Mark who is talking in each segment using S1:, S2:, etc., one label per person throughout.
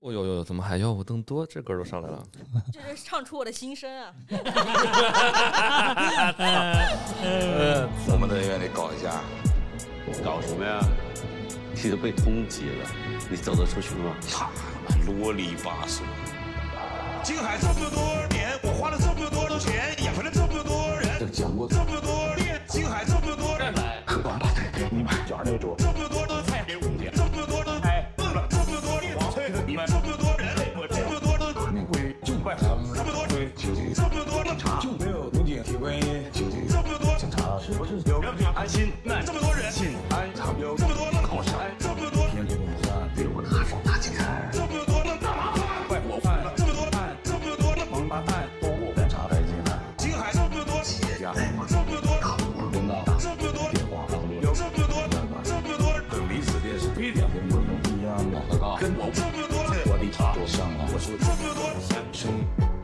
S1: 哦呦呦呦，怎么还要我更多？这歌都上来了，
S2: 这是 唱出我的心声啊！
S3: 我们在院里搞一下，
S4: 搞什么呀？你都被通缉了，你走得出去吗？
S3: 他们啰里吧嗦。
S5: 京海这么多年，我花了这么多钱，养活了这么多人，
S6: 就讲过
S5: 这么多店，京海这么多人，
S6: 喝完了再给你买卷那桌。
S5: 这么多的菜给我们，这么多的菜，饿了这么多店，你们这么多人，我这么多的，
S6: 那归就怪他们
S5: 这么多
S6: 归究竟
S5: 这么多的茶，
S6: 就没有民警体会究竟
S5: 这么多
S6: 警察是不是
S5: 有人安心，这么多人心安，这么多的口哨，这么多，
S6: 天理不善？对我大手大脚，
S5: 这么多的大麻烦，
S6: 怪我犯
S5: 这么多的，这么多的
S6: 王八蛋，都我们查白金了。
S5: 京海这么多企业家，这么多，
S6: 我领导
S5: 这么多，
S6: 电话当面
S5: 有这么多，这么多，
S6: 跟离子电是必定跟我们一样的，老大跟我
S5: 这么多。
S6: 我的茶桌上了，我说
S5: 这么多钱，
S6: 生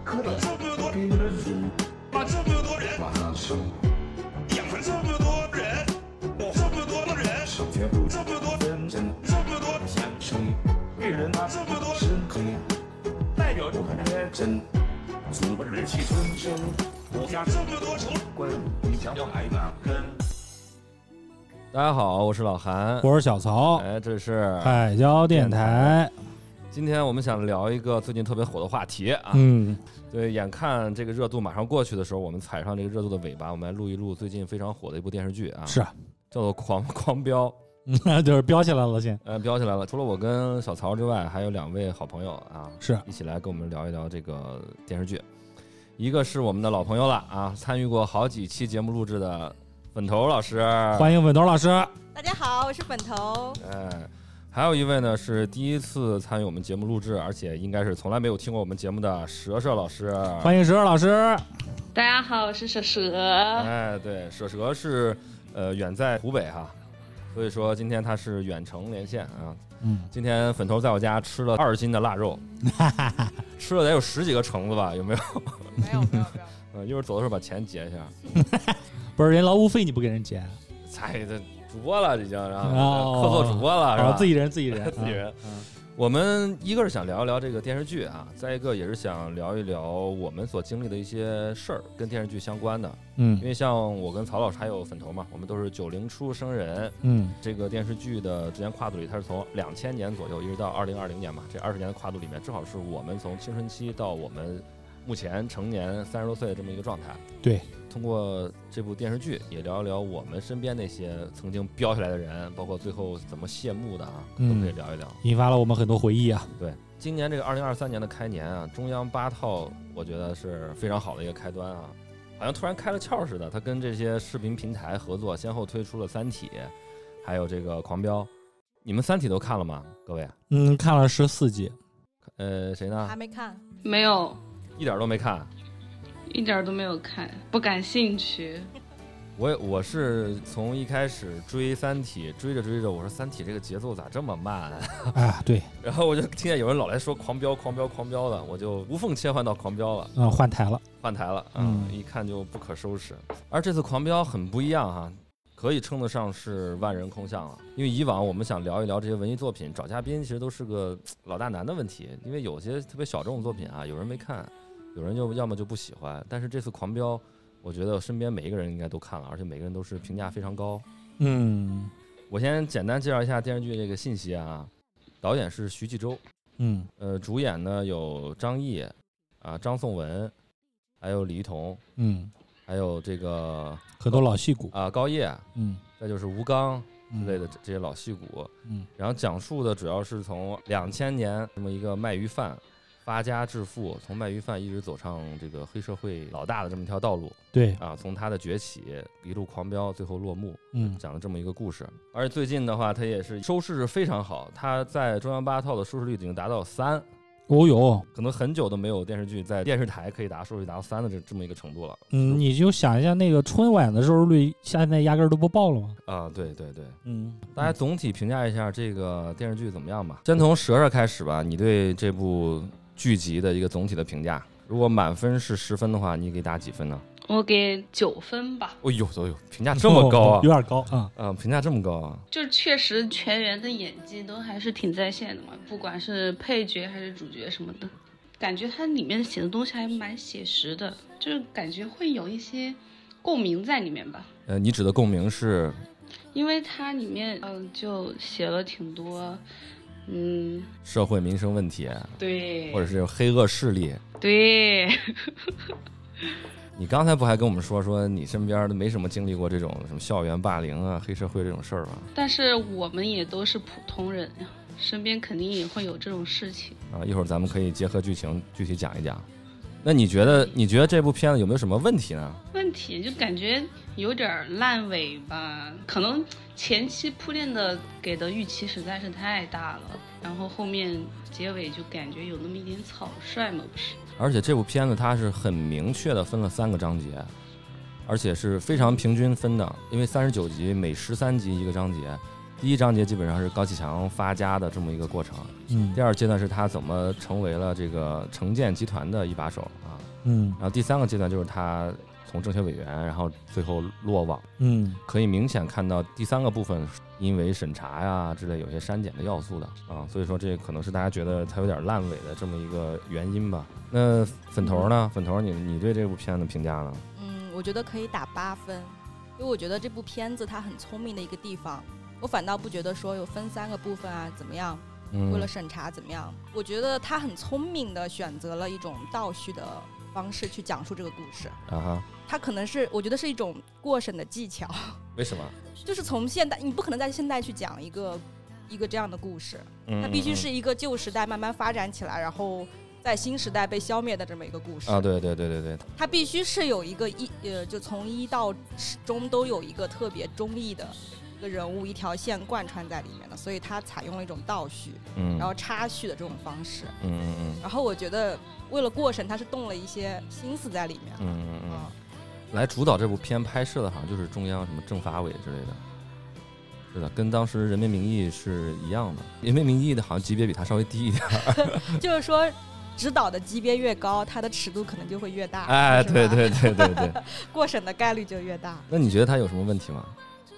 S6: 喝了
S5: 这么多，
S6: 给了猪，
S5: 把这么多人
S6: 马上生
S5: 养活这么多人，我这么多的人，
S6: 手绝不
S5: 这么多，
S6: 认真
S5: 这么多钱，
S6: 生，给人拿
S5: 这么多，
S6: 深坑，代表就很认真，祖本人气吞声，
S5: 我家这么多仇，
S6: 关你想要挨哪根？
S1: 大家好，我是老 韩，
S7: 我是小曹，
S1: 哎，这是
S7: 海椒电台。
S1: 今天我们想聊一个最近特别火的话题啊，
S7: 嗯，
S1: 对，眼看这个热度马上过去的时候，我们踩上这个热度的尾巴，我们来录一录最近非常火的一部电视剧啊，
S7: 是，
S1: 叫做《狂 狂飙》，
S7: 就是标起来了先。
S1: 呃，飙起来了。除了我跟小曹之外，还有两位好朋友啊，
S7: 是
S1: 一起来跟我们聊一聊这个电视剧。一个是我们的老朋友了啊，参与过好几期节目录制的粉头老师，
S7: 欢迎稳头老师。
S1: 啊
S2: 大家好，我是本头，
S1: 哎，还有一位呢是第一次参与我们节目录制，而且应该是从来没有听过我们节目的蛇蛇老师。
S7: 欢迎石头老师，
S8: 大家好，我是蛇蛇。
S1: 哎，对，蛇蛇是呃远在湖北哈，所以说今天他是远程连线啊。
S7: 嗯，
S1: 今天粉头在我家吃了二斤的腊 肉，吃了得有十几个橙子吧？有没有？
S2: 没有没有没有，
S1: 呃，一会儿走的时候把钱结一下。
S7: 不是人劳务费你不给人结，
S1: 猜这主播了已经，然
S7: 哦
S1: 后客座主播啊了，是
S7: 然
S1: 吧？
S7: 啊后自己人自己人
S1: 自己人。
S7: 嗯
S1: 我们一个是想聊一聊这个电视剧啊，再一个也是想聊一聊我们所经历的一些事儿，跟电视剧相关的。因
S7: 嗯
S1: 为像我跟曹老师还有粉头嘛，我们都是九零出生人，
S7: 嗯
S1: 这个电视剧的之间跨度里，它是从两千年左右一直到二零二零年嘛，这二十年的跨度里面，正好是我们从青春期到我们目前成年三十多岁的这么一个状态。
S7: 对，
S1: 通过这部电视剧也聊一聊我们身边那些曾经飙起来的人，包括最后怎么谢幕的啊，都可以
S7: 嗯
S1: 聊一聊。
S7: 引发了我们很多回忆啊。
S1: 对，今年这个二零二三年的开年啊，中央八套我觉得是非常好的一个开端啊，好像突然开了窍似的。它跟这些视频平台合作，先后推出了《三体》，还有这个《狂飙》。你们《三体》都看了吗？各位，
S7: 嗯，看了十四集，
S1: 呃，谁呢
S2: 还？没看，
S8: 没有，
S1: 一点儿都没看。
S8: 一点儿都没有看，不感兴趣。
S1: 我也我是从一开始追《三体》，追着追着，我说《三体》这个节奏咋这么慢、
S7: 啊，对，
S1: 然后我就听见有人老来说狂飙、狂飙、狂飙的，我就无缝切换到狂飙了，
S7: 嗯，换台了，
S1: 换台了，嗯，
S7: 嗯
S1: 一看就不可收拾。而这次狂飙很不一样哈、可以称得上是万人空巷了。因为以往我们想聊一聊这些文艺作品，找嘉宾其实都是个嘖老大难的问题，因为有些特别小众的作品啊，有人没看，有人就要么就不喜欢。但是这次狂飙，我觉得身边每一个人应该都看了，而且每个人都是评价非常高。
S7: 嗯
S1: 我先简单介绍一下电视剧这个信息啊，导演是徐纪周，
S7: 嗯
S1: 呃，主演呢有张译，啊，张颂文，还有李一桐，
S7: 嗯，
S1: 还有这个
S7: 很多老戏骨，
S1: 啊高叶，
S7: 嗯
S1: 再就是吴刚之
S7: 嗯
S1: 类的这这些老戏骨。
S7: 嗯
S1: 然后讲述的主要是从两千年这么一个卖鱼贩发家致富，从卖鱼贩一直走上这个黑社会老大的这么一条道路
S7: 对，
S1: 啊，从他的崛起一路狂飙，最后落幕。
S7: 嗯
S1: 讲了这么一个故事。而且最近的话，它也是收视非常好，它在中央八套的收视率已经达到三，
S7: 哦哟，
S1: 可能很久都没有电视剧在电视台可以达收视率达到三的这这么一个程度了。
S7: 嗯，你就想一下那个春晚的收视率，现在压根儿都不报了吗？
S1: 啊，对对对，
S7: 嗯，
S1: 大家总体评价一下这个电视剧怎么样吧。先从蛇蛇开始吧，你对这部剧集的一个总体的评价，如果满分是十分的话，你给打几分呢？
S8: 我给九分吧，
S1: 哎呦哎呦，评 价这么高啊
S7: 哦 有！点高啊。
S1: 啊，评价这么高啊！
S8: 就是确实全员的演技都还是挺在线的嘛，不管是配角还是主角什么的，感觉它里面写的东西还蛮写实的，就是感觉会有一些共鸣在里面吧。
S1: 呃，你指的共鸣是
S8: 因为它里面嗯、呃就写了挺多，嗯，
S1: 社会民生问题，
S8: 对
S1: 或者是黑恶势力。
S8: 对，
S1: 你刚才不还跟我们说说你身边的没什么经历过这种什么校园霸凌啊、黑社会这种事儿吗？
S8: 但是我们也都是普通人呀，身边肯定也会有这种事情。
S1: 啊，一会儿咱们可以结合剧情具体讲一讲。那你觉得你觉得这部片子有没有什么问题呢？
S8: 问题就感觉有点儿烂尾吧，可能前期铺垫的给的预期实在是太大了，然后后面结尾就感觉有那么一点草率嘛，不是？
S1: 而且这部片子它是很明确的分了三个章节，而且是非常平均分的，因为三十九集每十三集一个章节，第一章节基本上是高启强发家的这么一个过程，
S7: 嗯
S1: 第二阶段是他怎么成为了这个城建集团的一把手啊，
S7: 嗯
S1: 然后第三个阶段就是他从政协委员，然后最后落网。
S7: 嗯
S1: 可以明显看到第三个部分因为审查呀、之类有些删减的要素的啊，所以说这可能是大家觉得它有点烂尾的这么一个原因吧。那粉头呢？粉头你你对这部片的评价呢？
S2: 嗯，我觉得可以打八分，因为我觉得这部片子它很聪明的一个地方，我反倒不觉得说有分三个部分啊怎么样，
S1: 嗯
S2: 为了审查怎么样，我觉得他很聪明的选择了一种倒叙的方式去讲述这个故事，
S1: 啊哈，
S2: 它可能是我觉得是一种过审的技巧，
S1: 为什么？
S2: 就是从现代你不可能在现代去讲一个一个这样的故事，它
S1: 嗯
S2: 必须是一个旧时代慢慢发展起来，然后在新时代被消灭的这么一个故事
S1: 啊，对对对对对，
S2: 它必须是有一个一呃，就从一到十中都有一个特别中意的一个人物一条线贯穿在里面的，所以它采用了一种倒叙，
S1: 嗯，
S2: 然后插叙的这种方式。
S1: 嗯嗯嗯
S2: 然后我觉得为了过审，它是动了一些心思在里面。
S1: 嗯嗯嗯
S2: 啊，
S1: 嗯，来主导这部片拍摄的好像就是中央什么政法委之类的。是的，跟当时《人民名义》是一样的，《人民名义》的好像级别比它稍微低一点。
S2: 啊就是说。指导的级别越高，它的尺度可能就会越大，
S1: 哎，
S2: 是吧
S1: 对，对对对对。
S2: 过审的概率就越大。
S1: 那你觉得它有什么问题吗？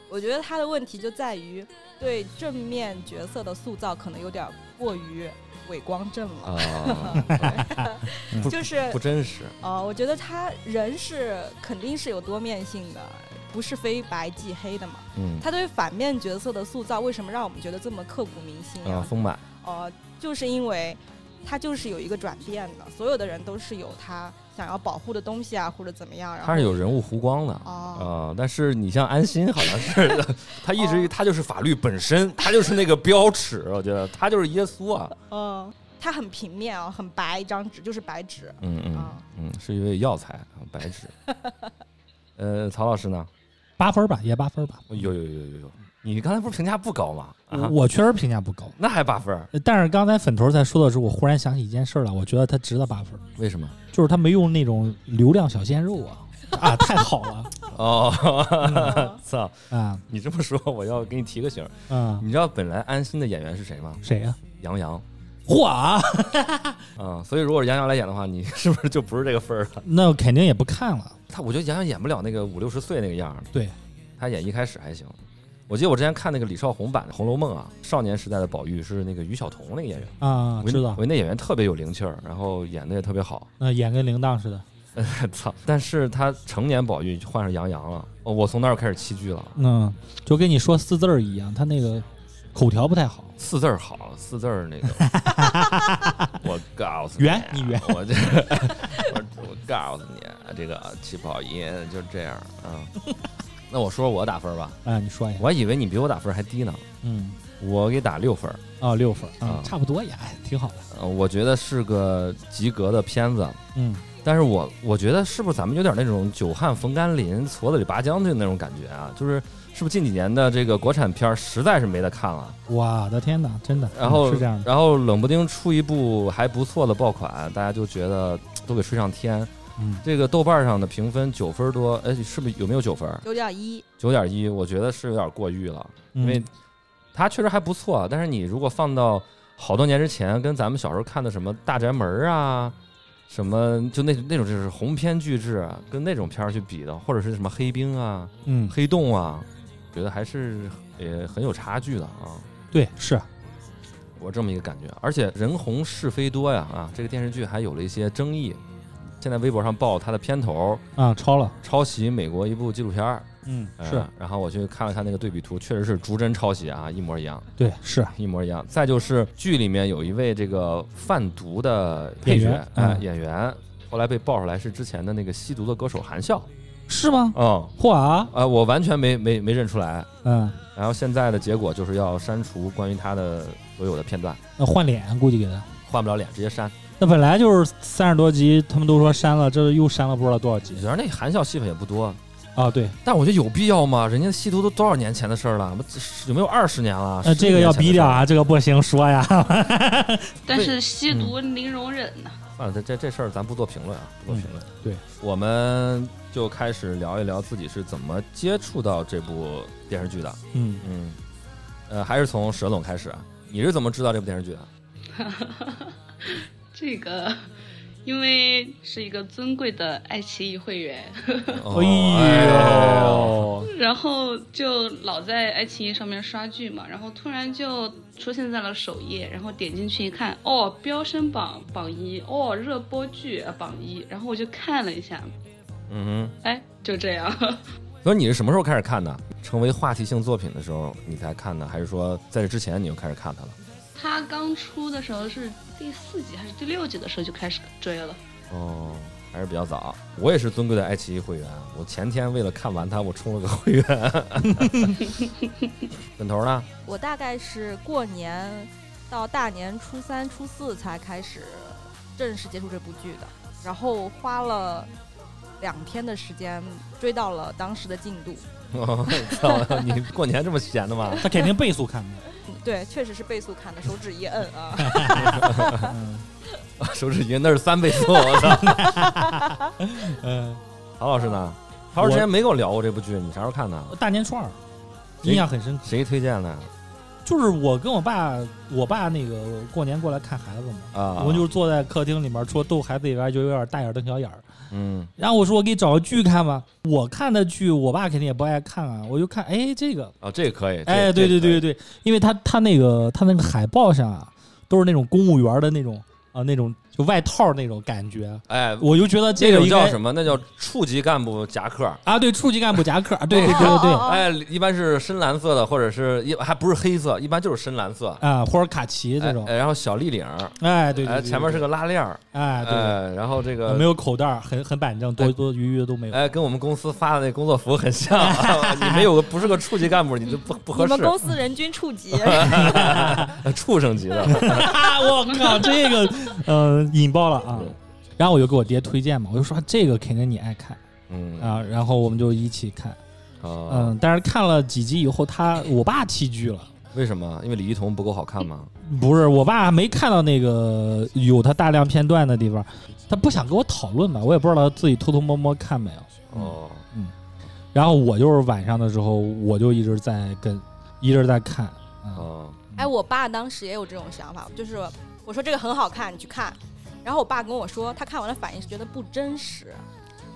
S2: 我觉得他的问题就在于对正面角色的塑造可能有点过于伪光正了，
S1: 啊，
S2: 就是
S1: 不真实。
S2: 哦，我觉得他人是肯定是有多面性的，不是非白即黑的嘛。
S1: 嗯，
S2: 他对反面角色的塑造，为什么让我们觉得这么刻骨铭心
S1: 啊，
S2: 啊？
S1: 丰满。
S2: 哦，就是因为他就是有一个转变的，所有的人都是有他想要保护的东西啊，或者怎么样。然后
S1: 他是有人物弧光的。
S2: 哦，
S1: 啊、但是你像安心好像是，他一直他就是法律本身，他就是那个标尺，我觉得他就是耶稣啊。
S2: 嗯，他很平面啊，很白，一张纸就是白纸。
S1: 嗯嗯
S2: 啊
S1: 嗯，是一位药材啊，白纸。呃，曹老师呢？
S7: 八分吧，也八分吧。
S1: 有有有有有，你刚才不是评价不高吗？啊，
S7: 我确实评价不高，
S1: 那还八分儿？
S7: 呃但是刚才粉头在说的时候，我忽然想起一件事儿来，我觉得他值得八分，
S1: 为什么？
S7: 就是他没用那种流量小鲜肉 啊啊，太好了
S1: 哦， 操！
S7: 啊
S1: 你这么说，我要给你提个醒儿。
S7: 啊！
S1: 你知道本来安心的演员是谁吗？
S7: 谁呀、
S1: 杨洋
S7: 嚯啊！
S1: 啊、所以如果是杨洋来演的话，你 是不是就不是这个分儿了？
S7: 那肯定也不看了。
S1: 他，我觉得杨洋演不了那个五六十岁那个样儿，
S7: 对，
S1: 他演一开始还行。我记得我之前看那个李少红版的《红楼梦》啊，少年时代的宝玉是那个于晓彤那个演员，
S7: 啊，
S1: 我
S7: 知道
S1: 我，那演员特别有灵气儿，然后演的也特别好。
S7: 那演跟铃铛似的。
S1: 操！但是他成年宝玉换上杨洋了，哦我从那儿开始弃剧了。
S7: 嗯，就跟你说四字儿一样，他那个口条不太好。
S1: 四字儿好，四字儿那 个，我告诉啊
S7: 圆你圆，
S1: 我这我我告诉你，啊这个气泡音就这样啊。那我说我打分吧，
S7: 啊，你说一下。
S1: 我还以为你比我打分还低呢，
S7: 嗯，
S1: 我给打六分儿。
S7: 哦，六分啊
S1: 啊，
S7: 差不多也哎挺好的。
S1: 呃，我觉得是个及格的片子，
S7: 嗯，
S1: 但是我我觉得是不是咱们有点那种久旱逢甘霖，矬子里拔将军那种感觉啊？就是是不是近几年的这个国产片儿实在是没得看了？
S7: 嗯我的天哪，真的。
S1: 然后、
S7: 嗯是这样的。
S1: 然后冷不丁出一部还不错的爆款，大家就觉得嘖都给吹上天。
S7: 嗯
S1: 这个豆瓣上的评分九分多，哎，是不是有没有九分？
S2: 九点一，
S1: 九点一，我觉得是有点过誉了，因为
S7: 嗯
S1: 它确实还不错，但是你如果放到好多年之前，跟咱们小时候看的什么《大宅门》啊，什么就那那种就是鸿篇巨制啊，跟那种片儿去比的，或者是什么黑冰啊、
S7: 嗯，
S1: 黑洞啊，觉得还是也很有差距的啊。
S7: 对，是，
S1: 我这么一个感觉。啊而且人红是非多呀啊，这个电视剧还有了一些争议。现在微博上爆它的片头
S7: 啊，超了，
S1: 抄袭美国一部纪录片儿，
S7: 嗯，
S1: 呃
S7: 是，
S1: 然后我去看了看那个对比图，确实是逐帧抄袭啊，一模一样，
S7: 对，是，
S1: 一模一样。再就是剧里面有一位这个贩毒的配
S7: 演
S1: 角
S7: 员，
S1: 哎，
S7: 嗯
S1: 演员，后来被爆出来是之前的那个吸毒的歌手韩 笑，
S7: 是吗？
S1: 嗯，
S7: 嚯啊，
S1: 呃，我完全没没没认出来。
S7: 嗯，
S1: 然后现在的结果就是要删除关于他的所有的片段，
S7: 那换脸估计给他。
S1: 换不了脸，直接删。
S7: 那本来就是三十多集，他们都说删了，这又删了不知道多少集
S1: 主要那韩笑戏份也不多，
S7: 啊！对，
S1: 但我觉得有必要吗？人家吸毒都多少年前的事儿了，不有没有二十年了？
S7: 那这个要逼掉啊，这个不行，说呀，
S8: 但是吸毒零容忍呐、
S1: 啊，这这这事儿咱不做评论啊，不做评论。
S7: 嗯对，
S1: 我们就开始聊一聊自己是怎么接触到这部电视剧的。
S7: 嗯，
S1: 嗯，呃，还是从蛇总开始啊，你是怎么知道这部电视剧的？
S8: 这个，因为是一个尊贵的爱奇艺会员，
S1: 哦
S7: 哎
S1: 呦，
S7: 呦，
S8: 然后就老在爱奇艺上面刷剧嘛，然后突然就出现在了首页，然后点进去一看，哦，飙升榜榜一，哦，热播剧呃榜一，然后我就看了一下，
S1: 嗯
S8: 哎，就这样。
S1: 哼，所以你是什么时候开始看的？成为话题性作品的时候你才看的，还是说在这之前你就开始看它了？
S8: 它刚出的时候是第四集还是第六集的时候就开始追了，
S1: 哦，还是比较早。我也是尊贵的爱奇艺会员，我前天为了看完它，我充了个会员。 本头呢？
S2: 我大概是过年到大年初三、初四才开始正式接触这部剧的，然后花了两天的时间追到了当时的进度。
S1: 哦，操！你过年这么闲的吗？
S7: 他肯定倍速看的，
S2: 嗯对，确实是倍速看的，手指一摁啊。
S7: 嗯
S1: 手指一摁那是三倍速，我操！
S7: 嗯，
S1: 陶老师呢？陶老师之前没跟我聊过这部剧，你啥时候看的？
S7: 大年初二，印象很深刻，
S1: 谁推荐的？
S7: 就是我跟我爸，我爸那个过年过来看孩子嘛，
S1: 啊，
S7: 我们就是坐在客厅里面，除了逗孩子以外，就有点大眼瞪小眼儿。
S1: 嗯
S7: 然后我说我给你找个剧看吧，我看的剧，我爸肯定也不爱看啊，我就看，哎，这个，
S1: 啊，这个可以。这
S7: 哎，对对对，对对，因为他他那个他那个海报上啊，都是那种公务员的那种啊、那种就外套那种感觉，
S1: 这个哎，
S7: 我就觉得
S1: 这
S7: 个
S1: 种
S7: 应
S1: 叫
S7: 该
S1: 什么？那叫处级干部夹克。
S7: 啊？对，处级干部夹克，啊对对对对对
S2: 哦
S1: 哎，一般是深蓝色的，或者是一还不是黑色，一般就是深蓝色。
S7: 啊，或者卡其这种
S1: 哎，，哎然后小立领儿，
S7: 哎，对对
S1: 哎，
S7: 对，
S1: 前面是
S7: 个
S1: 个拉链儿，
S7: 哎，对对
S1: 哎，然后这
S7: 对，没
S1: 个。
S7: 有口袋儿，很很板正，多多余余的都没有。
S1: 哎，跟我们公司发的那工作服很像，啊 你没有个不是个处级干部，你就不不合
S2: 你们
S1: 适。
S2: 公司人均 处级，
S1: 畜生级的，
S7: 啊， 我靠，这个呃引爆了啊
S1: 对！
S7: 然后我就给我爹推荐嘛，我就说这个肯定你爱看
S1: 嗯
S7: 啊，然后我们就一起看，
S1: 啊，
S7: 嗯，但是看了几集以后，他我爸弃剧了。
S1: 为什么？因为李一桐不够好看吗？
S7: 不是，我爸没看到那个有他大量片段的地方，他不想跟我讨论吧，我也不知道他自己偷偷摸摸看没有。
S1: 哦，
S7: 然后我就是晚上的时候，我就一直在跟，一直在看。啊，
S1: 哦，
S2: 哎，我爸当时也有这种想法，就是我说这个很好看，你去看。然后我爸跟我说，他看完了反应是觉得不真实，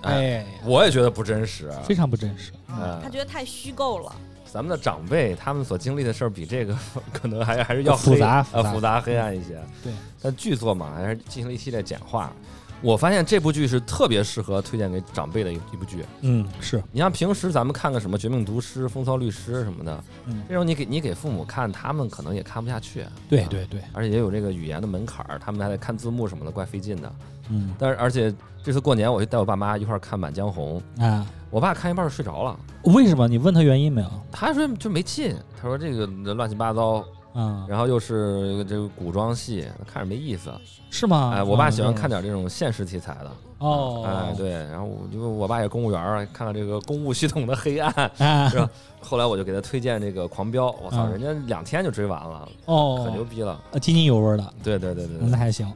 S1: 哎，
S7: 哎，
S1: 我也觉得不真实。啊
S7: 非常不真实。
S2: 他
S1: 哎，
S2: 觉得太虚构了。
S1: 咱们的长辈他们所经历的事儿比这个 可能还还是要
S7: 复杂
S1: 呃
S7: 复杂
S1: 复杂黑暗一些。
S7: 对，
S1: 但剧作嘛，还是进行了一系列简化。我发现这部剧是特别适合推荐给长辈的一一部剧。
S7: 嗯，是，
S1: 你像平时咱们看个什么《绝命毒师》《风骚律师》什么的，
S7: 嗯，
S1: 这种你给你给父母看，他们可能也看不下去。
S7: 对
S1: 啊
S7: 对对，
S1: 而且也有这个语言的门槛儿，他们还得看字幕什么的，怪费劲的。
S7: 嗯
S1: 但是而且这次过年，我就带我爸妈一块儿看《满江红》，
S7: 啊，
S1: 我爸看一半儿睡着了，
S7: 为什么？你问他原因没有？
S1: 他说就没劲，他说这个乱七八糟，
S7: 啊，
S1: 然后又是这个古装戏，看着没意思。
S7: 是吗？
S1: 哎，我爸喜欢
S7: 啊
S1: 看点这种现实题材的。
S7: 哦，
S1: 哎，对，然后我因为我爸也公务员儿，啊看看这个公务系统的黑暗。
S7: 啊，
S1: 是吧后来我就给他推荐这个《狂飙》，我操，
S7: 嗯
S1: 人家两天就追完了，可牛
S7: 哦，嗯
S1: 逼了。
S7: 啊津津有味的，
S1: 对对对对对
S7: 那还行。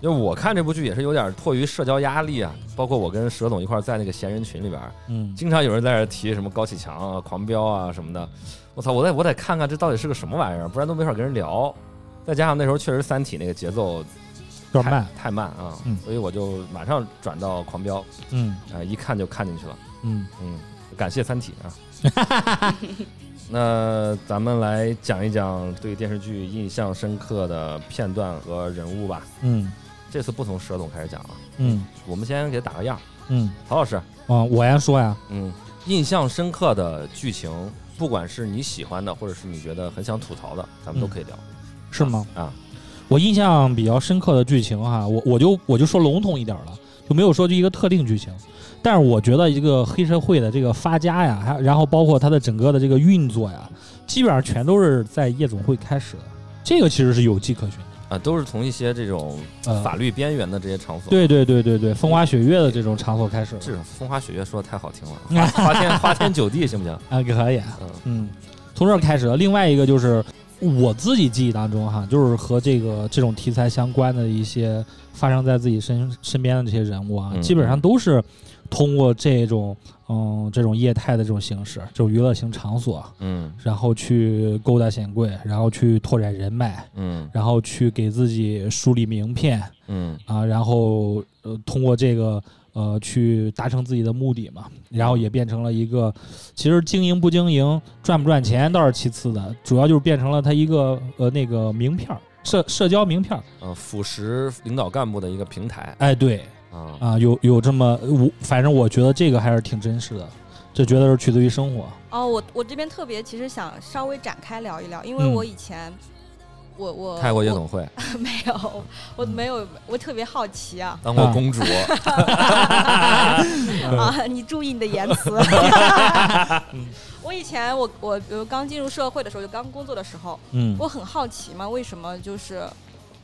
S1: 因为我看这部剧也是有点迫于社交压力啊，包括我跟佘总一块儿在那个闲人群里边儿，
S7: 嗯，
S1: 经常有人在这提什么高启强啊、狂飙啊什么的。我操，我得我得看看这到底是个什么玩意儿，不然都没法跟人聊。再加上那时候确实《三体》那个节奏
S7: 有点慢，
S1: 太慢啊，
S7: 嗯
S1: 所以我就马上转到《狂飙》，
S7: 嗯
S1: 呃，一看就看进去了。
S7: 嗯，
S1: 嗯，感谢《三体》啊。 那咱们来讲一讲对电视剧印象深刻的片段和人物吧。
S7: 嗯
S1: 这次不从佘总开始讲啊，
S7: 嗯
S1: 我们先给打个样。
S7: 嗯
S1: 曹老师，
S7: 啊，我呀说呀，
S1: 嗯，印象深刻的剧情，不管是你喜欢的，或者是你觉得很想吐槽的，咱们都可以聊。
S7: 是吗？
S1: 啊，
S7: 我印象比较深刻的剧情哈，我我就我就说笼统一点了，就没有说就一个特定剧情。但是我觉得一个黑社会的这个发家呀，还然后包括它的整个的这个运作呀，基本上全都是在夜总会开始的。这个其实是有迹可循的。
S1: 啊，都是从一些这种
S7: 呃，
S1: 法律边缘的这些场所，
S7: 对对对对对，风花雪月的这种场所开始的。
S1: 这种嗯风花雪月说的太好听了， 花花天花天酒地行不行？
S7: 啊，可以啊，
S1: 嗯
S7: 嗯，从这儿开始的。另外一个就是我自己记忆当中哈，就是和这个这种题材相关的一些发生在自己身身边的这些人物啊，
S1: 嗯
S7: 基本上都是通过这种嗯这种业态的这种形式，这种娱乐型场所，
S1: 嗯
S7: 然后去勾搭显贵，然后去拓展人脉，
S1: 嗯
S7: 然后去给自己梳理名片
S1: 嗯
S7: 啊，然后呃通过这个。呃，去达成自己的目的嘛，然后也变成了一个，其实经营不经营、赚不赚钱倒是其次的，主要就是变成了他一个呃那个名片儿，社社交名片儿。
S1: 呃，腐蚀领导干部的一个平台
S7: 哎，对
S1: 啊，
S7: 啊，有有这么我，反正我觉得这个还是挺真实的，这觉得是取自于生活。
S2: 哦，我我这边特别其实想稍微展开聊一聊，因为
S7: 嗯
S2: 我以前。我我
S1: 开过夜
S2: 我
S1: 总会，
S2: 没有，
S7: 嗯
S2: 我没有，我特别好奇啊
S1: 当过公主，
S7: 嗯
S2: 啊！你注意你的言 辞。我以前我我我刚进入社会的时候，就刚工作的时候，
S7: 嗯
S2: 我很好奇嘛，为什么就是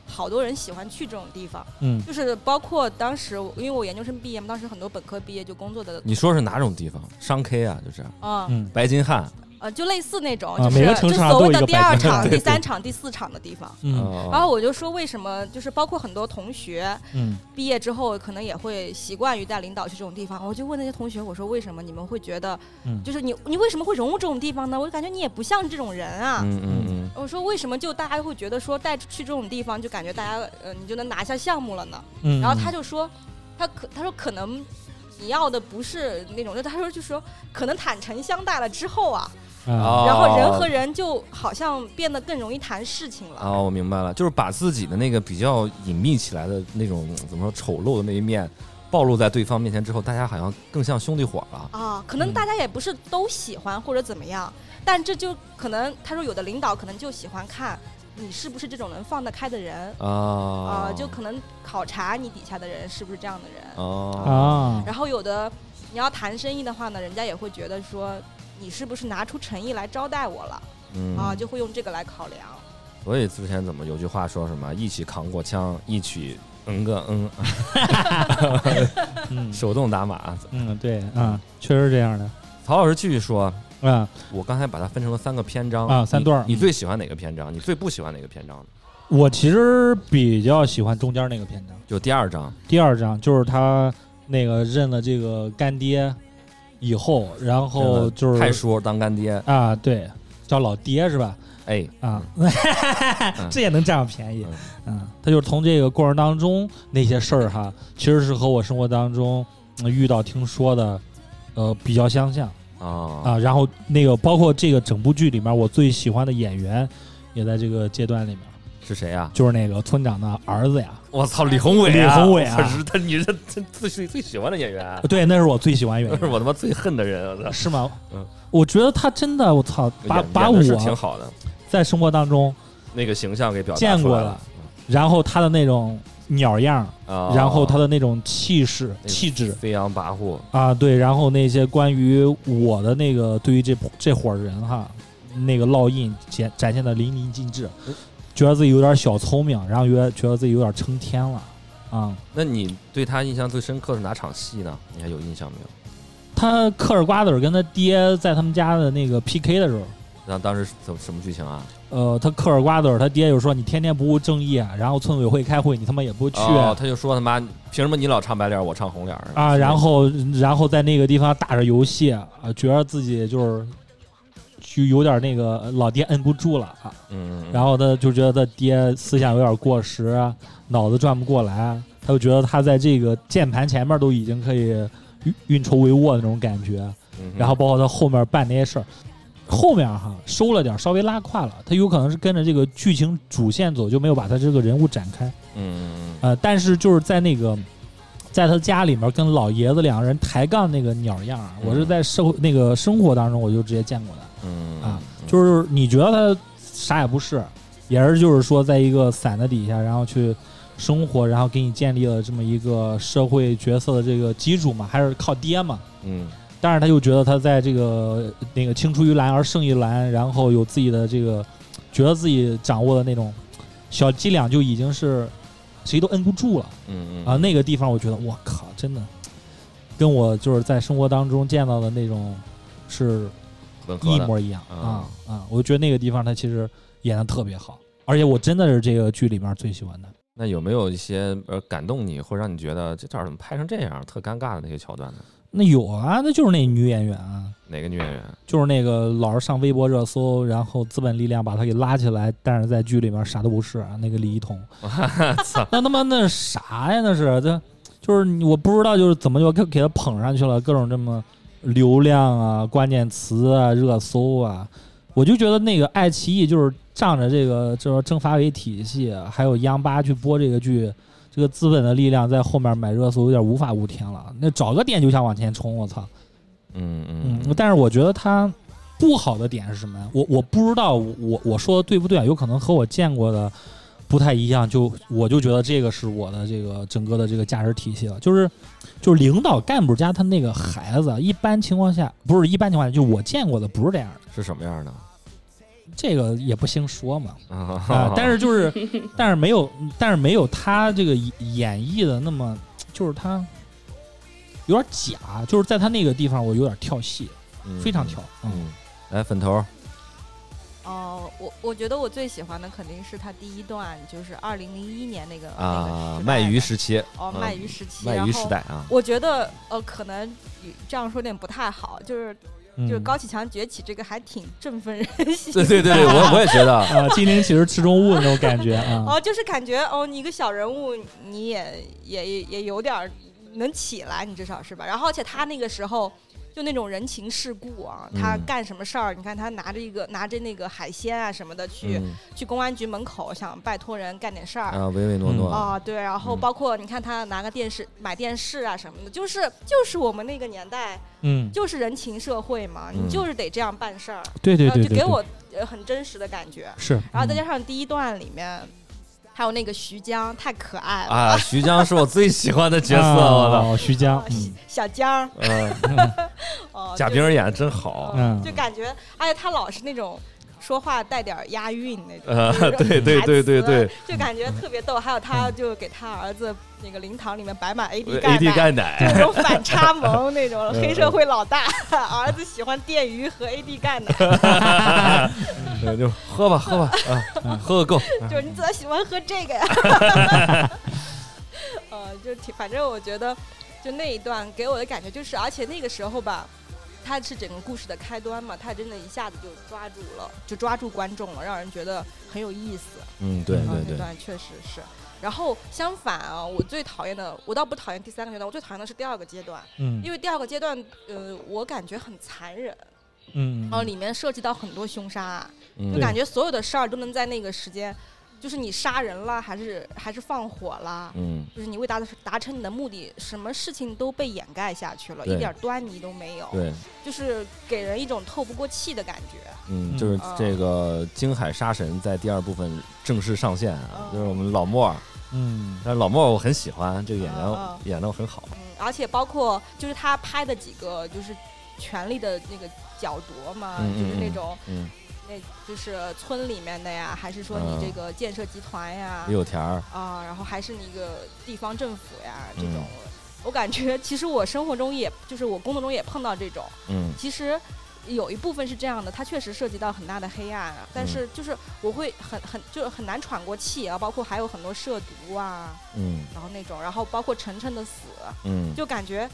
S2: 好多人喜欢去这种地方？
S7: 嗯
S2: 就是包括当时我，因为我研究生毕业嘛，当时很多本科毕业就工作的，
S1: 你说是哪种地方？商 K 啊，就是
S2: 啊、
S7: 嗯
S1: 白金汉，
S2: 呃，就类似那种，
S7: 啊
S2: 就是
S7: 每个城市
S2: 就
S7: 上都
S2: 所谓
S7: 有一
S2: 的
S7: 个
S2: 第二
S7: 白金汉
S2: 场、
S7: 对
S2: 第三场、第四场的地方。
S7: 嗯
S1: 哦
S2: 然后我就说，为什么就是包括很多同学
S7: 嗯
S2: 毕业之后，可能也会习惯于带领导去这种地方。我就问那些同学，我说为什么你们会觉得，
S7: 嗯
S2: 就是你你为什么会融入这种地方呢？我就感觉你也不像这种人啊。
S1: 嗯嗯嗯
S2: 我说为什么就大家会觉得说带去这种地方，就感觉大家呃你就能拿下项目了呢？
S7: 嗯，
S2: 然后他就说，他可他说可能你要的不是那种，就他说就说可能坦诚相待了之后啊，
S7: 啊
S1: 哦
S2: 然后人和人就好像变得更容易谈事情了。
S1: 哦，我明白了，就是把自己的那个比较隐秘起来的那种怎么说丑陋的那一面，暴露在对方面前之后，大家好像更像兄弟伙了。
S2: 啊，可能
S7: 嗯
S2: 大家也不是都喜欢或者怎么样，但这就可能他说有的领导可能就喜欢看你是不是这种能放得开的人啊、
S1: 啊
S2: 就可能考察你底下的人是不是这样的人。
S1: 哦
S7: 啊
S2: 然后有的你要谈生意的话呢，人家也会觉得说你是不是拿出诚意来招待我了
S1: 嗯
S2: 啊，就会用这个来考量。
S1: 所以之前怎么有句话说什么一起扛过枪，一起嗯个嗯，
S7: 嗯
S1: 手动打码。
S7: 嗯对啊，确实是这样的
S1: 曹老师继续说，
S7: 啊
S1: 我刚才把它分成了三个篇章
S7: 啊三段儿
S1: 你。你最喜欢哪个篇章？你最不喜欢哪个篇章呢？
S7: 我其实比较喜欢中间那个篇章，
S1: 就第二章，
S7: 第二章就是他那个认了这个干爹以后，然后哦就
S1: 太
S7: 是
S1: 叔当干爹，
S7: 啊对，叫老爹是吧？
S1: 哎，
S7: 啊， 这也能占上便宜
S1: 嗯。
S7: 嗯，他就是从这个过程当中那些事儿哈，其实是和我生活当中嗯遇到、听说的，呃，比较相像
S1: 啊
S7: 啊。然后那个包括这个整部剧里面，我最喜欢的演员也在这个阶段里面，
S1: 是谁啊呀？
S7: 就是那个村长的儿子呀。
S1: 我操，李宏伟、
S7: 李宏伟啊
S1: 我是他，你是他他最最最喜欢的演员，啊
S7: 对，那是我最喜欢的演
S1: 那 是
S7: 员，
S1: 我他妈最恨的人，我操，
S7: 是吗？
S1: 嗯
S7: 我觉得他真的，我操，把
S1: 演
S7: 把
S1: 演的是挺
S7: 我
S1: 好的，
S7: 在生活当中，
S1: 那个形象给表达
S7: 见
S1: 出
S7: 过
S1: 来
S7: 了然后他的那种鸟样，
S1: 啊，
S7: 然后他的那种气势、
S1: 那个
S7: 气质，
S1: 飞扬跋扈，
S7: 啊，对，然后那些关于我的那个对于这这伙人哈，那个烙印展展现的淋漓尽致，
S1: 嗯
S7: 觉得自己有点小聪明，然后觉得觉得自己有点撑天了啊。
S1: 那你对他印象最深刻是哪场戏呢？你还有印象没有？
S7: 他嗑着瓜子儿跟他爹在他们家的那个 PK 的时候，
S1: 那当时是怎什么剧情啊？
S7: 呃，他嗑着瓜子儿，他爹就说你天天不务正业，然后村委会开会你他妈也不去。啊
S1: 哦，他就说他妈凭什么你老唱白脸，我唱红脸儿
S7: 啊呃啊，然后然后在那个地方打着游戏啊，觉得自己就是就有点那个呃老爹摁不住了啊，
S1: 嗯，嗯
S7: 然后他就觉得他爹思想有点过时啊，脑子转不过来啊，他就觉得他在这个键盘前面都已经可以运运筹帷幄的那种感觉，
S1: 嗯
S7: 然后包括他后面办那些事儿，后面哈收了点儿，稍微拉胯了，他有可能是跟着这个剧情主线走，就没有把他这个人物展开。
S1: 嗯嗯
S7: 呃，但是就是在那个，在他家里面跟老爷子两个人抬杠那个鸟样啊，
S1: 嗯
S7: 我是在社会那个生活当中我就直接见过的。
S1: 嗯
S7: 啊，就是你觉得他啥也不是，也是就是说在一个伞的底下，然后去生活，然后给你建立了这么一个社会角色的这个基础嘛，还是靠爹嘛。
S1: 嗯
S7: 但是他又觉得他在这个那个青出于蓝而胜于蓝，然后有自己的这个，觉得自己掌握的那种小伎俩就已经是谁都摁不住了。
S1: 嗯嗯
S7: 啊，那个地方我觉得我靠，真的跟我就是在生活当中见到的那种是
S1: 吻合
S7: 一
S1: 的
S7: 模一样啊
S1: 啊
S7: 啊！我觉得那个地方他其实演的特别好，而且我真的是这个剧里面最喜欢的。
S1: 那有没有一些呃感动你，或者让你觉得这这儿怎么拍成这样，特尴尬的那些桥段呢？
S7: 那有啊，那就是那女演员啊，
S1: 哪个女演员？
S7: 就是那个老是上微博热搜，然后资本力量把她给拉起来，但是在剧里面啥都不是啊。那个李一桐，那他妈那是啥呀？那是这就是你我不知道，就是怎么就给给他捧上去了，各种这么流量啊、关键词啊、热搜啊，我就觉得那个爱奇艺就是仗着这个这种政法委体系，还有央八去播这个剧。这个资本的力量在后面买热搜有点无法无天了，那找个点就想往前冲，我操！
S1: 嗯
S7: 嗯
S1: 嗯，
S7: 但是我觉得它不好的点是什么呀？我我不知道我我说的对不对啊？有可能和我见过的不太一样，就我就觉得这个是我的这个整个的这个价值体系了，就是就是领导干部家他那个孩子，啊一般情况下不是一般情况下，就我见过的不是这样的，
S1: 是什么样的？
S7: 这个也不兴说嘛。啊
S1: 啊，
S7: 但是就是，但是没有，但是没有他这个演绎的那么，就是他有点假，就是在他那个地方我有点跳戏，
S1: 嗯
S7: 非常跳。嗯
S1: 嗯，来粉头，
S2: 哦，我我觉得我最喜欢的肯定是他第一段，就是二零零一年那个那个
S1: 啊，
S2: 时代
S1: 卖
S2: 的
S1: 鱼时期，
S2: 哦，
S1: 嗯
S2: 卖鱼时期，
S1: 卖
S2: 然
S1: 鱼
S2: 后
S1: 时代啊，
S2: 我觉得呃，可能这样说有点不太好，就是
S7: 嗯
S2: 就是高启强崛起这个还挺振奋人心。
S1: 对对对对，我我也觉得，
S7: 啊，精灵骑士池中物那种感觉啊
S2: 哦，就是感觉 哦，你一个小人物，你也也也也有点儿能起来，你至少是吧？然后而且他那个时候就那种人情世故啊，他
S1: 嗯
S2: 干什么事儿，你看他拿着一个拿着那个海鲜啊什么的去、
S1: 嗯
S2: 去公安局门口想拜托人干点事儿。
S1: 啊，唯唯诺诺，
S2: 啊、对，然后
S1: 嗯
S2: 包括你看他拿个电视、买电视啊什么的，就是就是我们那个年代，
S7: 嗯，
S2: 就是人情社会嘛，
S1: 嗯
S2: 你就是得这样办事儿，
S7: 对对
S2: 然后
S7: 对
S2: 就
S7: 对，
S2: 给
S7: 对
S2: 我呃很真实的感觉。
S7: 是，
S2: 然后再
S7: 嗯
S2: 加上第一段里面，还有那个徐江太可爱了，
S1: 啊，徐江是我最喜欢的角色，
S7: 啊
S1: 我操，
S7: 徐江
S2: 啊，
S7: 嗯
S2: 小江，
S1: 嗯，
S2: 哦，
S1: 贾
S2: 就
S1: 冰演的真好，
S7: 嗯
S2: 嗯，就感觉，而且他老是那种说话带点儿押韵那种，
S1: 啊
S2: 就
S1: 对
S2: 是
S1: 对
S2: 台
S1: 对对
S2: 词啊
S1: 对，
S2: 就感觉特别逗。还有他就给他儿子那个灵堂里面摆满 AD
S1: ，AD
S2: 钙
S1: 钙奶，
S2: 奶，那种反差萌 那种
S1: 嗯
S2: 黑社会老大， 儿子喜欢电鱼和 AD 钙奶，
S1: 对就喝吧喝吧啊，喝个够，
S2: 就是你怎么喜欢喝这个呀？ 呃，就挺，反正我觉得，就那一段给我的感觉就是，而且那个时候吧，它是整个故事的开端嘛，它真的一下子就抓住了，就抓住观众了，让人觉得很有意思。
S1: 嗯，对
S2: 啊，
S1: 对
S2: 那
S1: 对，
S2: 段确实是。然后相反啊，我最讨厌的，我倒不讨厌第三个阶段，我最讨厌的是第二个阶段，
S7: 嗯
S2: 因为第二个阶段，呃，我感觉很残忍，
S7: 嗯，
S2: 然后里面涉及到很多凶杀案、
S1: 嗯
S2: 就感觉所有的事儿都能在那个时间，就是你杀人啦，还是还是放火啦，
S1: 嗯
S2: 就是你为达达成你的目的，什么事情都被掩盖下去了，
S1: 对
S2: 一点端倪都没有，
S1: 对，
S2: 就是给人一种透不过气的感觉。
S1: 嗯，
S7: 嗯
S1: 就是
S2: 啊
S1: 这个《京海杀神》在第二部分正式上线啊，
S2: 啊
S1: 就是我们老莫儿，
S7: 嗯
S1: 但是老莫儿我很喜欢这个演员
S2: 啊啊，
S1: 演的很好，
S2: 嗯，而且包括就是他拍的几个就是权力的那个角夺嘛，
S1: 嗯
S2: 就是那
S1: 嗯
S2: 种
S1: 嗯，
S2: 那就是村里面的呀，还是说
S1: 嗯
S2: 你这个建设集团呀
S1: 也，有田儿，
S2: 啊、然后还是你一个地方政府呀这种。
S1: 嗯
S2: 我感觉其实我生活中也，就是我工作中也碰到这种，
S1: 嗯
S2: 其实有一部分是这样的，它确实涉及到很大的黑暗啊，但
S1: 嗯
S2: 是就是我会很很就是很难喘过气啊，包括还有很多涉毒啊，
S1: 嗯
S2: 然后那种，然后包括晨晨的死，
S1: 嗯，
S2: 就感觉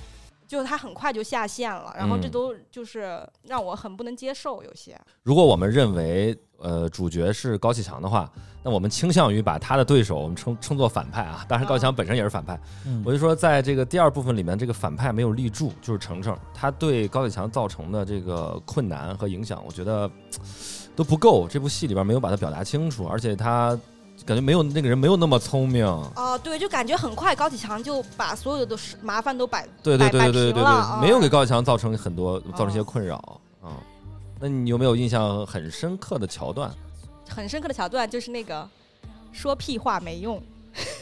S2: 就他很快就下线了，然后这
S1: 嗯
S2: 都就是让我很不能接受，有些
S1: 如果我们认为呃主角是高启强的话，那我们倾向于把他的对手我们称称作反派啊。当然，高启强本身也是反派。
S7: 嗯
S1: 我就说，在这个第二部分里面，这个反派没有立住，就是程程，他对高启强造成的这个困难和影响，我觉得嘖都不够。这部戏里边没有把它表达清楚，而且他感觉没有那个人没有那么聪明。
S2: 啊、对，就感觉很快高启强就把所有的事麻烦都摆
S1: 对对
S2: 摆摆
S1: 对对对
S2: 平
S1: 对
S2: 了嗯啊
S1: 对，没有给高启强造成很多造成一些困扰啊。那你有没有印象很深刻的桥段？
S2: 很深刻的桥段，就是那个说屁话没用，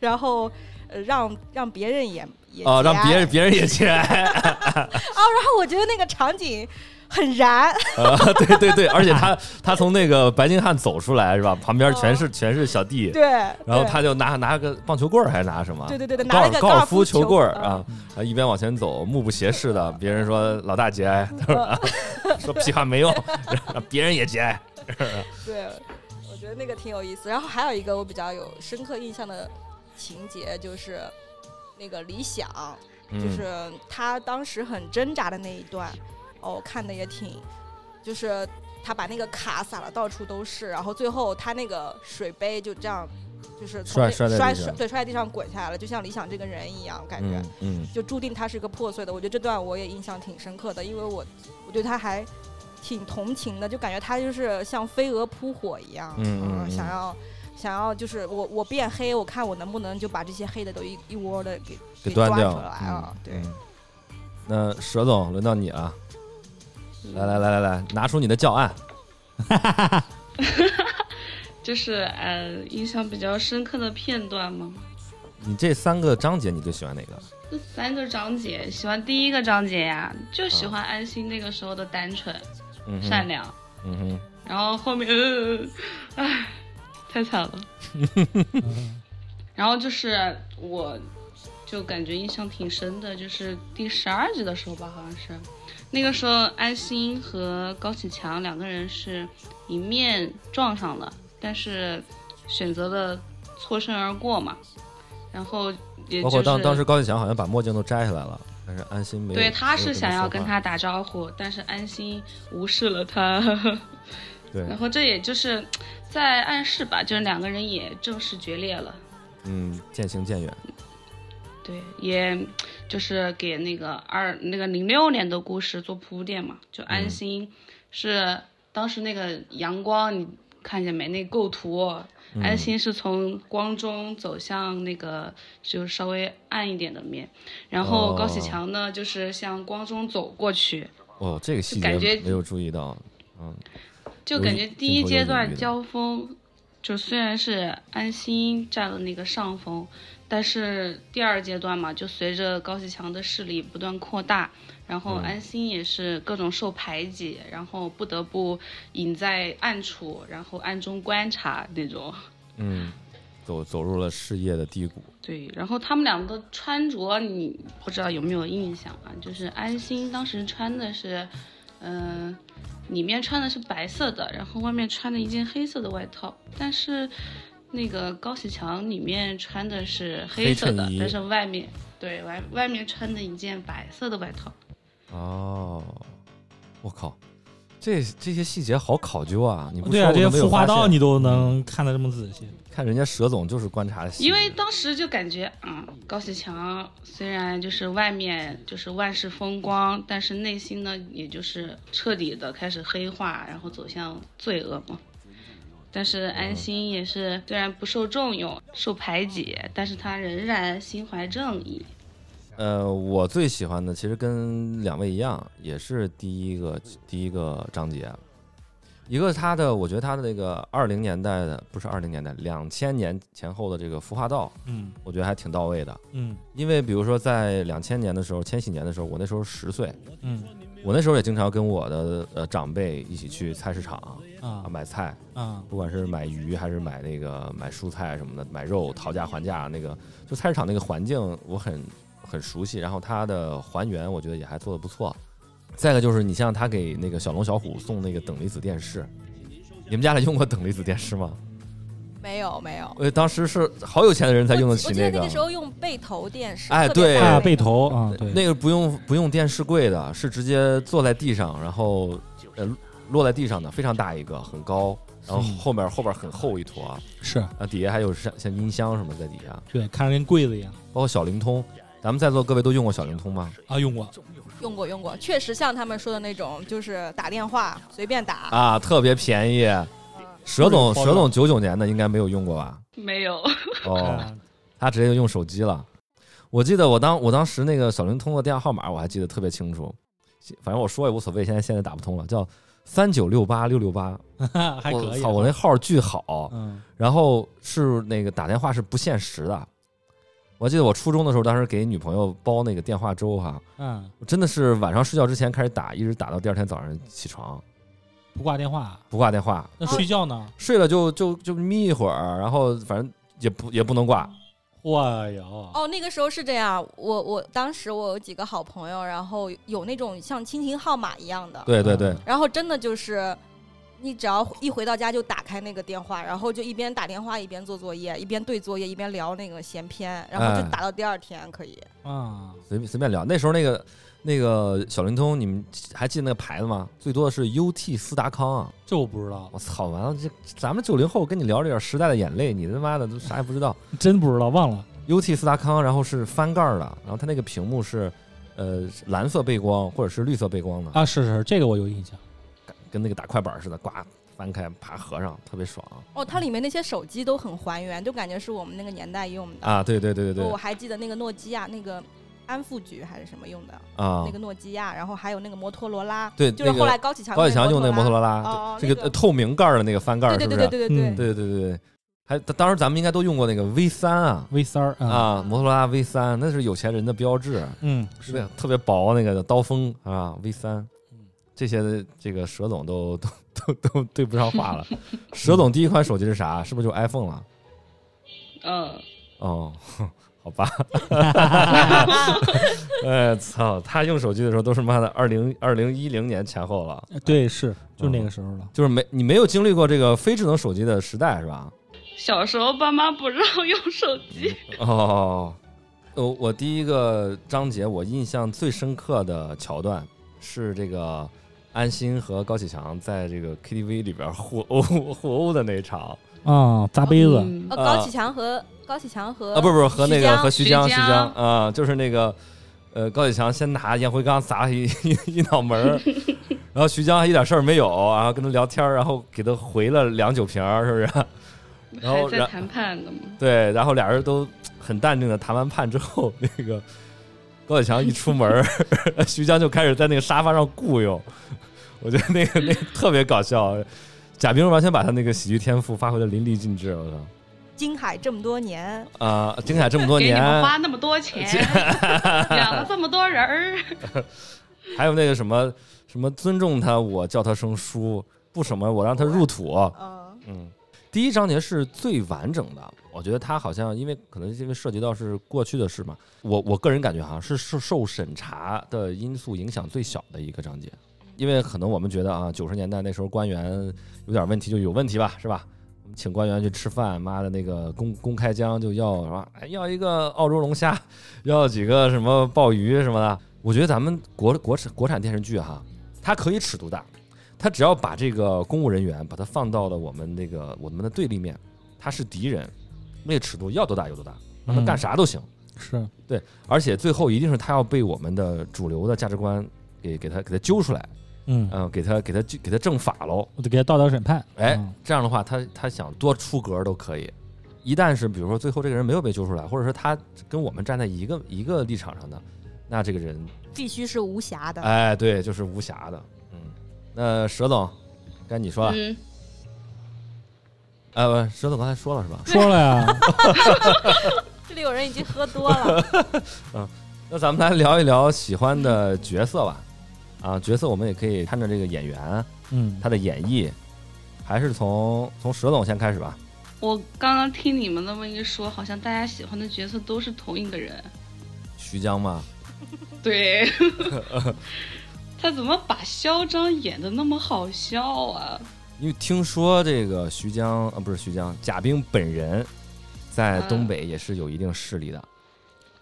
S2: 然后呃让让别人也也
S1: 啊，让
S2: 节哀
S1: 别人别人也节哀
S2: 啊，然后我觉得那个场景 很燃，
S1: 啊！ 对对 对，而且他他从那个白金汉走出来是吧？旁边全是全是小弟，
S2: 哦对，然
S1: 然后他就拿拿个棒球棍儿还是拿什么？
S2: 对对对对
S1: 高
S2: 拿了
S1: 尔
S2: 一个
S1: 高
S2: 高
S1: 尔
S2: 尔
S1: 夫
S2: 夫
S1: 球
S2: 球
S1: 棍儿
S2: 嗯
S1: 啊，啊一边往前走，目不斜视的。别人 说老大节哀，他说啊说屁话没用，让别人也节哀。
S2: 对，我觉得那个挺有意思。然后还有一个我比较有深刻印象的情节就是。那个理想，就
S1: 嗯，
S2: 是他当时很挣扎的那一段，哦，我看的也挺，就是他把那个卡撒的到处都是，然后最后他那个水杯就这样，就是从
S1: 摔
S2: 那
S1: 摔在地
S2: 摔
S1: 上
S2: 摔对摔在地上滚下来了，就像李想这个人一样，感觉、
S1: 嗯嗯
S2: 就注定他是个破碎的。我觉得这段我也印象挺深刻的，因为我我对他还挺同情的，就感觉他就是像飞蛾扑火一样，
S1: 嗯嗯嗯
S2: 想要想要就是我我变黑，我看我能不能就把这些黑的都一一窝的给
S1: 给
S2: 端
S1: 端掉
S2: 出来啊、
S1: 嗯
S2: 对。
S1: 嗯那佘总，轮到你了，来来来来来，拿出你的教案。
S8: 就是呃，印象比较深刻的片段吗？
S1: 你这三个章节，你最喜欢哪个？
S8: 这三个章节，喜欢第一个章节呀、就喜欢安心那个时候的单纯、
S1: 嗯哼
S8: 善，良，
S1: 嗯哼，
S8: 然后后面，嗯、呃，唉，太惨 了。然后就是我，就感觉印象挺深的，就是第十二集的时候吧，好像是，那个时候安心和高启强两个人是迎面撞上了，但是选择了错身而过嘛。然后也就
S1: 哦
S8: 是
S1: 包括当当时高启强好像把墨镜都摘下来了，但是安心没有。
S8: 对，
S1: 没
S8: 他
S1: 有
S8: 是想
S1: 说
S8: 要
S1: 话
S8: 跟他打招呼，但是安心无视了他。
S1: 对
S8: 然，后这也就是在暗示吧，就是两个人也正式决裂了。
S1: 嗯，渐行渐远。
S8: 对，也就是给那个二那个零六年的故事做铺垫嘛。就安心是当时那个阳光，你看见没？那个构图哦，安心是从光中走向那个就是稍微暗一点的面，然后高启
S1: 哦
S8: 强呢，就是向光中走过去。
S1: 哦，这个细节
S8: 感觉
S1: 没有注意到。嗯，
S8: 就
S1: 有
S8: 感
S1: 一
S8: 觉第
S1: 镜
S8: 一
S1: 头
S8: 阶
S1: 有隐喻
S8: 段
S1: 的
S8: 交锋，就虽然是安心占了那个上风，但是第二阶段嘛，就随着高启强的势力不断扩大，然
S1: 嗯
S8: 后安心也是各种受排挤，然后不得不隐在暗处，然后暗中观察那种。
S1: 嗯，走走入了事业的低谷。
S8: 对，然后他们两个穿着，你不知道有没有印象啊？就是安心当时穿的是，嗯、里面穿的是白色的，然后外面穿的一件黑色的外套。但是那个高启强里面穿的是黑色的
S1: 黑衬衣，
S8: 但是外面对外外面穿的一件白色的外套。
S1: 哦，我靠，这这些细节好考究啊！你不
S7: 对
S1: 说
S7: 啊，这些
S1: 我都没有
S7: 服化
S1: 发
S7: 道
S1: 现嗯
S7: 你都能看得这么仔细，
S1: 看人家佘总就是观察细节，
S8: 因为当时就感觉，嗯，高启强虽然就是外面就是万事风光，但是内心呢，也就是彻底的开始黑化，然后走向罪恶嘛。但是安心也是虽然不受重用、受排挤，但是他仍然心怀正义。
S1: 呃，我最喜欢的其实跟两位一样，也是第一个第一个章节，一个是他的，我觉得他的那个二零年代的不是二零年代，两千年前后的这个服化道，
S7: 嗯
S1: 我觉得还挺到位的。
S7: 嗯
S1: 因为比如说在两千年的时候，千禧年的时候，我那时候十岁，
S7: 嗯
S1: 我那时候也经常跟我的呃长辈一起去菜市场
S7: 啊
S1: 啊买菜，
S7: 啊
S1: 不管是买鱼还是买那个买蔬菜什么的，买肉讨价还价那个，就菜市场那个环境我很很熟悉，然后它的还原我觉得也还做得不错。再一个就是你像他给那个小龙小虎送那个等离子电视，你们家里用过等离子电视吗？
S2: 没有没有。
S1: 呃，当时是好有钱的人才用得起
S2: 我记得
S1: 个
S2: 那个时候用背头电视，
S1: 哎
S2: 特别
S1: 对
S2: 大
S7: 啊，
S2: 的
S7: 背
S2: 那种
S7: 头啊，对，
S1: 那个不用不用电视柜的，是直接坐在地上，然后呃落在地上的，非常大一个，很高，然后
S7: 嗯
S1: 后面后边很厚一坨，
S7: 是
S1: 然后底下还有像像音箱什么在底下，
S7: 对，看着跟柜子一样
S1: 包括小灵通。咱们在座各位都用过小灵通吗？
S7: 啊，用过
S2: 用过用过，确实像他们说的那种，就是打电话随便打。
S1: 啊，特别便宜。蛇总，蛇总九九年的应该没有用过吧？
S8: 没有，
S1: 哦，
S7: 啊
S1: 他直接就用手机了。我记得我当我当时那个小灵通的电话号码我还记得特别清楚，反正我说也无所谓，现在现在打不通了，叫三九六八六六八。
S7: 还可
S1: 我
S7: 以啊
S1: 操，。我那号巨好，
S7: 嗯，
S1: 然后是那个打电话是不限时的。我还记得我初中的时候，当时给女朋友包那个电话粥哈，
S7: 嗯，
S1: 我真的是晚上睡觉之前开始打，一直打到第二天早上起床，
S7: 不挂电话，
S1: 不挂电话，
S2: 哦
S7: 那睡觉呢？
S1: 睡了就就就眯一会儿，然后反正也不也不能挂，
S2: 嗯
S7: 哇哟，
S2: 哦，那个时候是这样，我我当时我有几个好朋友，然后有那种像亲情号码一样的，
S1: 对对对，
S2: 然后真的就是。你只要一回到家就打开那个电话，然后就一边打电话一边做作业，一边对作业一边聊那个闲篇，然后就
S1: 哎
S2: 打到第二天可以。
S7: 啊，
S1: 随便随便聊。那时候那个那个小灵通，你们还记得那个牌子吗？最多的是 UT 斯达康啊！
S7: 这我不知
S2: 哦
S7: 道，
S1: 我操，完了这咱们九零后跟你聊这点时代的眼泪，你他妈的都啥也不知道。
S7: 真不知道，忘了。
S1: UT 斯达康，然后是翻盖儿的，然后它那个屏幕是呃蓝色背光或者是绿色背光的，
S7: 啊，是是，这个我有印象。
S1: 跟那个打快板似的，呱翻开啪合上，特别爽啊
S2: 哦，它里面那些手机都很还原，就感觉是我们那个年代用的。
S1: 啊！对对对对
S2: 我
S1: 对
S2: 还记得那个诺基亚那个安富局还是什么用的，
S1: 啊
S2: 那！个诺基亚，然后还有那个摩托罗拉，
S1: 对，
S2: 就是
S1: 那
S2: 后
S1: 个
S2: 来高启强
S1: 高启强用那个摩托
S2: 拉，
S1: 罗拉，
S2: 哦
S1: 对这
S2: 那个
S1: 个呃透明盖儿的那个翻盖儿，是
S2: 对
S1: 不
S2: 对
S1: 是？
S2: 对对对对
S7: 嗯
S2: 对，
S1: 对对对对对还当时咱们应该都用过那个 V 三啊
S7: V 三儿啊，
S1: 啊，摩托罗拉 V 三，那是有钱人的标志，
S7: 嗯，
S1: 是的，特别薄那个刀锋啊，V 三
S7: 嗯，
S1: 这些的这个蛇总都都都都对不上话 了。蛇总第一款手机是啥？是不是就 iPhone 了？
S8: 嗯，
S1: 哦， 好 吧，哎操，他用手机的时候都是妈的二零二零一零年前后了。
S7: 对，是就那个时候了。
S1: 就是没你没有经历过这个非智能手机的时代是吧？
S8: 小时候爸妈不让用手机，
S1: 哦，我我第一个章节我印象最深刻的桥段是这个安心和高启强在这个 KTV 里边 互殴互殴的那场
S7: 啊，砸杯子，
S8: 嗯
S2: 哦，
S1: 啊
S2: 高启强和高启强和
S1: 啊，不是不是和那
S2: 徐
S1: 个
S2: 江
S1: 和徐江
S8: 徐
S1: 徐
S8: 江
S1: 江啊，就是那个呃高启强先拿烟灰缸砸他一 一一脑门 儿然后徐江还一点事儿没有，然后跟他聊天儿，然后给他回了两酒瓶儿，是不是？然后
S8: 还在
S1: 然
S8: 谈判呢嘛，
S1: 对，然后俩人都很淡定的谈完判之后，那个高启强一出门儿， 徐江就开始在那个沙发上雇佣， 我觉得那个那个特别搞笑，贾冰完全把他那个喜剧天赋发挥的淋漓尽致，我操
S2: 金海这么多年，
S1: 啊！精彩这么多
S8: 给你
S1: 年，
S8: 们花那么 多钱，养了这么多人儿，
S1: 还有那个什么什么尊重他，我叫他声叔，不什么我让他入土，
S2: 嗯，
S1: 嗯。第一章节是最完整的，我觉得他好像因为可能因为涉及到是过去的事嘛，我我个人感觉哈是受受审查的因素影响最小的一个章节，因为可能我们觉得啊九十年代那时候官员有点问题就有问题吧，是吧？我们请官员去吃饭，妈的那个公公开江就要什么，哎要一个澳洲龙虾，要几个什么鲍鱼什么的。我觉得咱们国国产国产电视剧哈，它可以尺度大，他只要把这个公务人员把他放到了我们那个我们的对立面，他是敌人，那个尺度要多大有嗯多大，让他干啥都行。
S7: 嗯是
S1: 而且最后一定是他要被我们的主流的价值观给给他给他揪出来，
S7: 嗯，
S1: 嗯、给他给他给他正法喽。
S7: 我得给他道德审判。
S1: 哎
S7: 嗯，
S1: 这样的话，他他想多出格都可以。一旦是比如说最后这个人没有被揪出来，或者说他跟我们站在一个一个立场上的，那这个人
S2: 必须是无瑕的。
S1: 哎对就是无瑕的。嗯，那蛇总，该你说了。
S8: 嗯，
S1: 呃，不蛇总刚才说了是吧？
S7: 说了呀，
S2: 这里有人已经喝 多了，
S1: 那咱们来聊一聊喜欢的角色吧。啊，角色我们也可以看着这个演员
S7: 嗯，
S1: 他的演绎，还是从从蛇总先开始吧。
S8: 我刚刚听你们那么一说，好像大家喜欢的角色都是同一个人，
S1: 徐江嘛，
S8: 对，他怎么把嚣张演的那么好笑啊？
S1: 因为听说这个徐江啊，不是徐江，贾冰本人在
S8: 嗯
S1: 东北也是有一定势力的。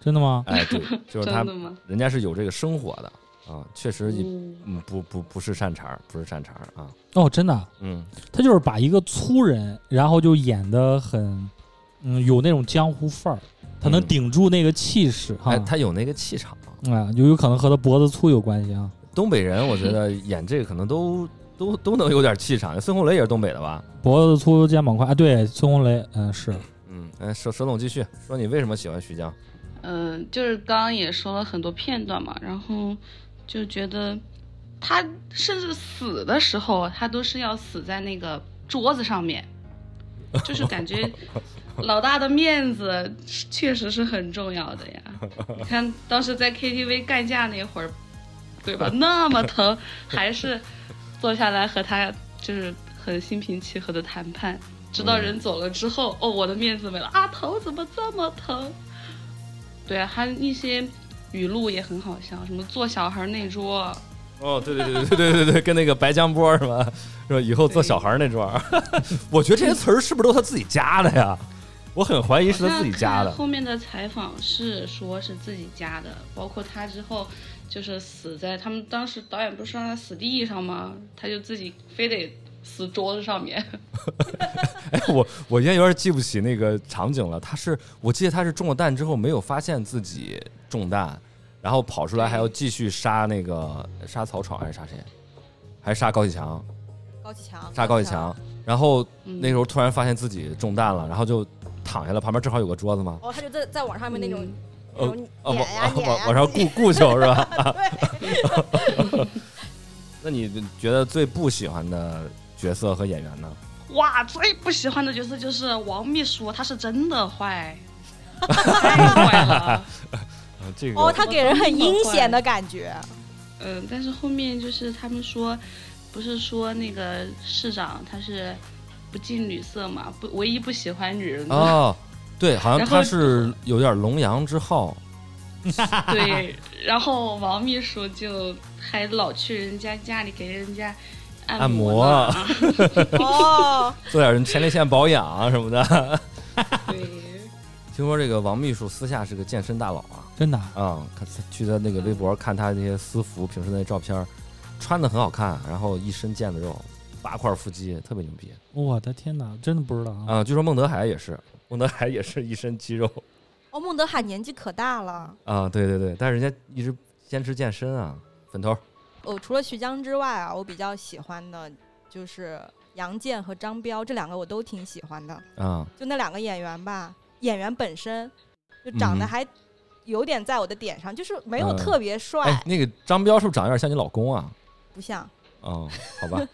S7: 真的吗？
S1: 哎， 对，就是他
S8: 真的，吗？
S1: 人家是有这个生活的啊，确实也
S8: 嗯
S1: 嗯不不不是善茬儿，不是善茬儿啊，
S7: 哦，真的啊，
S1: 嗯
S7: 他就是把一个粗人，然后就演的很，嗯，有那种江湖范儿，他能
S1: 嗯
S7: 顶住那个气势哈。
S1: 哎，他有那个气场。
S7: 啊，有有可能和他脖子粗有关系啊。
S1: 东北人我觉 得演这个可能都都都能有点气场，孙红雷也是东北的吧？
S7: 脖子粗，肩膀宽啊！对，孙红雷，嗯，是
S1: 嗯，哎，佘佘总继续说你为什么喜欢徐江？
S8: 嗯、就是刚刚也说了很多片段嘛，然后就觉得他甚至死的时候，他都是要死在那个桌子上面，就是感觉老大的面子是确实是很重要的呀。你看当时在 KTV 干架那会儿，对吧？那么疼，还是坐下来和他就是很心平气和的谈判。直到人走了之后，哦，我的面子没了啊！头怎么这么疼？对啊，还有一些语录也很好笑，什么做小孩那桌，
S1: 哦，对对对对对对对，跟那个白江波是吧？说以后做小孩那段儿， 我觉得这些词儿是不是都他自己加的呀？我很怀疑是他自己加
S8: 好像看
S1: 的。
S8: 后面的采访是说是自己加的，包括他之后就是死在他们当时导演不是让他死地上吗？他就自己非得死桌子上面。
S1: 哎，我我现在有点记不起那个场景了。他是我记得他是中了弹之后没有发现自己中弹，然后跑出来还要继续杀那个杀曹闯还是杀谁？还是杀高启强？
S2: 高启强，
S1: 杀高启强。然后
S8: 嗯
S1: 那时候突然发现自己中弹了，然后就躺下了，旁边正好有个桌子嘛。
S2: 哦，他就在在网上面那种
S8: 嗯
S2: 那
S1: 哦
S2: 种
S1: 哦，
S2: 碾呀
S1: 往
S2: 碾
S1: 往
S2: 呀，
S1: 往上
S2: 自己
S1: 顾顾球是吧？
S2: 对。
S1: 那你觉得最不喜欢的角色和演员呢？
S8: 哇，最不喜欢的角色就是王秘书，他是真的 坏，太坏了。
S1: 呃，这
S2: 哦，他给人很 阴险的感觉。
S8: 嗯，但是后面就是他们说，不是说那个市长他是不近女色嘛，不唯一不喜欢女人的，
S1: 哦，对，好像
S8: 然
S1: 他
S8: 后
S1: 是有点龙阳之好，
S8: 对。然后王秘书就还老去人家家里给人家
S1: 按
S8: 按
S1: 摩啊
S8: 摩呢，
S2: 哦，
S1: 做点前列腺保养啊什么的。
S8: 对，
S1: 听说这个王秘书私下是个健身大佬啊，
S7: 真的啊。
S1: 啊、看他去他那个微博看他那些私服，平时那些照片儿，穿的很好看，然后一身腱子肉，八块腹肌，特别牛逼
S7: 我的天哪，真的不知道啊！
S1: 啊、据说孟德海也是，孟德海也是一身肌肉
S2: 哦，孟德海年纪可大了。
S1: 啊、对对对，但是人家一直坚持健身啊，粉头儿。
S2: 哦，除了徐江之外啊，我比较喜欢的就是杨健和张彪这两个，我都挺喜欢的。
S1: 啊、
S2: 就那两个演员吧，演员本身就长得
S1: 嗯
S2: 还有点在我的点上，就是没有
S1: 嗯
S2: 特别帅，
S1: 哎，那个张彪是不是长得有点像你老公啊？
S2: 不像。
S1: 哦，好 吧，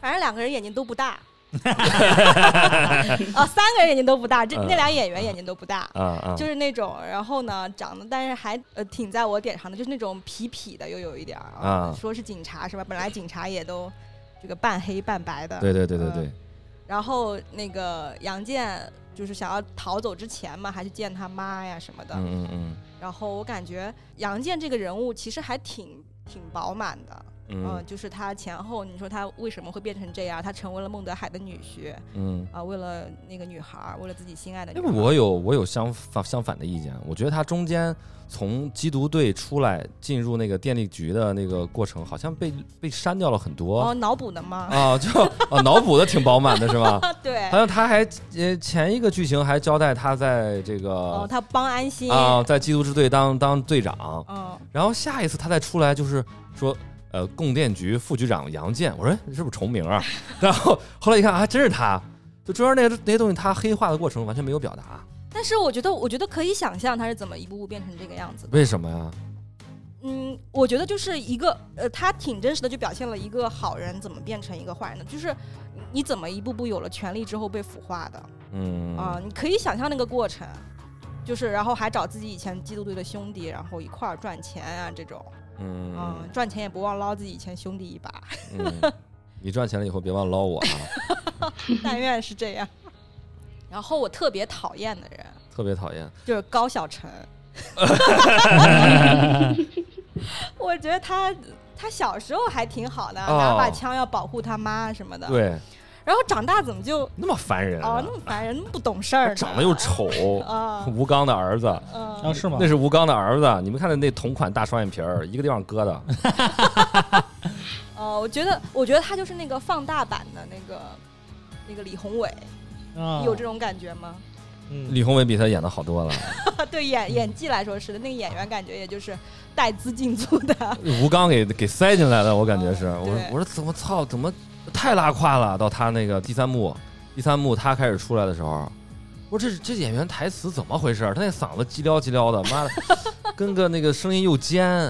S2: 反正两个人眼睛都不 大。啊，三个人眼睛都不大，这
S1: 嗯
S2: 那俩演员眼睛都不大。
S1: 啊啊，
S2: 就是那种，然后呢，长得但是还呃挺在我点上的，就是那种痞痞的，又有一点儿
S1: 啊
S2: 说是警察是吧？本来警察也都这个半黑半白的，
S1: 对对对对对，
S2: 然后那个杨健就是想要逃走之前嘛，还去见他妈呀什么的。
S1: 嗯嗯嗯
S2: 然后我感觉杨健这个人物其实还挺挺饱满的，呃
S1: 嗯
S2: 就是他前后你说他为什么会变成这样？他成为了孟德海的女婿
S1: 嗯。
S2: 啊、为了那个女孩儿，为了自己心爱的女
S1: 那
S2: 孩儿。
S1: 我有我有相反相反的意见，我觉得他中间从缉毒队出来进入那个电力局的那个过程，好像被被删掉了很
S2: 哦
S1: 多
S2: 脑补的吗？
S1: 啊，就啊脑补的挺饱满的是吧？
S2: 啊对
S1: 好，像他还呃前一个剧情还交代他在这
S2: 哦
S1: 个
S2: 他帮安心，
S1: 啊在缉毒支队当当队长，
S2: 嗯
S1: 然后下一次他再出来就是说，呃，供电局副局长杨健，我说哎你是不是重名 啊？然后后来一看，啊，真是他。就中间那那些东西，他黑化的过程完全没有表达，
S2: 但是我觉得，我觉得可以想象他是怎么一步步变成这个样子的。
S1: 为什么呀？
S2: 嗯，我觉得就是一个呃，他挺真实的，就表现了一个好人怎么变成一个坏人的，就是你怎么一步步有了权利之后被腐化的
S1: 嗯
S2: 啊、你可以想象那个过程，就是然后还找自己以前缉毒队的兄弟，然后一块儿赚钱啊这种，
S1: 嗯
S2: 啊、赚钱也不忘捞自己以前兄 弟一把，
S1: 嗯，你赚钱了以后别忘捞我啊，
S2: 但愿是这样。 然后我特别讨厌的人
S1: 特别讨厌。
S2: 就是 高晓晨，我觉得他他小时候还挺好的，
S1: 哦
S2: 拿把枪要保护他妈什么的。。
S1: 对，
S2: 然后长大怎么就
S1: 那么烦人啊
S2: 哦那么烦人，那么不懂事儿呢？
S1: 长得又丑，
S2: 啊
S1: 吴刚的儿子，
S7: 啊，
S2: 嗯，
S7: 是吗
S1: 那？是吴刚的儿子。你们看的那同款大双眼皮儿，一个地方割的，
S2: 哦，我觉得，我觉得他就是那个放大版的那个那个李宏伟，
S7: 啊
S2: 你有这种感觉吗？
S7: 嗯
S1: 李宏伟比他演的好多了。
S2: 对演演技来说是的，那个演员感觉也就是带资进组的，
S1: 吴刚给给塞进来的，我感觉是，我说
S2: 对
S1: 我说怎么操，怎么太拉胯了？到他那个第三幕，第三幕他开始出来的时候，我说这这演员台词怎么回事？他那嗓子叽撩叽撩的，妈的，跟个那个声音又尖，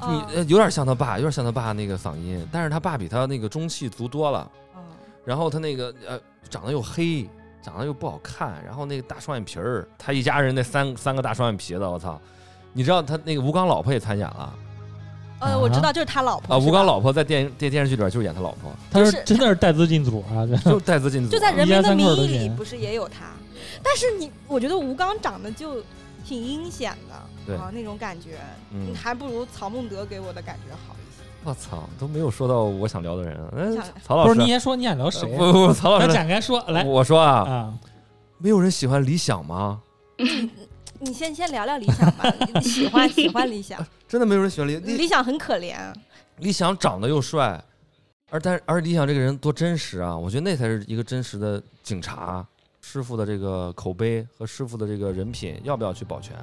S1: 你
S2: 嗯
S1: 呃有点像他爸，有点像他爸那个嗓音，但是他爸比他那个中气足多了。
S2: 嗯
S1: 然后他那个呃长得又黑，长得又不好看，然后那个大双眼皮儿，他一家人那三三个大双眼皮子，我操！你知道他那个吴刚老婆也参演了
S2: 呃，我知道，就是他老婆
S1: 啊，
S2: 是
S1: 吴
S2: 吧
S1: 刚老婆在电影电电视剧里边就是演他老 婆，
S7: 他
S2: 就是
S7: 是真的是带资进组啊，这
S1: 就是带资进组，
S2: 就在《人
S7: 一家
S2: 民的
S7: 三口
S2: 名
S7: 都
S2: 义》
S7: 是
S2: 里不是也有他，但是你我觉得吴刚长得就挺阴险的，
S1: 对
S2: 啊那种感觉，
S1: 嗯
S2: 你还不如曹孟德给我的感觉好一些。
S1: 我操，都没有说到我想聊的人，嗯、
S2: 想
S1: 曹老
S7: 不
S1: 师
S7: 是你先说你想聊谁
S1: 呃不
S7: 啊？
S1: 不不， 曹 老
S7: 咱
S1: 师，
S7: 展开说来
S1: 我说啊，
S7: 啊，
S1: 没有人喜欢理想吗？
S2: 你先先聊聊理想吧，你 喜欢喜欢理 想，
S1: 真的没有人喜欢理
S2: 理
S1: 理
S2: 想很可怜，
S1: 理想长得又帅，而但而理想这个人多真实啊！我觉得那才是一个真实的警察。师傅的这个口碑和师傅的这个人品要不要去保全？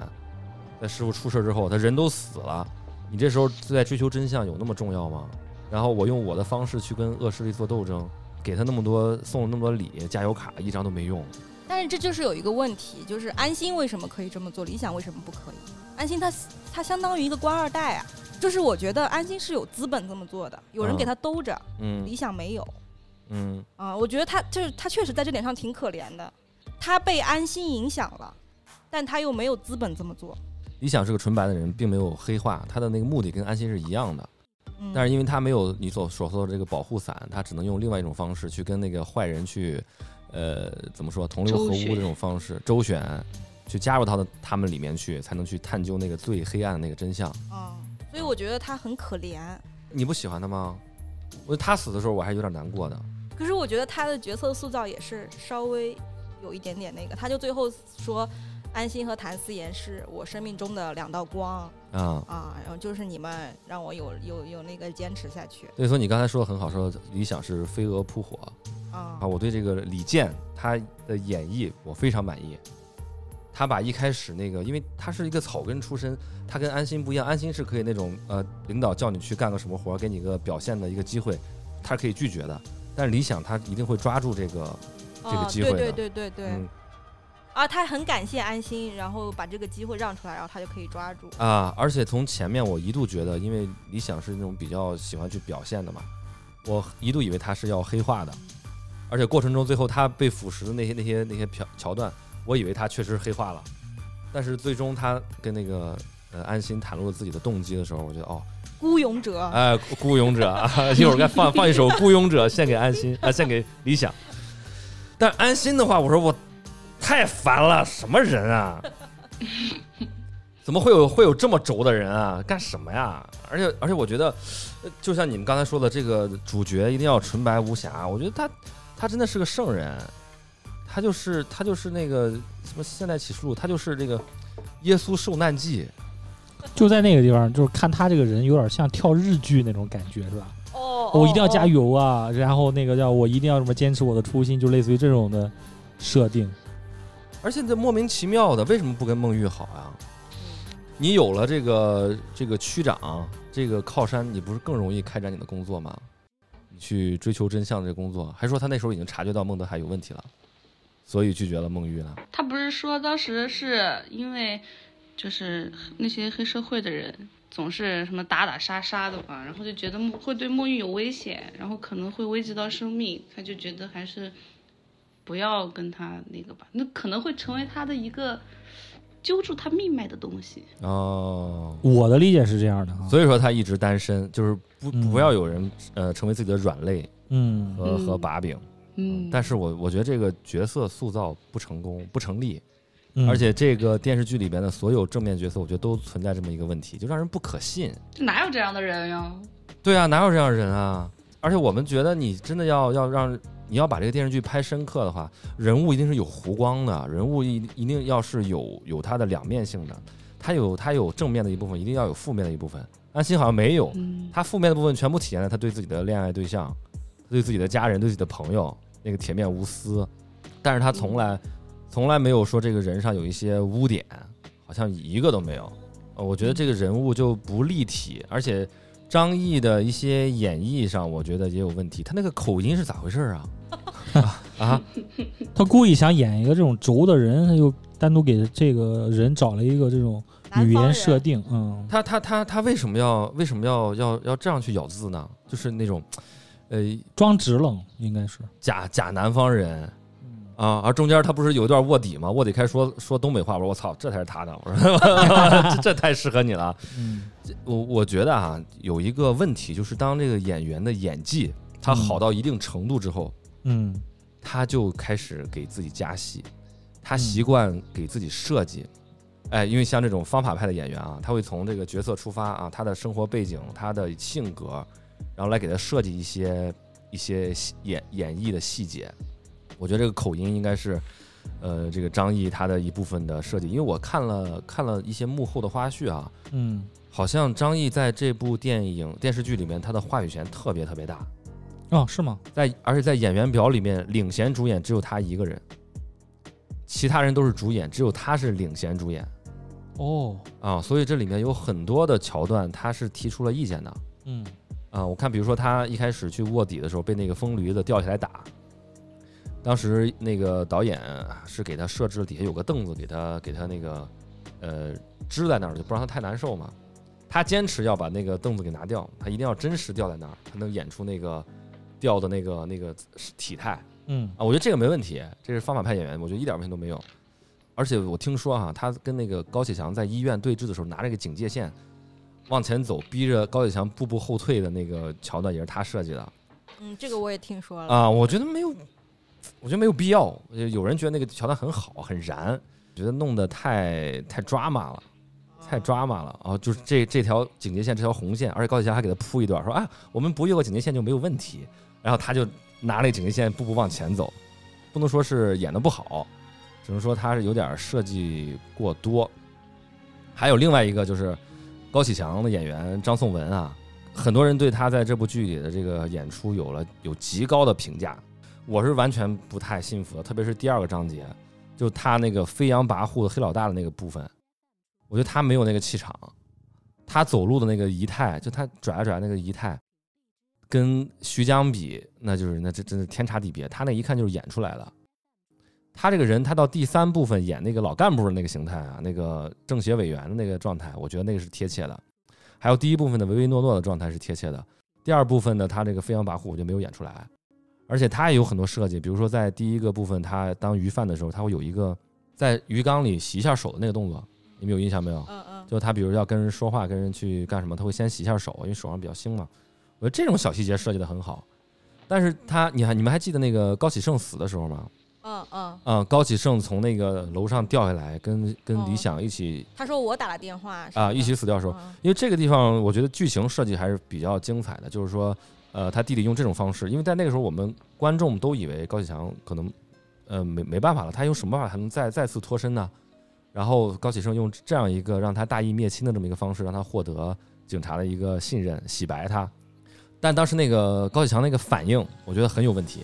S1: 在师傅出事之后，他人都死了，你这时候在追求真相有那么重要吗？然后我用我的方式去跟恶势力做斗争，给他那么多送了那么多礼、加油卡，一张都没用。
S2: 但是这就是有一个问题，就是安心为什么可以这么做，理想为什么不可以？安心他他相当于一个官二代啊，就是我觉得安心是有资本这么做的，有人给他兜着，
S1: 嗯
S2: 理想没有。
S1: 嗯，
S2: 啊，我觉得他就是他确实在这点上挺可怜的，他被安心影响了，但他又没有资本这么做。
S1: 理想是个纯白的人，并没有黑化，他的那个目的跟安心是一样的。
S2: 嗯，
S1: 但是因为他没有你所所说的这个保护伞，他只能用另外一种方式去跟那个坏人去，呃，怎么说同流合
S8: 周
S1: 污
S8: 旋
S1: 这种方式周旋，去加入到的他们里面去，才能去探究那个最黑暗的那个真相。
S2: 啊、所以我觉得他很可怜。
S1: 你不喜欢他吗？我他死的时候我还有点难过的。
S2: 可是我觉得他的角色塑造也是稍微有一点点那个，他就最后说，安心和谭思妍是我生命中的两道光
S1: 啊、
S2: 啊，然后就是你们让我有有有那个坚持下去
S1: 所以说你刚才说的很好，说理想是飞蛾扑火
S2: 啊
S1: 啊，。我对这个李健他的演绎我非常满意。他把一开始那个，因为他是一个草根出身，他跟安心不一样，安心是可以那种呃，领导叫你去干个什么活儿，给你个表现的一个机会，他可以拒绝的。但是理想他一定会抓住这个，这个
S2: 啊
S1: 机会
S2: 对
S1: 呢
S2: 对对对对、
S1: 嗯
S2: 啊，他很感谢安心，然后把这个机会让出来，然后他就可以抓住。
S1: 啊，而且从前面我一度觉得，因为理想是那种比较喜欢去表现的嘛，我一度以为他是要黑化的，而且过程中最后他被腐蚀的那些那些那些桥桥段，我以为他确实黑化了，但是最终他跟那个呃安心袒露了自己的动机的时候，我觉得哦，
S2: 孤勇者，
S1: 哎，孤勇者，啊， 一会儿该放放一首《孤勇者》，献给安心啊，献给理想。但安心的话，我说我太烦了，什么人啊？ 怎么会有会有这么轴的人啊？干什么呀？而且而且，我觉得，呃就像你们刚才说的，这个主角一定要纯白无瑕。我觉得他他真的是个圣人，他就是他就是那个什么《现代启示录》，他就是这个耶稣受难记。
S7: 就在那个地方，就是看他这个人有点像跳日剧那种感觉，是吧？
S2: 哦，
S7: 我一定要加
S2: 油。
S7: 油啊，然后那个叫我一定要什么坚持我的初心，就类似于这种的设定。
S1: 而且这莫名其妙的，为什么不跟孟玉好啊？你有了这个这个区长这个靠山，你不是更容易开展你的工作吗？你去追求真相的这工作，还说他那时候已经察觉到孟德海有问题了，所以拒绝了孟玉了。
S8: 他不是说当时是因为就是那些黑社会的人总是什么打打杀杀的嘛，然后就觉得会对墨玉有危险，然后可能会危及到生命，他就觉得还是不要跟他那个吧，那可能会成为他的一个揪住他命脉的东西。
S1: 哦，
S7: 我的理解是这样的哈，
S1: 所以说他一直单身，就是不
S7: 嗯
S1: 不要有人呃成为自己的软肋
S7: 嗯，
S1: 和和
S8: 嗯
S1: 把柄。
S8: 嗯，
S1: 但是我我觉得这个角色塑造不成功不成立，
S7: 嗯
S1: 而且这个电视剧里边的所有正面角色，我觉得都存在这么一个问题，就让人不可信。
S8: 哪有这样的人呀？
S1: 对啊，哪有这样的人啊？而且我们觉得你真的要要让你要把这个电视剧拍深刻的话，人物一定是有弧光的，人物一一定要是有有它的两面性的，它有它有正面的一部分，一定要有负面的一部分。安心好像没有，
S8: 嗯，
S1: 他负面的部分全部体现在他对自己的恋爱对象、他对自己的家人、对自己的朋友那个铁面无私，但是他从来从来没有说这个人上有一些污点，好像一个都没有。呃我觉得这个人物就不立体，而且张译的一些演绎上，我觉得也有问题。他那个口音是咋回事儿啊？ 啊啊，
S7: 他故意想演一个这种轴的人，他就单独给这个人找了一个这种
S2: 南
S7: 语
S2: 方
S7: 言
S2: 人
S7: 设定，嗯，
S1: 他他他他为什么要为什么要要要这样去咬字呢？就是那种，呃，
S7: 装直冷应该是，
S1: 假假南方人，啊，而中间他不是有一段卧底吗？卧底开始说说东北话，我说我操，这才是他的，我说 这这太适合你了。啊
S7: 嗯，
S1: 我我觉得啊，有一个问题就是，当这个演员的演技他好到一定程度之后，
S7: 嗯，
S1: 他就开始给自己加戏，他习惯给自己设计。哎，因为像这种方法派的演员啊，他会从这个角色出发啊，他的生活背景、他的性格，然后来给他设计一些一些戏演演绎的细节。我觉得这个口音应该是，呃，这个张译他的一部分的设计。因为我看了看了一些幕后的花絮啊，
S7: 嗯，
S1: 好像张译在这部电影电视剧里面，他的话语权特别特别大。
S7: 哦，是吗？
S1: 在而且在演员表里面，领衔主演只有他一个人，其他人都是主演，只有他是领衔主演
S7: 哦，
S1: 啊，所以这里面有很多的桥段，他是提出了意见的
S7: 嗯，
S1: 啊。我看，比如说他一开始去卧底的时候，被那个疯驴子吊起来打，当时那个导演是给他设置了底下有个凳子，给他给他那个呃支在那儿，就不让他太难受嘛。他坚持要把那个凳子给拿掉，他一定要真实吊在那儿，才能演出那个吊的那个那个体态。
S7: 嗯，
S1: 啊，我觉得这个没问题，这是方法派演员，我觉得一点问题都没有。而且我听说哈、他跟那个高启强在医院对峙的时候，拿着个警戒线往前走，逼着高启强步步后退的那个桥段也是他设计的
S2: 嗯，这个我也听说了。
S1: 啊。我觉得没有，我觉得没有必要。呃有人觉得那个桥段很好，很燃，觉得弄得太太 drama 了。太 drama 了啊！就是这这条警戒线，这条红线，而且高启强还给他铺一段，说啊，我们不越过警戒线就没有问题。然后他就拿了警戒线，步步往前走。不能说是演的不好，只能说他是有点设计过多。还有另外一个就是高启强的演员张颂文啊，很多人对他在这部剧里的这个演出有了有极高的评价，我是完全不太信服的，特别是第二个章节，就他那个飞扬跋扈的黑老大的那个部分，我觉得他没有那个气场，他走路的那个仪态，就他拽啊来拽来那个仪态，跟徐江比，那就是那这真是天差地别。他那一看就是演出来的。他这个人，他到第三部分演那个老干部的那个形态啊，那个政协委员的那个状态，我觉得那个是贴切的。还有第一部分的唯唯诺诺的状态是贴切的，第二部分呢，他这个飞扬跋扈我就没有演出来。而且他也有很多设计，比如说在第一个部分，他当鱼贩的时候，他会有一个在鱼缸里洗一下手的那个动作，你们有印象没有？
S2: 嗯嗯，
S1: 就他比如要跟人说话、跟人去干什么，他会先洗一下手，因为手上比较腥嘛。我觉得这种小细节设计的很好。但是他，你还你们还记得那个高启盛死的时候吗？
S2: 嗯嗯，
S1: 嗯，高启盛从那个楼上掉下来，跟跟
S2: 哦
S1: 李想一起
S2: 他说我打了电话
S1: 啊、一起死掉的时候，
S2: 说
S1: 因为这个地方我觉得剧情设计还是比较精彩的，就是说，呃，他弟弟用这种方式，因为在那个时候我们观众都以为高启强可能，呃，没没办法了，他用什么办法才能再再次脱身呢？然后高启盛用这样一个让他大义灭亲的这么一个方式，让他获得警察的一个信任，洗白他。但当时那个高启强那个反应，我觉得很有问题，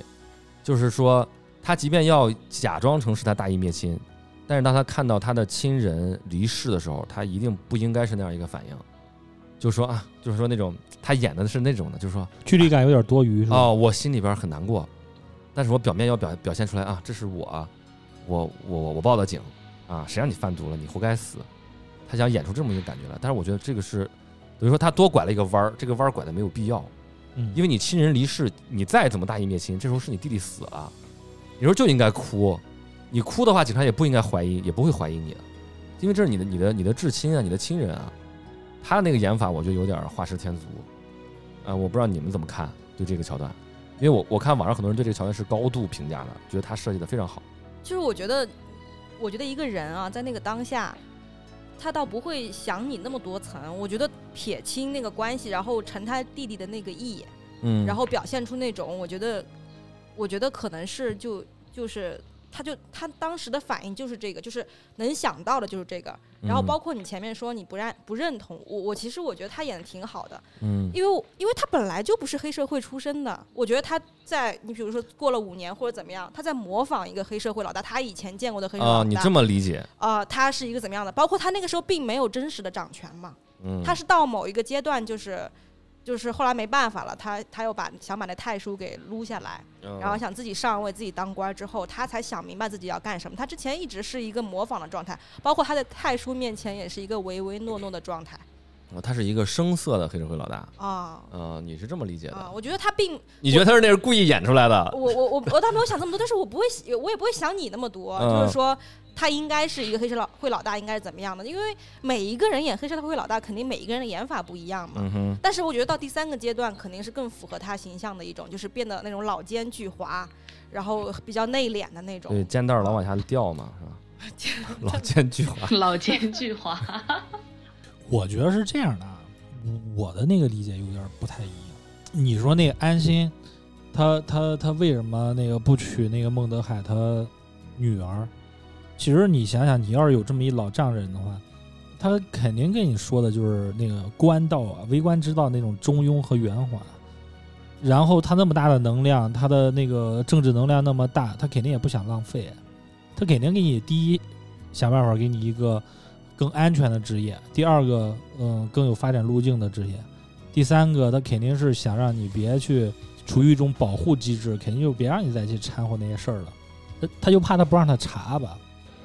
S1: 就是说他即便要假装成是他大义灭亲，但是当他看到他的亲人离世的时候，他一定不应该是那样一个反应，就说啊，就是说那种他演的是那种的，就是说
S7: 距离感有点多余，是吧？
S1: 哦，我心里边很难过，但是我表面要表表现出来啊，这是我，我我我我报的警啊，谁让你贩毒了，你活该死。他想演出这么一个感觉来，但是我觉得这个是等于说他多拐了一个弯儿，这个弯儿拐的没有必要，
S7: 嗯，
S1: 因为你亲人离世，你再怎么大义灭亲，这时候是你弟弟死了，你说就应该哭，你哭的话，警察也不应该怀疑，也不会怀疑你的，因为这是你的、你的、你的至亲啊，你的亲人啊。他那个演法，我觉得有点画蛇添足，啊、我不知道你们怎么看对这个桥段，因为我我看网上很多人对这个桥段是高度评价的，觉得他设计的非常好。
S2: 就是我觉得，我觉得一个人啊，在那个当下，他倒不会想你那么多层。我觉得撇清那个关系，然后承他弟弟的那个义，
S1: 嗯，
S2: 然后表现出那种，我觉得，我觉得可能是就就是，他就他当时的反应就是这个，就是能想到的就是这个。然后
S1: 嗯
S2: 包括你前面说你不认不认同我，我其实我觉得他演的挺好的，
S1: 嗯
S2: 因为我因为他本来就不是黑社会出身的，我觉得他在你比如说过了五年或者怎么样，他在模仿一个黑社会老大，他以前见过的黑社会
S1: 啊，
S2: 老
S1: 你
S2: 大
S1: 这，么理解，
S2: 呃，他是一个怎么样的？包括他那个时候并没有真实的掌权嘛，
S1: 嗯，
S2: 他是到某一个阶段，就是就是后来没办法了，他他又把想把那太叔给撸下来，
S1: 嗯
S2: 然后想自己上位、自己当官之后，他才想明白自己要干什么。他之前一直是一个模仿的状态，包括他在太叔面前也是一个唯唯诺诺的状态
S1: 哦他是一个生涩的黑社会老大，
S2: 啊
S1: 嗯，你是这么理解
S2: 啊！
S1: 的？
S2: 我觉得他并
S1: 你觉得他是那是故意演出来的？
S2: 我我我我倒没有想这么多，但是我不会想，我也不会想你那么多，
S1: 嗯
S2: 就是说。他应该是一个黑社老会老大，应该是怎么样的？因为每一个人演黑社会老大，肯定每一个人的演法不一样嘛。
S1: 嗯哼，
S2: 但是我觉得到第三个阶段，肯定是更符合他形象的一种，就是变得那种老奸巨猾，然后比较内敛的
S1: 对，
S2: 那种。
S1: 肩带儿老往下掉嘛，是吧？ 老奸巨 猾，
S8: 老奸巨猾，
S7: 我觉得是这样的，啊，我我的那个理解有点不太一样。你说那个安心，他他他为什么那个不娶那个孟德海他女儿？其实你想想，你要是有这么一老丈人的话，他肯定跟你说的就是那个官道啊，为官之道那种中庸和圆滑。然后他那么大的能量，他的那个政治能量那么大，他肯定也不想浪费，啊他肯定给你第一想办法给你一个更安全的职业，第二个，嗯，更有发展路径的职业，第三个，他肯定是想让你别去处于一种保护机制，肯定就别让你再去掺和那些事儿了。他他就怕他不让他查吧，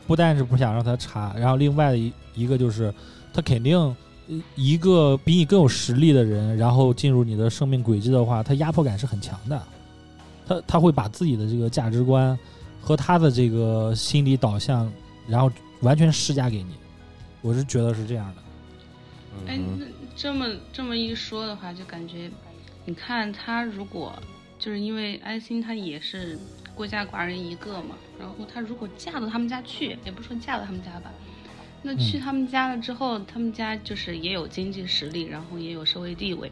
S7: 不但是不想让他查，然后另外一一个就是他肯定呃一个比你更有实力的人，然后进入你的生命轨迹的话，他压迫感是很强的，他他会把自己的这个价值观和他的这个心理导向，然后完全施加给你。我是觉得是这样的。
S8: 哎，
S1: 嗯
S8: 那这么这么一说的话，就感觉，你看他如果就是因为安心，她也是孤家寡人一个嘛，然后她如果嫁到他们家去，也不说嫁到他们家吧，那去他们家了之后，他们家就是也有经济实力，然后也有社会地位，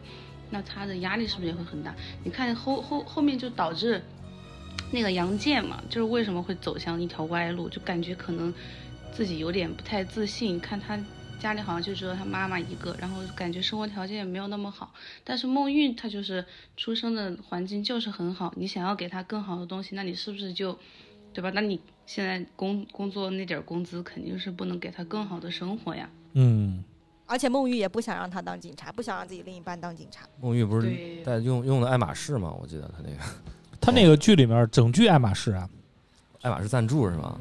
S8: 那她的压力是不是也会很大？你看后后后面就导致那个杨健嘛，就是为什么会走向一条歪路，就感觉可能自己有点不太自信。看他家里好像就只有他妈妈一个，然后感觉生活条件也没有那么好。但是孟玉她就是出生的环境就是很好，你想要给她更好的东西，那你是不是就，对吧？那你现在工工作那点儿工资肯定是不能给她更好的生活呀。
S7: 嗯，
S2: 而且孟玉也不想让他当警察，不想让自己另一半当警察。
S1: 孟玉不是
S8: 对
S1: 在用用的爱马仕吗？我记得他那个
S7: 他那个剧里面整剧爱马仕啊
S1: 爱马仕赞助是吗？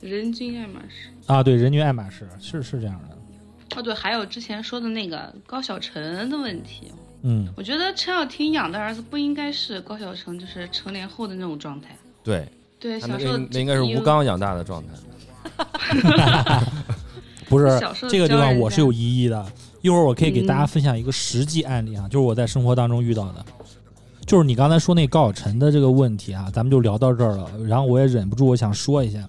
S8: 人均爱马仕。
S7: 啊，对，人均爱马仕是是这样的。
S8: 哦，对，还有之前说的那个高晓晨的问题，
S7: 嗯，
S8: 我觉得陈小婷养的儿子不应该是高晓晨，就是成年后的那种状态。
S1: 对，
S8: 对，
S1: 他那
S8: 小
S1: 个
S8: 时候
S1: 那应该是
S8: 因为
S1: 吴刚养大的状态。
S7: 不是
S8: 小时候
S7: 这个地
S8: 教人
S7: 方
S8: 家
S7: 我是有疑义的。一会儿我可以给
S8: 嗯
S7: 大家分享一个实际案例啊，就是我在生活当中遇到的，就是你刚才说那高晓晨的这个问题啊，咱们就聊到这儿了。然后我也忍不住我想说一下，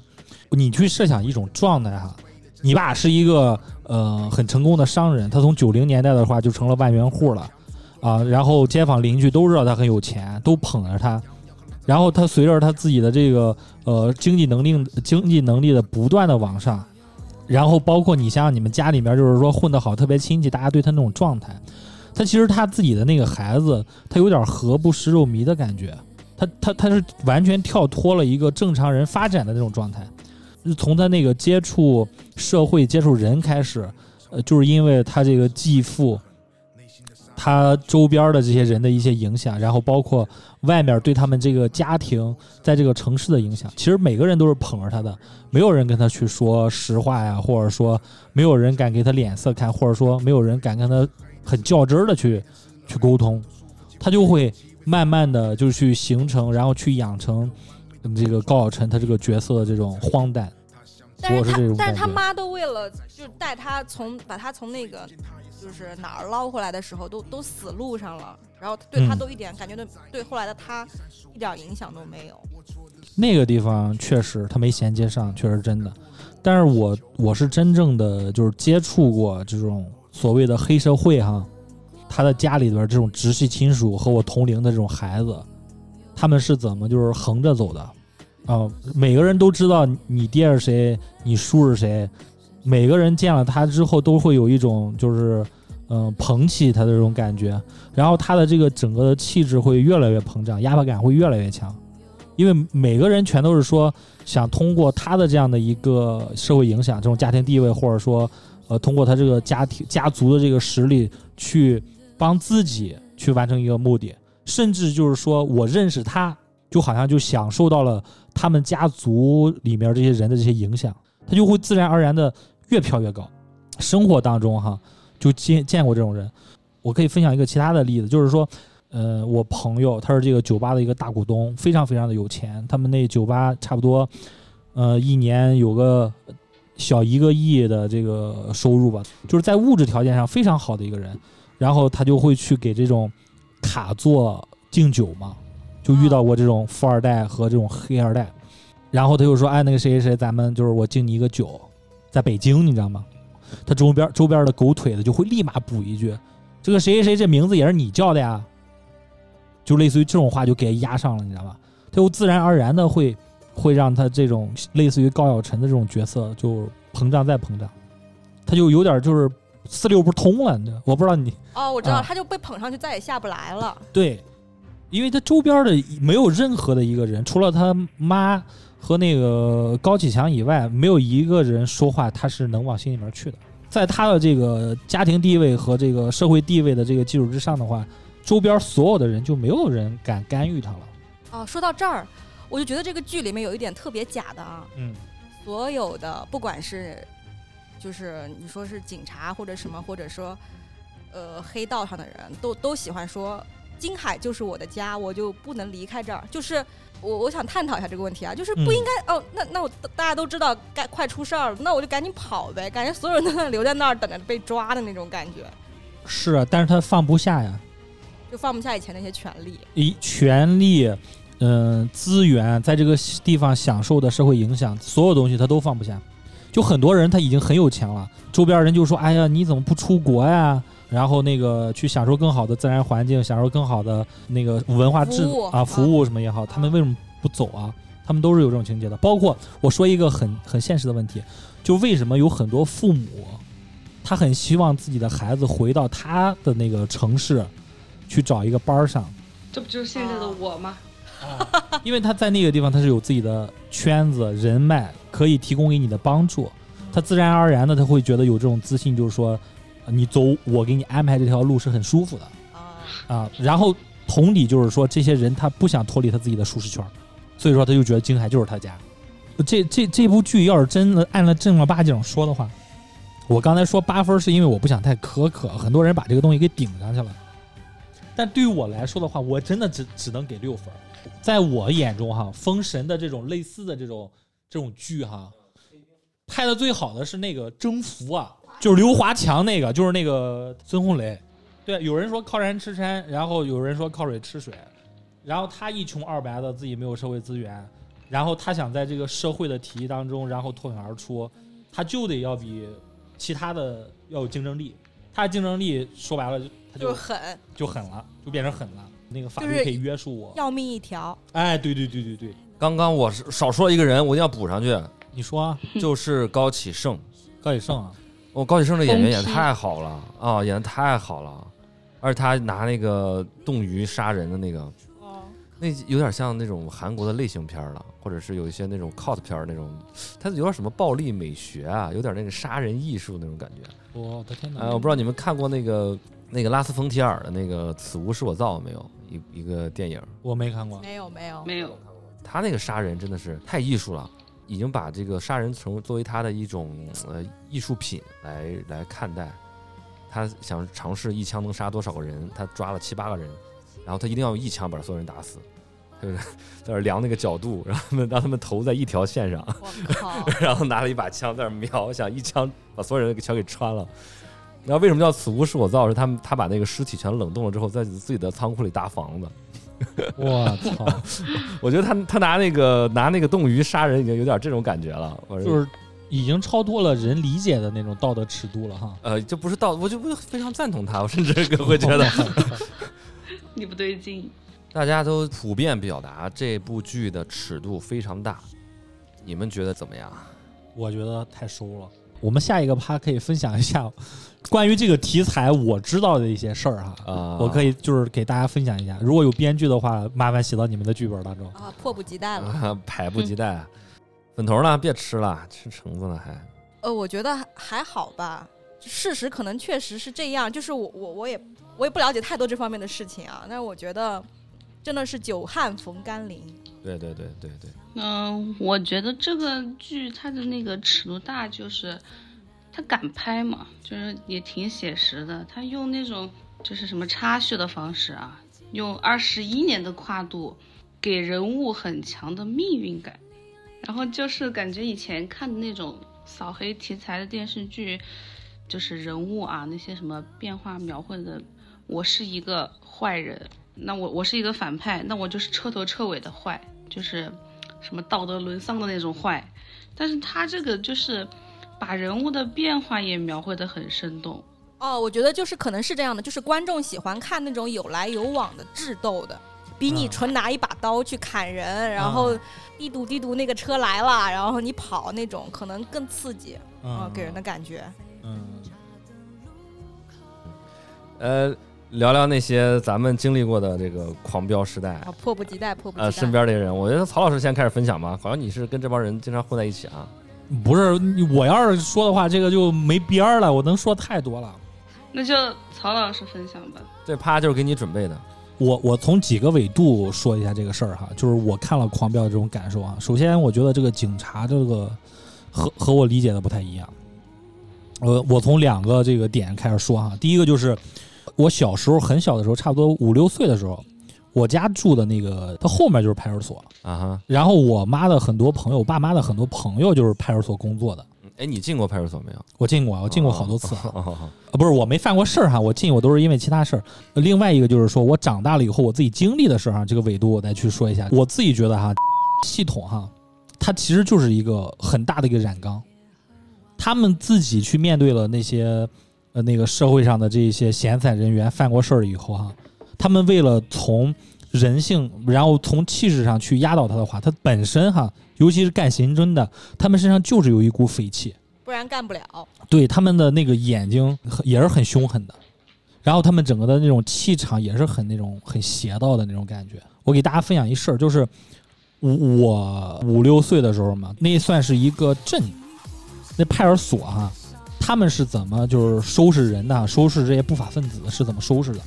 S7: 你去设想一种状态哈，你爸是一个呃很成功的商人，他从九零年代的话就成了万元户了啊，然后街坊邻居都知道他很有钱，都捧着他，然后他随着他自己的这个呃经济能力经济能力的不断的往上，然后包括你想想你们家里面就是说混得好，特别亲戚，大家对他那种状态，他其实他自己的那个孩子，他有点何不食肉糜的感觉，他他他是完全跳脱了一个正常人发展的那种状态，就是从他那个接触社会、接触人开始，呃，就是因为他这个继父。他周边的这些人的一些影响，然后包括外面对他们这个家庭在这个城市的影响，其实每个人都是捧着他的，没有人跟他去说实话呀，或者说没有人敢给他脸色看，或者说没有人敢跟他很较真儿的去去沟通，他就会慢慢的就去形成，然后去养成嗯这个高晓晨他这个角色的这种荒诞。
S2: 但
S7: 我
S2: 是
S7: 是
S2: 他
S7: 这种
S2: 但是他
S7: 感觉
S2: 妈都为了就是带他从把他从那个就是哪儿捞回来的时候，都都死路上了，然后对他
S7: 嗯
S2: 都一点、感觉对对后来的他一点影响都没有。
S7: 那个地方确实他没衔接上，确实真的。但是我我是真正的就是接触过这种所谓的黑社会哈，他的家里边这种直系亲属和我同龄的这种孩子，他们是怎么就是横着走的啊、每个人都知道你爹是谁，你叔是谁，每个人见了他之后都会有一种就是嗯、呃捧起他的这种感觉，然后他的这个整个的气质会越来越膨胀，压迫感会越来越强，因为每个人全都是说想通过他的这样的一个社会影响，这种家庭地位，或者说呃通过他这个家庭家族的这个实力去帮自己去完成一个目的，甚至就是说我认识他，就好像就享受到了他们家族里面这些人的这些影响，他就会自然而然的越飘越高。生活当中哈，就见见过这种人。我可以分享一个其他的例子，就是说，呃，我朋友他是这个酒吧的一个大股东，非常非常的有钱。他们那酒吧差不多，呃，一年有个小一个亿的这个收入吧，就是在物质条件上非常好的一个人。然后他就会去给这种卡座敬酒嘛，就遇到过这种富二代和这种黑二代。然后他就说：“哎，那个谁谁谁，咱们就是我敬你一个酒，在北京，你知道吗？”他周边周边的狗腿子就会立马补一句：“这个谁谁谁这名字也是你叫的呀，就类似于这种话就给压上了，你知道吗？他就自然而然的会会让他这种类似于高晓晨的这种角色就膨胀再膨胀，他就有点就是四六不通了，你知道？我不知道你
S2: 哦，我知道，
S7: 啊
S2: 他就被捧上去，再也下不来了。
S7: 对，因为他周边的没有任何的一个人，除了他妈和那个高启强以外，没有一个人说话他是能往心里面去的。在他的这个家庭地位和这个社会地位的这个基础之上的话，周边所有的人就没有人敢干预他了。
S2: 哦，说到这儿，我就觉得这个剧里面有一点特别假的啊，
S7: 嗯，
S2: 所有的不管是就是你说是警察或者什么，或者说呃黑道上的人都都喜欢说金海就是我的家，我就不能离开这儿。就是我我想探讨一下这个问题啊，就是不应该、哦，那那我大家都知道该快出事儿了，那我就赶紧跑呗，感觉所有人都在留在那儿等着被抓的那种感觉，
S7: 是啊，但是他放不下呀，
S2: 就放不下以前那些权利。
S7: 以权力。嗯，资源在这个地方享受的社会影响，所有东西他都放不下。就很多人他已经很有钱了，周边人就说：“哎呀，你怎么不出国呀？”然后那个去享受更好的自然环境，享受更好的那个文化制
S2: 服务
S7: 啊，服务什么也好，他们为什么不走啊？他们都是有这种情节的。包括我说一个很很现实的问题，就为什么有很多父母，他很希望自己的孩子回到他的那个城市，去找一个班儿上。
S8: 这不就是现在的我吗？
S7: 因为他在那个地方他是有自己的圈子、人脉，可以提供给你的帮助，他自然而然的他会觉得有这种自信，就是说，呃你走我给你安排这条路是很舒服的
S2: 啊，
S7: 啊。然后同理就是说，这些人他不想脱离他自己的舒适圈，所以说他就觉得京海就是他家。这这这部剧要是真的按了正儿八经说的话，我刚才说八分是因为我不想太苛刻，很多人把这个东西给顶上去了。但对于我来说的话，我真的只只能给六分。在我眼中哈，《封神》的这种类似的这种这种剧哈，拍的最好的是那个《征服》啊，就是刘华强那个，就是那个孙红雷。对，有人说靠山吃山，然后有人说靠水吃水，然后他一穷二白的，自己没有社会资源，然后他想在这个社会的体系当中，然后脱颖而出，他就得要比其他的要有竞争力。他的竞争力说白了，就他
S2: 就是
S7: 就
S2: 狠，
S7: 就狠了，就变成狠了。那个法
S2: 就是
S7: 律可以约束我。
S2: 要命一条。
S7: 哎，对对对对对，
S1: 刚刚我是少说了一个人，我一定要补上 去，
S7: 你说啊，
S1: 就是高启盛。
S7: 高以胜啊，
S1: 哦，高启盛这演员演得
S8: 疯批
S1: 太好了啊，演的太好了，而且他拿那个冻鱼杀人的那个，
S2: 哦，
S1: 那有点像那种韩国的类型片儿了，或者是有一些那种 cos 片儿那种，它有点什么暴力美学啊，有点那个杀人艺术那种感觉。
S7: 我的
S8: 嗯
S7: 天哪！
S1: 呃，我不知道你们看过那个那个拉斯冯提尔的那个《此屋是我造》没有？一一个电影，
S7: 我没看过，
S2: 没有没有，
S8: 没有，
S1: 他那个杀人真的是太艺术了，已经把这个杀人成作为他的一种呃艺术品来来看待。他想尝试一枪能杀多少个人，他抓了七八个人，然后他一定要用一枪把所有人打死，就是 在那儿量那个角度，让他们让他们头在一条线上，
S2: 我 靠，
S1: 然后拿了一把枪在那儿瞄，想一枪把所有人给全给穿了。然后为什么叫此屋是我造？是他们他把那个尸体全冷冻了之后，在自己的仓库里搭房子。
S7: 我操，
S1: 我觉得他他拿那个拿那个冻鱼杀人已经有点这种感觉了，我
S7: 就是已经超脱了人理解的那种道德尺度了哈。
S1: 呃，就不是道，我就不非常赞同他，我甚至更会觉得
S8: 你不对劲。
S1: 大家都普遍表达这部剧的尺度非常大，你们觉得怎么样？
S7: 我觉得太收了。我们下一个趴可以分享一下关于这个题材我知道的一些事儿哈。
S1: 啊
S7: 我可以就是给大家分享一下，如果有编剧的话，麻烦写到你们的剧本当中。
S2: 啊，迫不及待了。
S1: 啊，迫不及待啊。粉头呢？别吃了，吃橙子了还。
S2: 呃，我觉得还还好吧，事实可能确实是这样，就是我我我也我也不了解太多这方面的事情啊，但是我觉得真的是久旱逢甘霖，
S1: 对对对对对，
S8: 嗯、我觉得这个剧它的那个尺度大，就是它敢拍嘛，就是也挺写实的。它用那种就是什么插叙的方式啊，用二十一年的跨度，给人物很强的命运感。然后就是感觉以前看的那种扫黑题材的电视剧，就是人物啊那些什么变化描绘的，我是一个坏人，那我我是一个反派，那我就是彻头彻尾的坏，就是什么道德沦丧的那种坏。但是他这个就是把人物的变化也描绘得很生动，
S2: 哦，我觉得就是可能是这样的，就是观众喜欢看那种有来有往的智斗的，比你
S7: 啊
S2: 纯拿一把刀去砍人，然后滴嘟滴嘟那个车来了，然后你跑那种，可能更刺激啊、给人的感觉。
S7: 嗯，
S1: 呃，聊聊那些咱们经历过的这个狂飙时代
S2: 啊，，迫不及待，迫不及待。
S1: 呃，身边的人，我觉得曹老师先开始分享吧，好像你是跟这帮人经常混在一起啊。
S7: 不是，我要是说的话，这个就没边儿了，我能说太多了。
S8: 那就曹老师分享吧。
S1: 这趴就是给你准备的，
S7: 我我从几个维度说一下这个事儿哈，就是我看了《狂飙》的这种感受啊。首先，我觉得这个警察这个和和我理解的不太一样。呃，我从两个这个点开始说哈。第一个就是我小时候很小的时候，差不多五六岁的时候，我家住的那个它后面就是派出所，
S1: 啊哈。
S7: 然后我妈的很多朋友，我爸妈的很多朋友就是派出所工作的。
S1: 哎，你进过派出所没有？
S7: 我进过啊，我进过好多次啊。
S1: 哦
S7: 啊，不是我没犯过事儿哈，我进我都是因为其他事儿。另外一个就是说我长大了以后我自己经历的事儿哈，这个维度我再去说一下。我自己觉得哈，系统哈，它其实就是一个很大的一个染缸，他们自己去面对了那些呃那个社会上的这些闲散人员犯过事儿以后哈，他们为了从人性，然后从气势上去压倒他的话，他本身哈，尤其是干刑侦的，他们身上就是有一股匪气。
S2: 不然干不了。
S7: 对他们的那个眼睛很也是很凶狠的，然后他们整个的那种气场也是很那种很邪道的那种感觉。我给大家分享一事儿，就是我我五六岁的时候嘛，那算是一个镇，那派出所哈、他们是怎么就是收拾人的，收拾这些不法分子是怎么收拾的？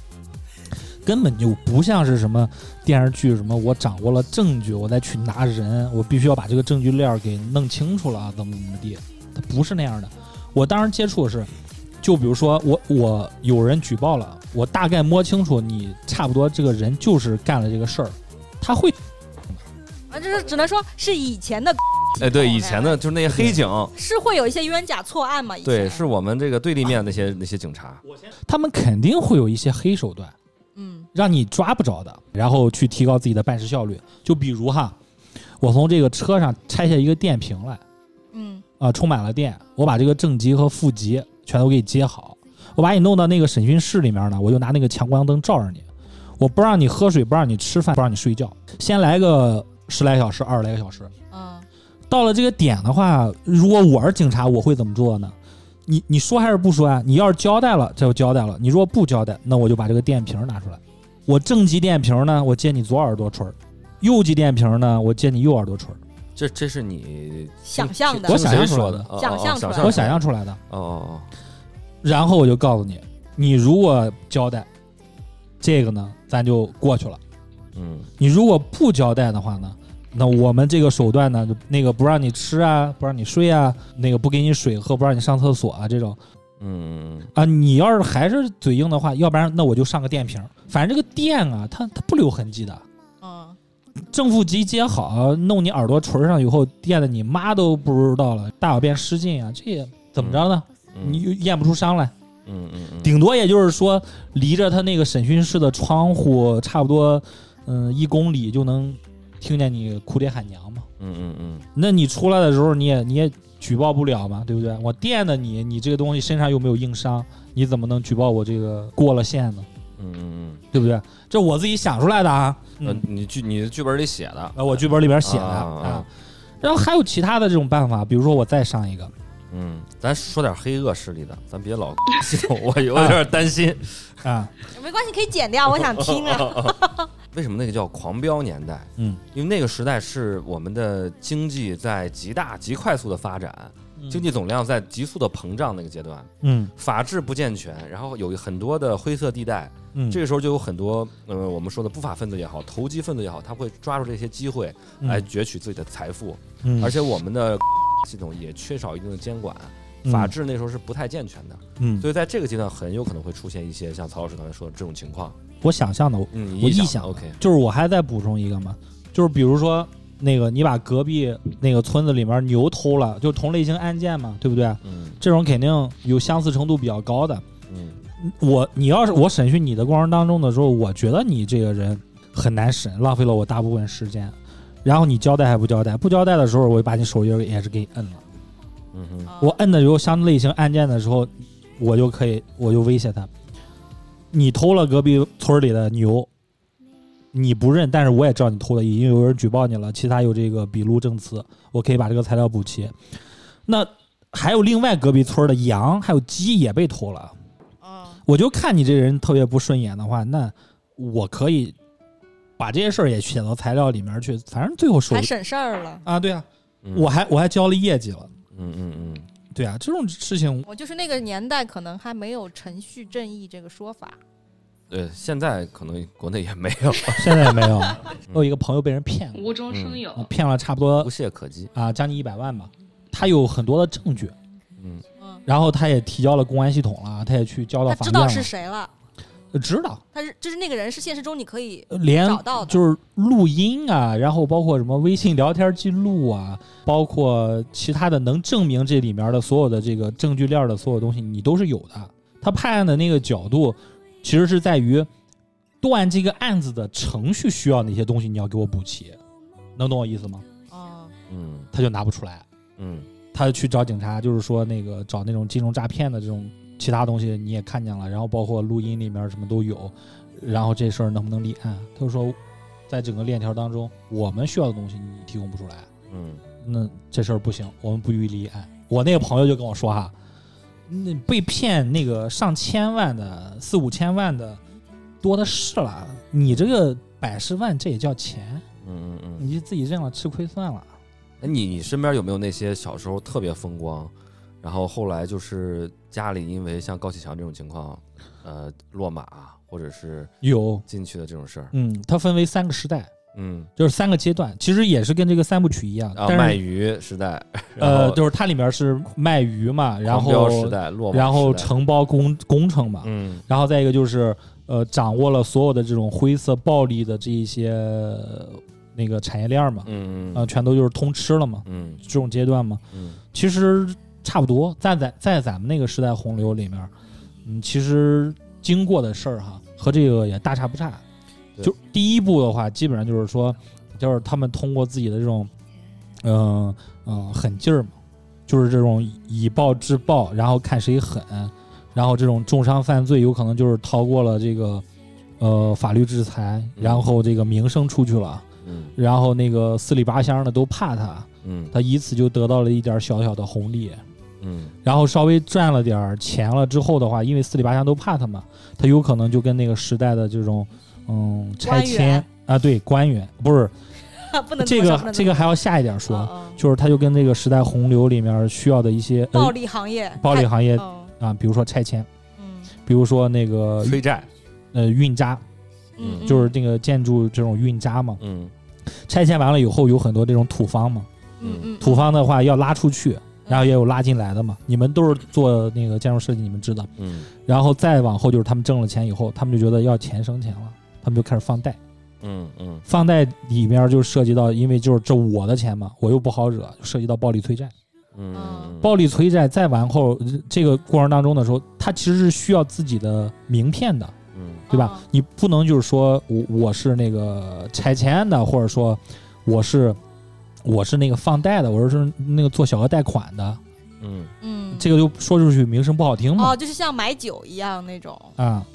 S7: 根本就不像是什么电视剧，什么我掌握了证据，我再去拿人，我必须要把这个证据链儿给弄清楚了，啊怎么怎么地，它不是那样的。我当时接触的是，就比如说我我有人举报了，我大概摸清楚你差不多这个人就是干了这个事儿，他会
S2: 啊，就是只能说是以前的
S1: 哎，对，以前的就是那些黑警，
S2: 是会有一些冤假错案嘛？哦以前
S1: 对，是我们这个对立面那些那些警察。
S7: 他们肯定会有一些黑手段，
S2: 嗯，
S7: 让你抓不着的，然后去提高自己的办事效率。就比如哈，我从这个车上拆下一个电瓶来。
S2: 嗯，
S7: 啊，充满了电，我把这个正极和负极全都给你接好，我把你弄到那个审讯室里面呢，我就拿那个强光灯照着你，我不让你喝水，不让你吃饭，不让你睡觉，先来个十来个小时，二十来个小时。
S2: 嗯，
S7: 到了这个点的话，如果我是警察，我会怎么做呢？你你说还是不说啊？你要是交代了，这就交代了；你如果不交代，那我就把这个电瓶拿出来。我正极电瓶呢，我接你左耳朵垂儿；右极电瓶呢，我接你右耳朵垂儿。
S1: 这这是你
S2: 想象的
S1: 听
S7: 我想
S1: 谁
S7: 象出来
S1: 说
S7: 的
S1: 的？哦
S2: 想
S1: 哦
S2: 象出来的
S7: 我想象出来的。
S1: 哦哦哦，
S7: 然后我就告诉你，你如果交代，这个呢，咱就过去了；
S1: 嗯，
S7: 你如果不交代的话呢，那我们这个手段呢，就那个不让你吃啊，不让你睡啊，那个不给你水喝，不让你上厕所啊，这种
S1: 嗯，
S7: 啊，你要是还是嘴硬的话，要不然那我就上个电瓶儿。反正这个电啊，它它不留痕迹的，
S2: 嗯，
S7: 正负极接好，弄你耳朵垂上以后，电的你妈都不知道了，大小便失禁啊，这也怎么着呢？
S1: 嗯
S7: 你又验不出伤来。
S1: 嗯嗯嗯，
S7: 顶多也就是说离着他那个审讯室的窗户差不多，嗯、一公里就能听见你哭爹喊娘嘛。
S1: 嗯嗯嗯，
S7: 那你出来的时候，你也你也举报不了嘛，对不对？我电的你，你这个东西身上又没有硬伤，你怎么能举报我这个过了线呢？
S1: 嗯嗯
S7: 对不对？这我自己想出来的啊，
S1: 嗯，呃，你剧你的剧本里写的，
S7: 呃，我剧本里边写的
S1: 啊啊
S7: 啊。然后还有其他的这种办法，比如说我再上一个，
S1: 嗯，咱说点黑恶势力的，咱别老， 我有点担心，
S7: 啊，
S2: 没关系，可以剪掉，我想听 啊。
S1: 为什么那个叫狂飙年代？
S7: 嗯，
S1: 因为那个时代是我们的经济在极大极快速的发展，经济总量在急速的膨胀那个阶段，
S7: 嗯
S1: 法治不健全，然后有很多的灰色地带，
S7: 嗯，
S1: 这个时候就有很多呃我们说的不法分子也好，投机分子也好，他会抓住这些机会
S7: 嗯
S1: 来攫取自己的财富，
S7: 嗯
S1: 哎而且我们的 系统也缺少一定的监管，
S7: 嗯
S1: 法治那时候是不太健全的，
S7: 嗯，
S1: 所以在这个阶段很有可能会出现一些像曹老师刚才说的这种情况。
S7: 我想象的，
S1: 嗯，
S7: 我臆
S1: 臆
S7: 想的啊
S1: OK，
S7: 就是我还再补充一个嘛，就是比如说那个你把隔壁那个村子里面牛偷了，就同类型案件嘛，对不对？
S1: 嗯
S7: 这种肯定有相似程度比较高的。
S1: 嗯
S7: 我你要是我审讯你的过程当中的时候，我觉得你这个人很难审，浪费了我大部分时间。然后你交代还不交代？不交代的时候，我就把你手也也是给你摁了。
S1: 嗯哼。
S7: 我摁的时候，相类型案件的时候，我就可以，我就威胁他：你偷了隔壁村里的牛，你不认，但是我也知道你偷的，已经有人举报你了，其他有这个笔录证词，我可以把这个材料补齐。那还有另外隔壁村的羊还有鸡也被偷了，
S2: 嗯，
S7: 我就看你这人特别不顺眼的话，那我可以把这些事儿也写到材料里面去，反正最后手
S2: 还省事儿了。
S7: 啊，对啊，
S1: 嗯
S7: 我还我还交了业绩了，
S1: 嗯嗯嗯，
S7: 对啊，这种事情，
S2: 我就是那个年代，可能还没有程序正义这个说法。
S1: 对，现在可能国内也没有，
S7: 现在也没有。
S2: 嗯
S7: 我有一个朋友被人骗了，
S8: 无中生有。
S7: 啊骗了差不多
S1: 无懈可击。
S7: 啊将近一百万吧。他有很多的证据，
S1: 嗯
S2: 嗯，
S7: 然后他也提交了公安系统了，他也去交到
S2: 他
S7: 法
S2: 知
S7: 院了
S2: 道，是谁了，
S7: 呃知道
S2: 他是就是那个人是现实中你可以
S7: 连
S2: 找到的。
S7: 就是录音啊，然后包括什么微信聊天记录啊，包括其他的能证明这里面的所有的这个证据链的所有东西，你都是有的。他判案的那个角度，其实是在于断这个案子的程序需要哪些东西，你要给我补齐，能懂我意思吗？
S2: 嗯
S1: 嗯
S7: 他就拿不出来。
S1: 嗯
S7: 他去找警察，就是说那个找那种金融诈骗的这种其他东西你也看见了，然后包括录音里面什么都有，然后这事儿能不能立案？他就说，在整个链条当中，我们需要的东西你提供不出来，
S1: 嗯
S7: 那这事儿不行，我们不予立案。我那个朋友就跟我说哈，那被骗那个上千万的、四五千万的多的是了，你这个百十万这也叫钱，
S1: 嗯嗯嗯。
S7: 你就自己认了吃亏算了。
S1: 哎，你你身边有没有那些小时候特别风光，然后后来就是家里因为像高启强这种情况，呃，落马或者是
S7: 有，
S1: 进去的这种事儿？
S7: 嗯，它分为三个时代。
S1: 嗯，
S7: 就是三个阶段，其实也是跟这个三部曲一样，
S1: 啊，
S7: 但
S1: 卖
S7: 是
S1: 鱼时代，然
S7: 呃，
S1: 后
S7: 就是它里面是卖鱼嘛，然
S1: 狂飙时
S7: 后
S1: 代，落马时代，
S7: 然后承包工工程嘛，
S1: 嗯
S7: 然后再一个就是呃，掌握了所有的这种灰色暴利的这一些呃那个产业链嘛，
S1: 嗯
S7: 啊，全都就是通吃了嘛，
S1: 嗯
S7: 这种阶段嘛，
S1: 嗯
S7: 其实差不多，在在在咱们那个时代洪流里面，嗯，其实经过的事儿哈和这个也大差不差。
S1: 对
S7: 就第一步的话，基本上就是说，就是他们通过自己的这种，嗯、呃、嗯、狠劲儿嘛，就是这种以暴制暴，然后看谁狠，然后这种重伤犯罪有可能就是逃过了这个呃法律制裁，
S1: 嗯
S7: 然后这个名声出去了，
S1: 嗯
S7: 然后那个四里八乡的都怕他，
S1: 嗯
S7: 他以此就得到了一点小小的红利，
S1: 嗯
S7: 然后稍微赚了点儿钱了之后的话，因为四里八乡都怕他嘛，他有可能就跟那个时代的这种嗯拆
S2: 官
S7: 迁
S2: 员
S7: 啊，对官员不是
S2: 不能
S7: 这
S2: 么嗯说
S7: 个这个还要下一点
S2: 不能
S7: 说，
S2: 么说
S7: 就是他就跟这个时代洪流里面需要的一些
S2: 嗯嗯暴
S7: 呃
S2: 力行业，
S7: 暴力行业
S2: 嗯
S7: 啊，比如说拆迁，
S2: 嗯
S7: 比如说那个
S1: 催债，
S7: 呃运渣，
S2: 嗯，
S7: 就是那个建筑这种运渣嘛，
S1: 嗯
S7: 拆迁完了以后有很多这种土方嘛，
S2: 嗯嗯
S7: 土方的话要拉出去，然后也有拉进来的嘛。你们都是做那个建筑设计，你们知道。
S1: 嗯
S7: 然后再往后就是他们挣了钱以后，他们就觉得要钱生钱了，他们就开始放贷。
S1: 嗯嗯
S7: 放贷里面就涉及到，因为就是这我的钱嘛，我又不好惹，涉及到暴力催债。
S1: 嗯，
S7: 暴力催债再往后呃这个过程当中的时候，他其实是需要自己的名片的，
S1: 嗯
S7: 对吧？
S2: 嗯
S7: 你不能就是说我我是那个拆迁的，或者说我是我是那个放贷的，我是那个做小额贷款的，
S1: 嗯，
S2: 嗯，
S7: 这个就说出去名声不好听嘛。
S2: 哦，就是像买酒一样那种，
S7: 啊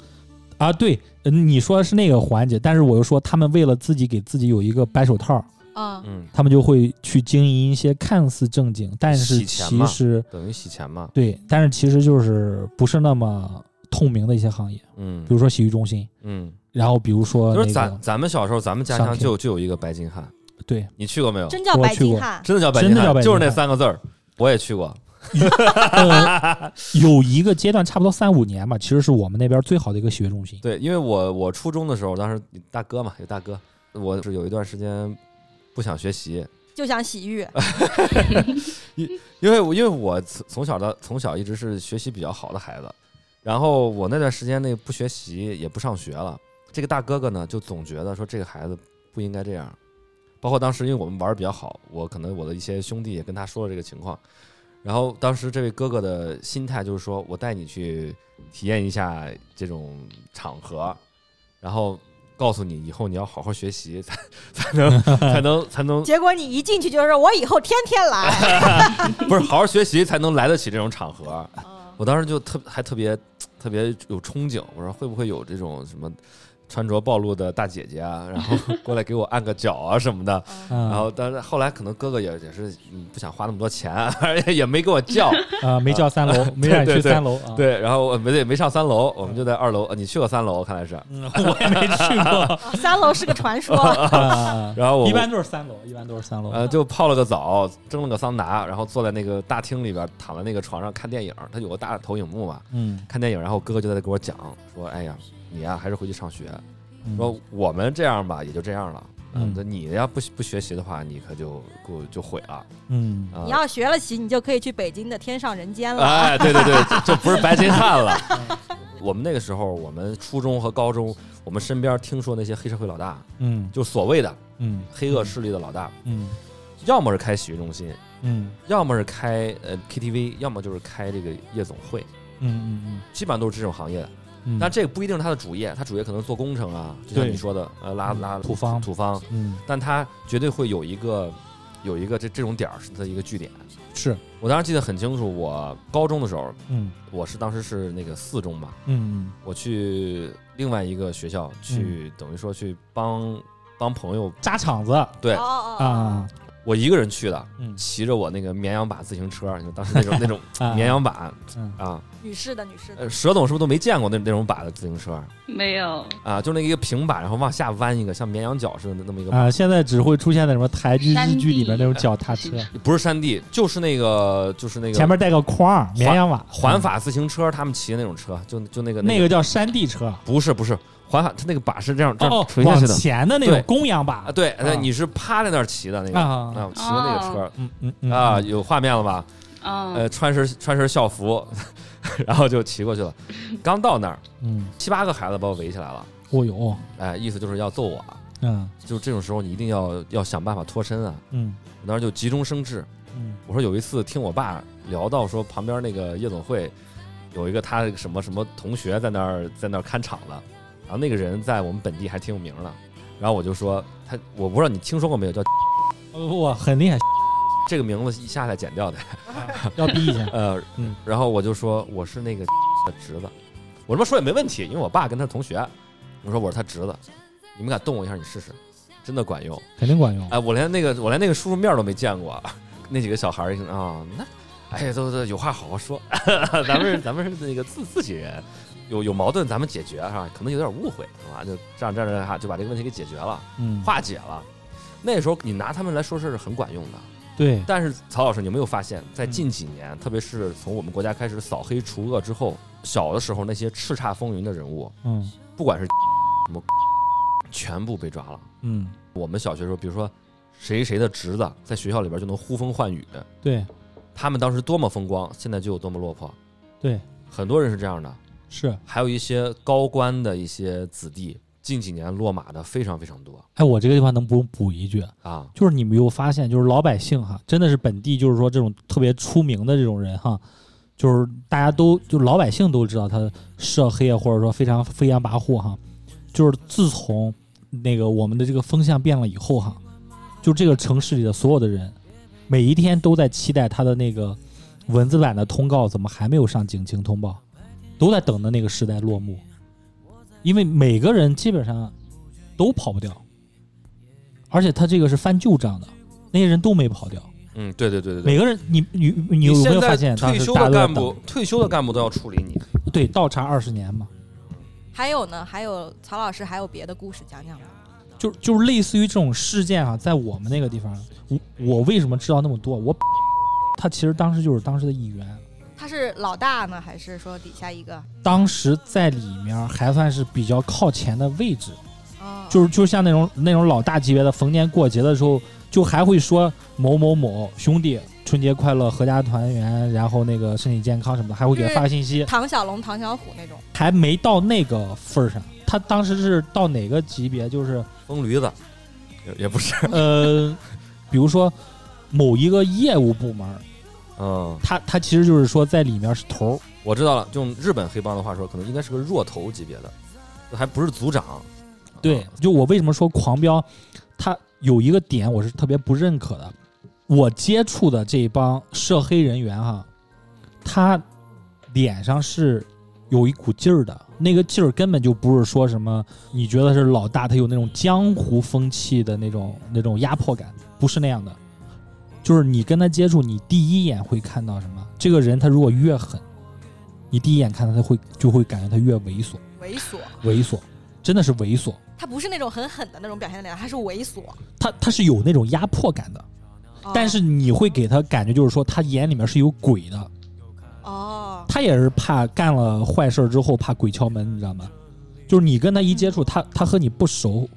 S7: 啊，对，呃你说的是那个环节，但是我又说他们为了自己给自己有一个白手套，
S2: 啊，
S1: 嗯，
S7: 他们就会去经营一些看似正经，但是
S1: 洗钱嘛
S7: 其实
S1: 等于洗钱嘛，
S7: 对，但是其实就是不是那么透明的一些行业，
S1: 嗯
S7: 比如说洗浴中心，
S1: 嗯，
S7: 然后比如说
S1: 就是
S7: 呃那
S1: 咱
S7: 个
S1: 咱们小时候，咱们家
S7: 上
S1: 乡
S7: 天
S1: 就就有一个白金汉，
S7: 对
S1: 你去过没有？
S2: 真叫
S7: 我
S2: 白
S7: 去
S2: 金
S7: 过
S2: 汉，
S1: 真的叫白
S7: 真
S1: 金
S7: 的叫白
S1: 汉，
S7: 金
S1: 就是那
S7: 汉
S1: 三个字儿，我也去过，
S7: 呃有一个阶段差不多三五年吧，其实是我们那边最好的一个洗浴中心。
S1: 对，因为我我初中的时候，当时大哥嘛，有大哥，我是有一段时间不想学习，
S2: 就想洗浴，
S1: 因为我因为我从从小到从小一直是学习比较好的孩子，然后我那段时间内不学习也不上学了，这个大哥哥呢就总觉得说这个孩子不应该这样，包括当时因为我们玩的比较好，我可能我的一些兄弟也跟他说了这个情况，然后当时这位哥哥的心态就是说我带你去体验一下这种场合，然后告诉你以后你要好好学习才才能才能才 能
S2: 结果你一进去就是我以后天天 来，
S1: 不是好好学习才能来得起这种场合。
S2: 嗯
S1: 我当时就特还特别特别有憧憬，我说会不会有这种什么穿着暴露的大姐姐啊，然 后过来给我按个脚啊什么的。
S7: 嗯
S1: 然后，但是后来可能哥哥也也是嗯不想花那么多钱，啊 也没给我叫，
S7: 啊，没叫 三楼，没让你
S1: 对
S7: 去
S1: 对
S7: 三楼啊。，
S1: 对，然后我没也没上三楼，我们就在二楼。呃你去过三楼，看来是。
S7: 嗯，我也没去 过。
S2: 三楼是个传 说，
S7: 啊
S1: 然后我
S7: 一般都是三楼，一般都是三楼。
S1: 呃就泡了个澡，蒸了个桑拿，然后坐在那个大厅里边，躺在那个床上看电影。它有个大投影幕嘛，
S7: 嗯，
S1: 看电影，然后我哥哥就在那给我讲说：“哎呀，你呀、还是回去上学，
S7: 嗯
S1: 说我们这样吧，也就这样了。
S7: 嗯
S1: 嗯，你要不不学习的话，你可就就就毁了
S7: 嗯，
S1: 啊！
S2: 你要学了洗，你就可以去北京的天上人间
S7: 啊
S2: 了。
S1: 哎，对对 对，就不是白金汉了。 我们那个时候，我们初中和高中，我们身边听说那些黑社会老大，
S7: 嗯
S1: 就所谓的
S7: 嗯
S1: 黑恶势力的老大，
S7: 嗯
S1: 要么是开洗浴中心，
S7: 嗯
S1: 要么是开呃 KTV，要么就是开这个夜总会，
S7: 嗯嗯
S1: 基本上都是这种行业的。
S7: 嗯，
S1: 但这个不一定是他的主业，他主业可能做工程啊，就像
S7: 对
S1: 你说的，呃，拉拉
S7: 土方
S1: 土方，
S7: 嗯
S1: 但他绝对会有一个有一个这这种点儿是他的一个据点。
S7: 是
S1: 我当时记得很清楚，我高中的时候，
S7: 嗯
S1: 我是当时是那个四中嘛，
S7: 嗯
S1: 我去另外一个学校去，等于说去帮帮朋友，
S7: 扎场子
S1: 对
S2: 哦哦哦，
S7: 啊
S1: 我一个人去的，
S7: 嗯
S1: 骑着我那个绵羊把自行车，就当时那 种那种
S7: 啊
S1: 绵羊把
S7: 嗯
S1: 啊，
S2: 女士的女士的，
S1: 呃，蛇总是不是都没见过那那种把的自行车
S8: 没有，
S1: 啊？就那一个平把，然后往下弯一个像绵羊角似的那么一个，
S7: 啊，现在只会出现在什么台剧、
S8: 山
S7: 日剧里边
S8: 地
S7: 那种脚踏车，
S1: 不是山地，就是那个就是那个
S7: 前面带个框儿，绵羊瓦
S1: 环法自行车，他们骑的那种车，就就那个
S7: 那
S1: 个
S7: 个叫山地车，
S1: 不是不是环法，它那个把是这样这
S7: 哦
S1: 样
S7: 哦，
S1: 垂下
S7: 往
S1: 去的
S7: 前的那
S1: 对
S7: 种公羊
S1: 啊，
S7: 把
S1: 对，那
S7: 啊
S1: 你是趴在那儿骑的那个
S7: 啊，
S1: 啊，骑的那个
S7: 嗯嗯
S1: 车
S7: 嗯
S1: 啊，，有画面了吧？
S8: 嗯，
S1: 呃，穿身穿身校服， 然后就骑过去了。刚到那儿，
S7: 嗯，
S1: 七八个孩子把我围起来了，
S7: 哦哟，
S1: 哎，意思就是要揍我。
S7: 嗯
S1: 就这种时候，你一定要要想办法脱身啊！
S7: 嗯
S1: 我当时就急中生智，
S7: 嗯
S1: 我说有一次听我爸聊到说旁边那个夜总会有一个他什么什么同学在那儿在那儿看场了，然后那个人在我们本地还挺有名的，然后我就说他我不知道你听说过没有叫
S7: 哦，哇，很厉害，
S1: 这个名字一下才剪掉的，
S7: 要逼一下，
S1: 呃，
S7: 嗯
S1: 然后我就说我是那个的侄子，我这么说也没问题，因为我爸跟他同学，我说我是他侄子，你们敢动我一下你试试，真的管用。
S7: 肯定管用。
S1: 哎，我连那个我连那个叔叔面儿都没见过，啊 那几个小孩儿一听啊，那哎呀，都都有话好好说， 咱们是咱们是那个自自己人，有有矛盾咱们解决哈、可能有点误会啊，就这样这样这样哈就把这个问题给解决了，
S7: 嗯，
S1: 化解了。那时候你拿他们来说事儿是很管用的，
S7: 对，
S1: 但是曹老师，你有没有发现，在近几年，特别是从我们国家开始扫黑除恶之后，小的时候那些叱咤风云的人物，
S7: 嗯
S1: 不管是 什么，全部被抓了。
S7: 嗯，
S1: 我们小学时候，比如说谁谁的侄子在学校里边就能呼风唤雨，
S7: 对
S1: 他们当时多么风光，现在就有多么落魄。
S7: 对，
S1: 很多人是这样的，
S7: 是。
S1: 还有一些高官的一些子弟，近几年落马的非常非常多
S7: 哎，我这个地方能不用补一句？
S1: 啊。
S7: 就是你没有发现，就是老百姓哈，真的是本地，就是说这种特别出名的这种人哈，就是大家都就是老百姓都知道他涉黑啊，或者说非常飞扬跋扈哈。就是自从那个我们的这个风向变了以后哈，就这个城市里的所有的人，每一天都在期待他的那个文字版的通告怎么还没有上警情通报，都在等着那个时代落幕，因为每个人基本上都跑不掉，而且他这个是翻旧账的，那些人都没跑掉，
S1: 嗯，对对对对对。
S7: 每个人你你你有没
S1: 现
S7: 有发
S1: 在
S7: 现当
S1: 退
S7: 时
S1: 休
S7: 大
S1: 的
S7: 家都在
S1: 干
S7: 等
S1: 部，退休的干部都要处理你。
S7: 对倒查二十年嘛？
S2: 还有呢，还有曹老师还有别的故事讲讲吗？
S7: 就就是类似于这种事件啊，在我们那个地方，我我为什么知道那么多？我他其实当时就是当时的议员，
S2: 他是老大呢，还是说底下一个？
S7: 当时在里面还算是比较靠前的位置，
S2: 哦，
S7: 就是就像那种那种老大级别的，逢年过节的时候就还会说某某某兄弟春节快乐，阖家团圆，然后那个身体健康什么的，还会给他发个信息，
S2: 唐小龙、唐小虎那种。
S7: 还没到那个份儿上。他当时是到哪个级别？就是
S1: 疯驴子，也也不是，
S7: 呃，比如说某一个业务部门，
S1: 嗯，
S7: 他他其实就是说在里面是头儿，
S1: 我知道了。用日本黑帮的话说，可能应该是个弱头级别的，还不是组长。
S7: 对，
S1: 嗯
S7: 就我为什么说狂飙，他有一个点我是特别不认可的。我接触的这一帮涉黑人员哈，他脸上是有一股劲儿的，那个劲儿根本就不是说什么你觉得是老大，他有那种江湖风气的那种那种压迫感，不是那样的。就是你跟他接触，你第一眼会看到什么？这个人他如果越狠，你第一眼看到他会就会感觉他越猥琐，
S2: 猥琐，
S7: 猥琐，真的是猥琐。
S2: 他不是那种很狠的那种表现的脸，他是猥琐。
S7: 他他是有那种压迫感的，
S2: 哦
S7: 但是你会给他感觉就是说他眼里面是有鬼的，
S2: 哦，
S7: 他也是怕干了坏事之后怕鬼敲门，你知道吗？就是你跟他一接触，他他和你不熟，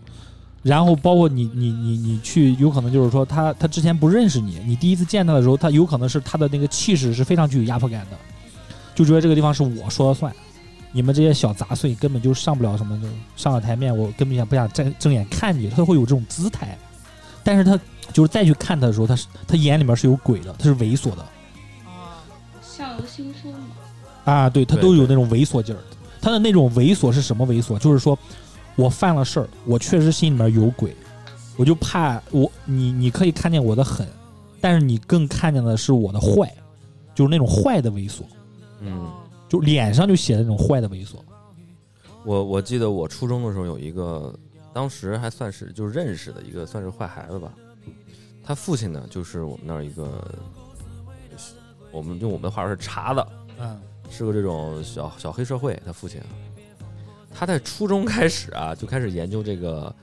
S7: 然后包括你你你你去，有可能就是说他他之前不认识你，你第一次见他的时候，他有可能是他的那个气势是非常具有压迫感的，就觉得这个地方是我说了算，你们这些小杂碎根本就上不了什么，就上了台面，我根本想不想正正眼看你，他会有这种姿态，但是他就是再去看他的时候，他是他眼里面是有鬼的，他是猥琐的。
S2: 哦，
S8: 相由心生嘛。
S7: 啊，对他
S1: 对
S7: 都有
S1: 对
S7: 那种猥琐劲儿。他的那种猥琐是什么猥琐？就是说我犯了事儿，我确实心里面有鬼，我就怕我你你可以看见我的狠，但是你更看见的是我的坏，就是那种坏的猥琐，
S1: 嗯，
S7: 就脸上就写的那种坏的猥琐。
S1: 我我记得我初中的时候有一个，当时还算是就是认识的一个算是坏孩子吧，他父亲呢就是我们那儿一个，我们用我们的话说是查的，
S7: 嗯，
S1: 是个这种小小黑社会，他父亲，他在初中开始啊，就开始研究这个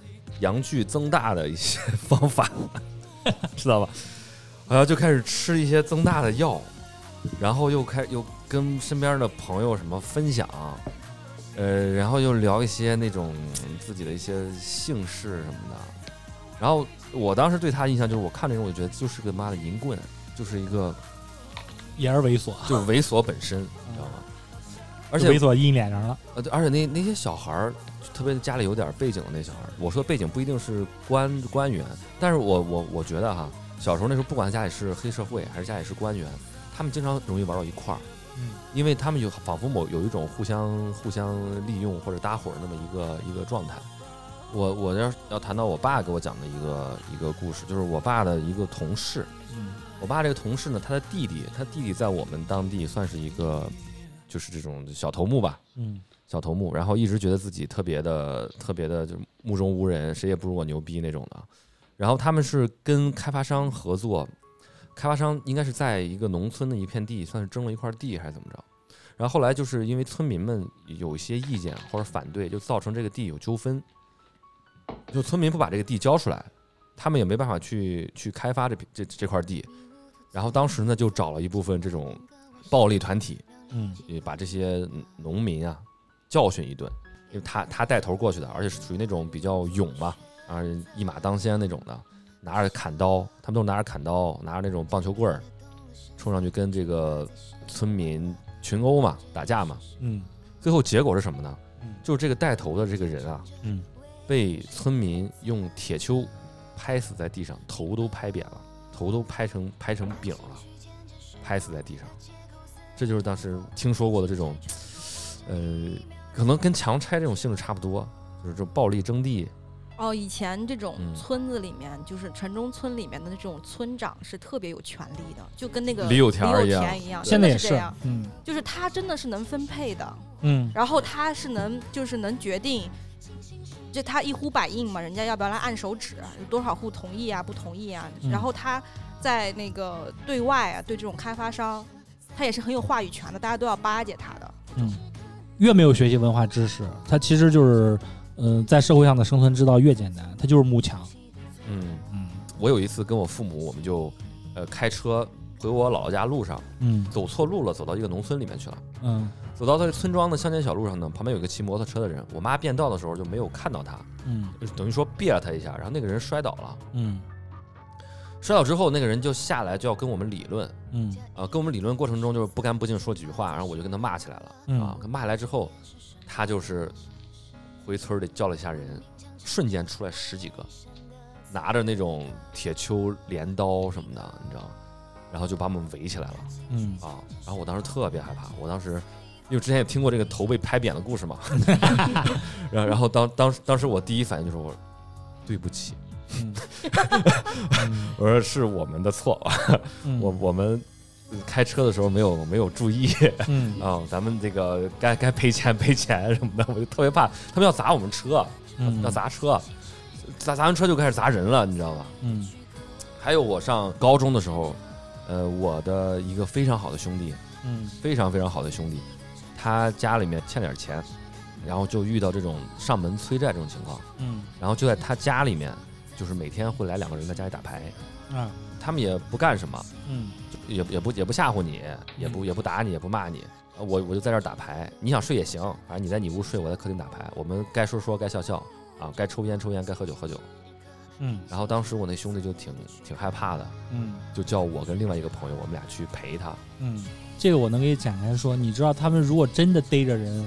S1: 阳具增大的一些 方法，知道吧？然后就开始吃一些增大的药，然后又开又跟身边的朋友什么分享，呃，然后又聊一些那种嗯自己的一些姓氏什么的。然后我当时对他印象就是，我看这人我就觉得就是个妈的淫棍，就是一个
S7: 也是猥琐，
S1: 就是猥琐本身，你知道吗？而且
S7: 猥琐印脸上了。
S1: 呃，对，而且那那些小孩儿，特别是家里有点背景的那小孩儿，我说背景不一定是官官员，但是我我我觉得哈，小时候那时候不管家里是黑社会还是家里是官员，他们经常容易玩到一块儿，
S7: 嗯，
S1: 因为他们有仿佛某有一种互相互相利用或者搭伙儿那么一个一个状态。我我要是要谈到我爸给我讲的一个一个故事，就是我爸的一个同事，
S7: 嗯
S1: 我爸这个同事呢，他的弟弟，他弟弟在我们当地算是一个就是这种小头目吧，
S7: 嗯
S1: 小头目，然后一直觉得自己特别的、特别的，就是目中无人，谁也不如我牛逼那种的。然后他们是跟开发商合作，开发商应该是在一个农村的一片地，算是争了一块地还是怎么着。然后后来就是因为村民们有一些意见或者反对，就造成这个地有纠纷，就村民不把这个地交出来，他们也没办法去去开发这片这这块地。然后当时呢，就找了一部分这种暴力团体，
S7: 嗯，
S1: 也把这些农民啊教训一顿，因为他他带头过去的，而且是属于那种比较勇嘛，啊一马当先那种的，拿着砍刀，他们都是拿着砍刀，拿着那种棒球棍儿，冲上去跟这个村民群殴嘛，打架嘛。
S7: 嗯
S1: 最后结果是什么呢
S7: 嗯？
S1: 就是这个带头的这个人啊，
S7: 嗯，
S1: 被村民用铁锹拍死在地上，头都拍扁了，头都拍成拍成饼了，拍死在地上。这就是当时听说过的这种，呃，可能跟强拆这种性质差不多，就是这种暴力征地，
S2: 哦，以前这种
S1: 嗯
S2: 村子里面，就是城中村里面的这种村长是特别有权力的，就跟那个
S1: 李有田儿
S2: 一
S1: 一样
S2: 样，真
S7: 现在
S2: 的
S7: 也
S2: 是这
S7: 是
S2: 样，，
S7: 嗯
S2: 就是他真的是能分配的，
S7: 嗯，
S2: 然后他是能就是能决定，就他一呼百应嘛，人家要不要来按手指，有多少户同意啊，不同意啊。
S7: 嗯
S2: 然后他在那个对外啊，对这种开发商，他也是很有话语权的，大家都要巴结他的。
S7: 嗯，越没有学习文化知识，他其实就是，嗯、在社会上的生存之道越简单，他就是慕强。
S1: 嗯，
S7: 嗯
S1: 我有一次跟我父母，我们就呃开车回我姥姥家路上
S7: 嗯
S1: 走错路了，走到一个农村里面去了。
S7: 嗯
S1: 走到他村庄的乡间小路上呢，旁边有一个骑摩托车的人，我妈变道的时候就没有看到他，
S7: 嗯
S1: 就是等于说别了他一下，然后那个人摔倒了。
S7: 嗯
S1: 摔倒之后，那个人就下来就要跟我们理论，
S7: 嗯
S1: 啊，跟我们理论过程中就是不干不净说几句话，然后我就跟他骂起来了。
S7: 嗯
S1: 啊，跟骂起来之后，他就是回村儿里叫了一下人，瞬间出来十几个，拿着那种铁锹、镰刀什么的，你知道吗，然后就把我们围起来了
S7: 嗯，
S1: 啊。然后我当时特别害怕，我当时。因为之前也听过这个头被拍扁的故事 嘛，然后然后当当时当时我第一反应就是我对不起，
S7: 嗯
S1: 我说是我们的错，
S7: 嗯
S1: 我我们开车的时候没有没有注意，
S7: 嗯
S1: 啊、咱们这个该该赔钱赔钱什么的，我就特别怕他们要砸我们车，
S7: 嗯
S1: 要砸车，砸砸完车就开始砸人了，你知道吗？
S7: 嗯
S1: 还有我上高中的时候，呃，我的一个非常好的兄弟，
S7: 嗯
S1: 非常非常好的兄弟，他家里面欠点钱，然后就遇到这种上门催债这种情况，
S7: 嗯
S1: 然后就在他家里面，就是每天会来两个人在家里打牌，
S7: 啊
S1: 他们也不干什么，
S7: 嗯
S1: 也也不也不吓唬你，也不也不打你，也不骂你。呃我我就在这儿打牌，你想睡也行，反正你在你屋睡，我在客厅打牌。我们该说说，该笑笑啊，该抽烟抽烟，该喝酒喝酒。
S7: 嗯
S1: 然后当时我那兄弟就挺挺害怕的，
S7: 嗯
S1: 就叫我跟另外一个朋友，我们俩去陪他。
S7: 嗯，这个我能给你展开说。你知道他们如果真的逮着人，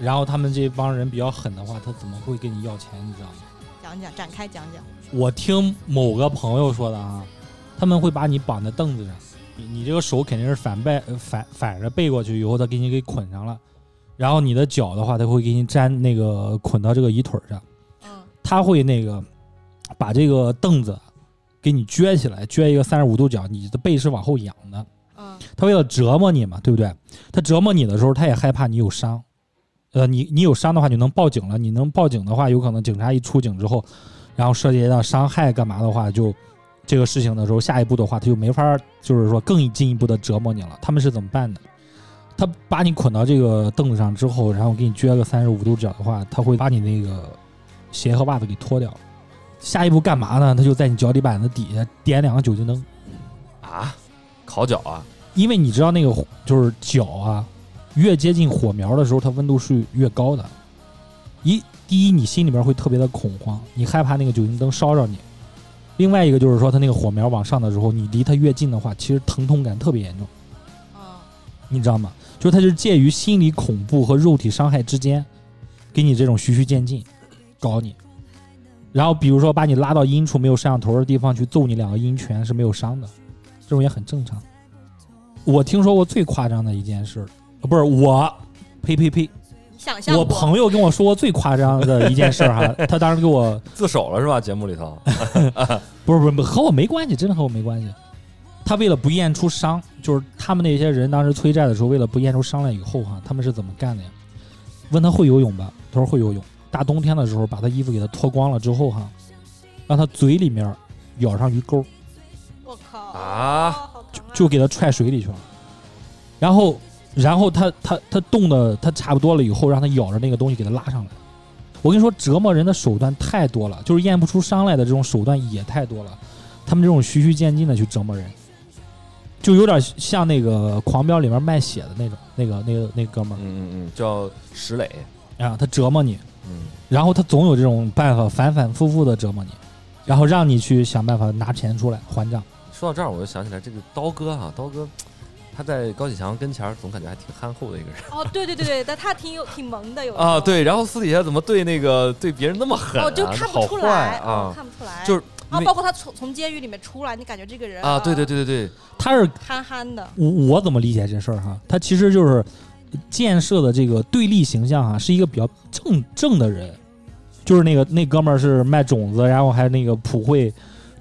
S7: 然后他们这帮人比较狠的话，他怎么会跟你要钱？你知道吗？
S2: 讲讲，展开讲讲。
S7: 我听某个朋友说的啊，他们会把你绑在凳子上，你你这个手肯定是反背呃反反着背过去，以后他给你给捆上了，然后你的脚的话，他会给你粘那个捆到这个椅腿上，
S2: 嗯，
S7: 他会那个把这个凳子给你撅起来，撅一个三十五度角，你的背是往后仰的，
S2: 嗯，
S7: 他为了折磨你嘛，对不对？他折磨你的时候，他也害怕你有伤。呃，你你有伤的话，你能报警了。你能报警的话，有可能警察一出警之后，然后涉及到伤害干嘛的话，就这个事情的时候，下一步的话，他就没法儿，就是说更进一步的折磨你了。他们是怎么办的？他把你捆到这个凳子上之后，然后给你撅个三十五度角的话，他会把你那个鞋和袜子给脱掉。下一步干嘛呢？他就在你脚底板子底下点两个酒精灯。
S1: 啊，烤脚啊，
S7: 因为你知道那个火就是脚啊，越接近火苗的时候，它温度是越高的。一第一，你心里边会特别的恐慌，你害怕那个酒精灯烧着你；另外一个就是说，它那个火苗往上的时候，你离它越近的话，其实疼痛感特别严重，
S2: 嗯，
S7: 你知道吗？就是它是介于心理恐怖和肉体伤害之间，给你这种循序渐进，搞你。然后比如说把你拉到阴处没有摄像头的地方去揍你两个阴拳是没有伤的，这种也很正常。我听说过最夸张的一件事，呃不是我，呸呸呸，
S2: 你想象
S7: 我
S2: 过
S7: 朋友跟我说过最夸张的一件事儿哈，他当时给我
S1: 自首了是吧？节目里头，
S7: 不是不是不是和我没关系，真的和我没关系。他为了不验出伤，就是他们那些人当时催债的时候，为了不验出伤来以后哈、他们是怎么干的呀？问他会游泳吧，他说会游泳。大冬天的时候，把他衣服给他脱光了之后哈、让他嘴里面咬上鱼钩，
S2: 我靠
S1: 啊，
S2: 好疼啊
S7: 就给他踹水里去了。然后，然后他他他冻的他差不多了以后，让他咬着那个东西给他拉上来。我跟你说，折磨人的手段太多了，就是验不出伤来的这种手段也太多了。他们这种循序渐进的去折磨人，就有点像那个《狂飙》里面卖血的那种，那个那个那哥们
S1: 嗯嗯嗯，叫石磊，
S7: 儿啊，他折磨你，
S1: 嗯，
S7: 然后他总有这种办法，反反复复的折磨你，然后让你去想办法拿钱出来还账。
S1: 说到这儿我就想起来这个刀哥啊，刀哥。他在高启强跟前儿总感觉还挺憨厚的一个人
S2: 哦，对对对对，但他挺有挺萌的，有时候
S1: 啊，，对，然后私底下怎么对那个对别人那么狠、啊，
S2: 哦，就看不
S1: 好
S2: 出
S1: 坏
S2: 来
S1: 啊，
S2: 哦看不出来，
S1: 就是
S2: 然后
S1: 那
S2: 包括他从从监狱里面出来，你感觉这个人
S1: 啊，对对，对对对，
S7: 他是
S2: 憨憨的，
S7: 我我怎么理解这事儿哈？他其实就是建设的这个对立形象哈，是一个比较正正的人，就是那个那哥们儿是卖种子，然后还那个普惠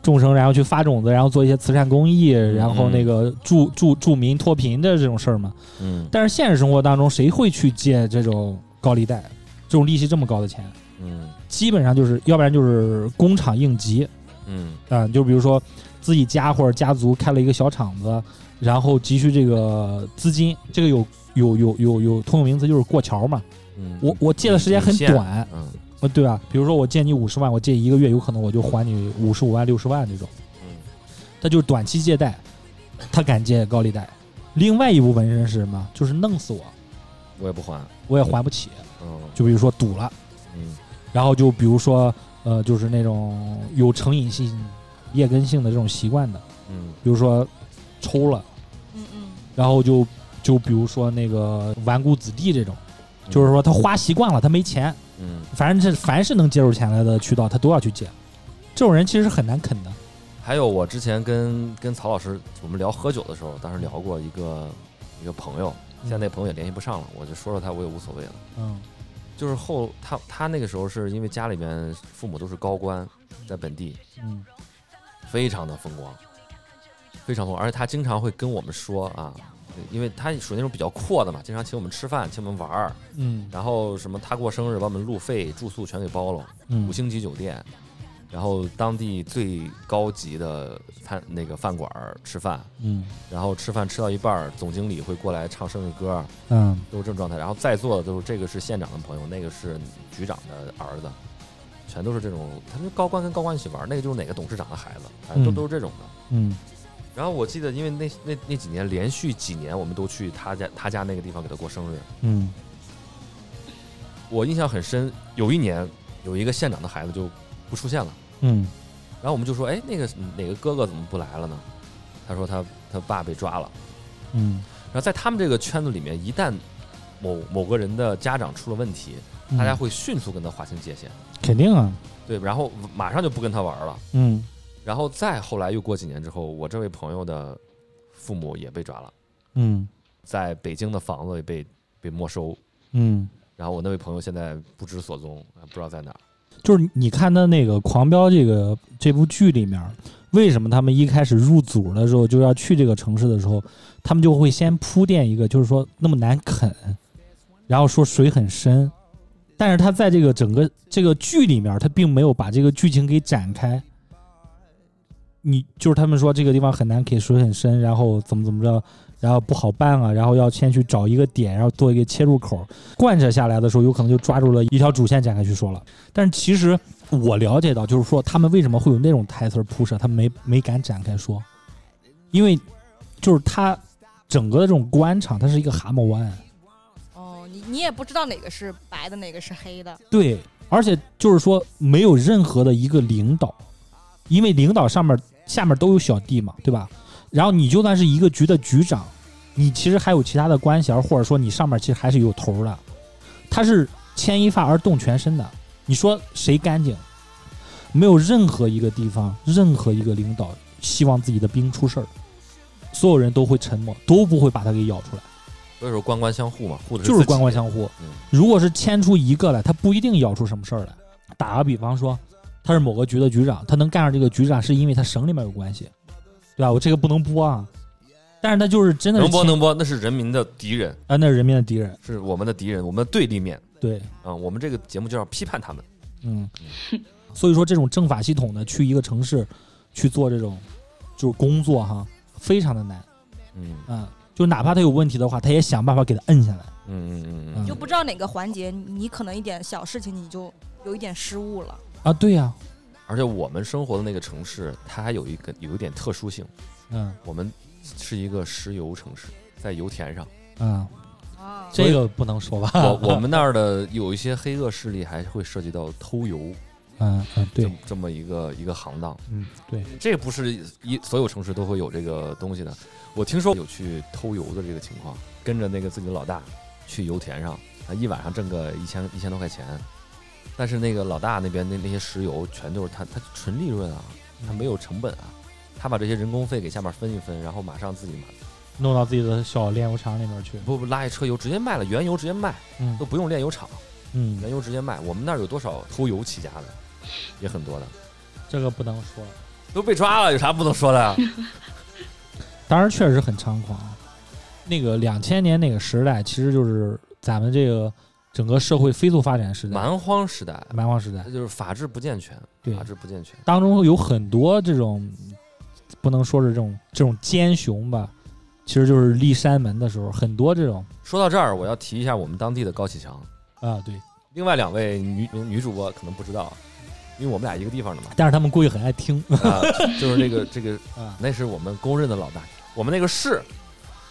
S7: 众生，然后去发种子，然后做一些慈善公益，然后那个助助助民脱贫的这种事儿嘛。
S1: 嗯
S7: 但是现实生活当中，谁会去借这种高利贷、这种利息这么高的钱？
S1: 嗯
S7: 基本上就是，要不然就是工厂应急，
S1: 嗯
S7: 啊、就比如说自己家或者家族开了一个小厂子，然后急需这个资金，这个有有有有有通用名词就是过桥嘛。
S1: 嗯，
S7: 我我借的时间很
S1: 底线
S7: 短，
S1: 嗯
S7: 呃，对吧？比如说我借你五十万，我借一个月，有可能我就还你五十五万、六十万这种。
S1: 嗯，
S7: 他就是短期借贷，他敢借高利贷。另外一部分人是什么？就是弄死我，
S1: 我也不还，
S7: 我也还不起。
S1: 嗯
S7: 就比如说赌了，
S1: 嗯
S7: 然后就比如说呃，就是那种有成瘾性、劣根性的这种习惯的，
S1: 嗯
S7: 比如说抽了，
S2: 嗯嗯，
S7: 然后就就比如说那个纨绔子弟这种，就是说他花习惯了，他没钱，
S1: 嗯
S7: 反正这凡是能接受钱来的渠道，他都要去借。这种人其实很难啃的。
S1: 还有我之前跟跟曹老师我们聊喝酒的时候，当时聊过一个一个朋友，现在那朋友也联系不上了，我就说说他我也无所谓了。
S7: 嗯
S1: 就是后他他那个时候是因为家里面父母都是高官，在本地
S7: 嗯
S1: 非常的风光，非常风光，而且他经常会跟我们说啊，因为他属于那种比较阔的嘛，经常请我们吃饭，请我们玩儿，
S7: 嗯
S1: 然后什么他过生日把我们路费、住宿全给包了，
S7: 嗯
S1: 五星级酒店，然后当地最高级的餐那个饭馆儿吃饭，
S7: 嗯
S1: 然后吃饭吃到一半儿，总经理会过来唱生日歌，
S7: 嗯
S1: 都是这种状态。然后在座的都是这个是县长的朋友，那个是局长的儿子，全都是这种，他们就高官跟高官一起玩儿，那个就是哪个董事长的孩子，反正都
S7: 嗯
S1: 都是这种的。
S7: 嗯
S1: 然后我记得，因为那那那几年连续几年，我们都去他家他家那个地方给他过生日。
S7: 嗯
S1: 我印象很深，有一年有一个县长的孩子就不出现了，
S7: 嗯
S1: 然后我们就说，哎，那个哪个哥哥怎么不来了呢？他说他他爸被抓了。
S7: 嗯，
S1: 然后在他们这个圈子里面，一旦某某个人的家长出了问题，
S7: 嗯
S1: 大家会迅速跟他划清界限，
S7: 肯定啊。
S1: 对，然后马上就不跟他玩了。
S7: 嗯
S1: 然后再后来又过几年之后，我这位朋友的父母也被抓了，
S7: 嗯
S1: 在北京的房子也被被没收。
S7: 嗯，
S1: 然后我那位朋友现在不知所踪，呃不知道在哪儿。
S7: 就是你看他那个《狂飙》这个这部剧里面，为什么他们一开始入组的时候就要去这个城市的时候，他们就会先铺垫一个，就是说那么难啃，然后说水很深，但是他在这个整个这个剧里面，他并没有把这个剧情给展开。你就是他们说这个地方很难啃，水很深，然后怎么怎么着，然后不好办啊，然后要先去找一个点，然后做一个切入口，贯彻下来的时候，有可能就抓住了一条主线展开去说了。但是其实我了解到，就是说他们为什么会有那种台词铺设，他们没没敢展开说，因为就是他整个的这种官场，它是一个蛤蟆湾，啊
S2: 哦，你你也不知道哪个是白的，哪个是黑的，
S7: 对，而且就是说没有任何的一个领导，因为领导上面下面都有小弟嘛，对吧？然后你就算是一个局的局长，你其实还有其他的官衔，或者说你上面其实还是有头儿的，他是牵一发而动全身的。你说谁干净？没有任何一个地方，任何一个领导希望自己的兵出事儿，所有人都会沉默，都不会把他给咬出来。
S1: 所以说官官相护嘛，护的
S7: 就是是
S1: 自己
S7: 官官。相护
S1: 嗯。
S7: 如果是牵出一个来，他不一定咬出什么事儿来。打个比方说，他是某个局的局长，他能干上这个局长，是因为他省里面有关系，对吧？我这个不能播啊，但是他就是真的是
S1: 能播
S7: 牵
S1: 能播，那是人民的敌人，
S7: 啊，那是人民的敌人，
S1: 是我们的敌人，我们的对立面
S7: 对，
S1: 啊、我们这个节目就要批判他们。
S7: 嗯。所以说，这种政法系统呢，去一个城市去做这种就是工作哈，非常的难
S1: 嗯
S7: 啊、就哪怕他有问题的话，他也想办法给他摁下来。
S1: 嗯嗯嗯
S7: 嗯
S1: 嗯，
S2: 就不知道哪个环节，你你可能一点小事情你就有一点失误了。
S7: 啊，对呀、
S1: 而且我们生活的那个城市，它还有一个有一点特殊性，
S7: 嗯
S1: 我们是一个石油城市，在油田上。
S7: 嗯，
S2: 啊，
S7: 这个不能说吧？
S1: 我我们那儿的有一些黑恶势力还会涉及到偷油
S7: 嗯嗯，
S1: 这
S7: 对
S1: 么，这么一个一个行当，
S7: 嗯对，
S1: 这不是一所有城市都会有这个东西的。我听说有去偷油的这个情况，跟着那个自己的老大去油田上，啊，一晚上挣个一千一千多块钱，但是那个老大那边那那些石油全都是他他纯利润啊，他没有成本啊，他把这些人工费给下面分一分，然后马上自己买，
S7: 弄到自己的小炼油厂里面去。
S1: 不不拉一车油直接卖了，原油直接卖
S7: 嗯
S1: 都不用炼油厂。
S7: 嗯，
S1: 原油直接卖。我们那儿有多少偷油起家的，也很多的，
S7: 这个不能说。
S1: 都被抓了，有啥不能说的啊呀？
S7: 当时确实很猖狂。啊那个两千年那个时代，其实就是咱们这个整个社会飞速发展时 代，
S1: 蛮荒时代，
S7: 蛮荒时代
S1: 它。就是法治不健全，
S7: 对
S1: 法治不健全。
S7: 当中有很多这种，不能说是这种这种奸雄吧，其实就是立山门的时候，很多这种
S1: 说到这儿，我要提一下我们当地的高启强，
S7: 啊，对。
S1: 另外两位女女主播可能不知道，因为我们俩一个地方的嘛
S7: ，但是他们估计很爱听
S1: 啊，就是这个这个
S7: 啊，
S1: 那是我们公认的老大，我们那个市，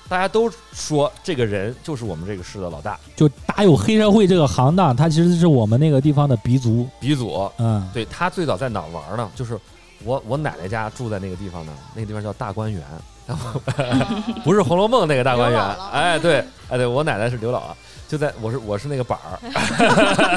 S1: 大家都说这个人就是我们这个市的老大，
S7: 就打有黑社会这个行当，它其实是我们那个地方的鼻祖。
S1: 鼻祖。
S7: 嗯，
S1: 对他最早在哪儿玩呢？就是我我奶奶家住在那个地方呢，那个地方叫大观园， 不是《红楼梦》那个大观
S2: 刘姥姥
S1: 园。哎，对，哎对，我奶奶是刘姥姥，就在我是我是那个板儿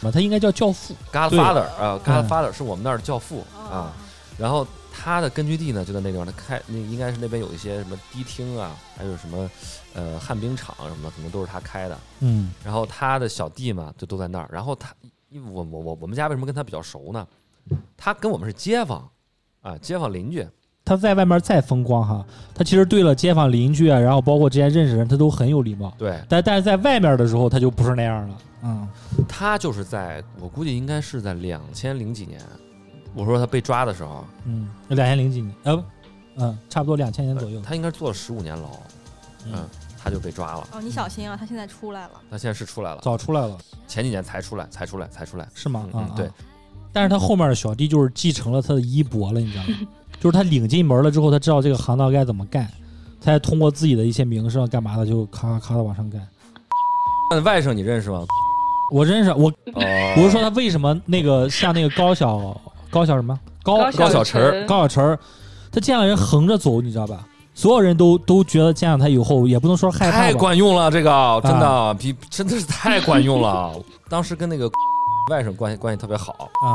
S7: 它嗯应该叫教父。
S1: ，Godfather 啊，Godfather 是我们那儿的教父啊
S2: 哦。
S1: 然后他的根据地呢就在那地方，他开那应该是那边有一些什么迪厅啊，还有什么呃旱冰场啊什么的，可能都是他开的。
S7: 嗯
S1: 然后他的小弟嘛就都在那儿。然后他，因为我我我我们家为什么跟他比较熟呢？他跟我们是街坊啊，街坊邻居。，
S7: 他在外面再风光哈，他其实对了街坊邻居啊，然后包括之前认识的人，他都很有礼貌。
S1: 对
S7: 但但是在外面的时候，他就不是那样了。嗯，
S1: 他就是在我估计应该是在两千零几年，我说他被抓的时候，
S7: 嗯，两千零几年，呃，嗯，差不多两千年左右。
S1: 他应该坐了十五年牢，呃嗯，他就被抓了。
S2: 哦，你小心啊，他现在出来了。
S1: 他现在是出来了，
S7: 早出来了
S1: 前几年才出来，才出来，才出来。
S7: 是吗
S1: 嗯？
S7: 啊、
S1: 嗯，对
S7: 啊，但是他后面的小弟就是继承了他的衣钵了，你知 道吗？就是他领进门了之后，他知道这个行当该怎么干，他也通过自己的一些名声干嘛的，就咔咔咔的往上干。
S1: 那外甥你认识吗？
S7: 我认识我，
S1: 哦，
S7: 我是说他为什么那个像那个高晓高晓什么高
S1: 小
S8: 小
S1: 晨儿
S7: 高晓晨儿，他见了人横着走，你知道吧？所有人都都觉得见了他以后，也不能说害怕
S1: 太
S7: 吧，
S1: 管用了，这个真
S7: 啊
S1: 的比真的是太管用 了。当时跟那个 外甥关系关系特别好，
S7: 啊、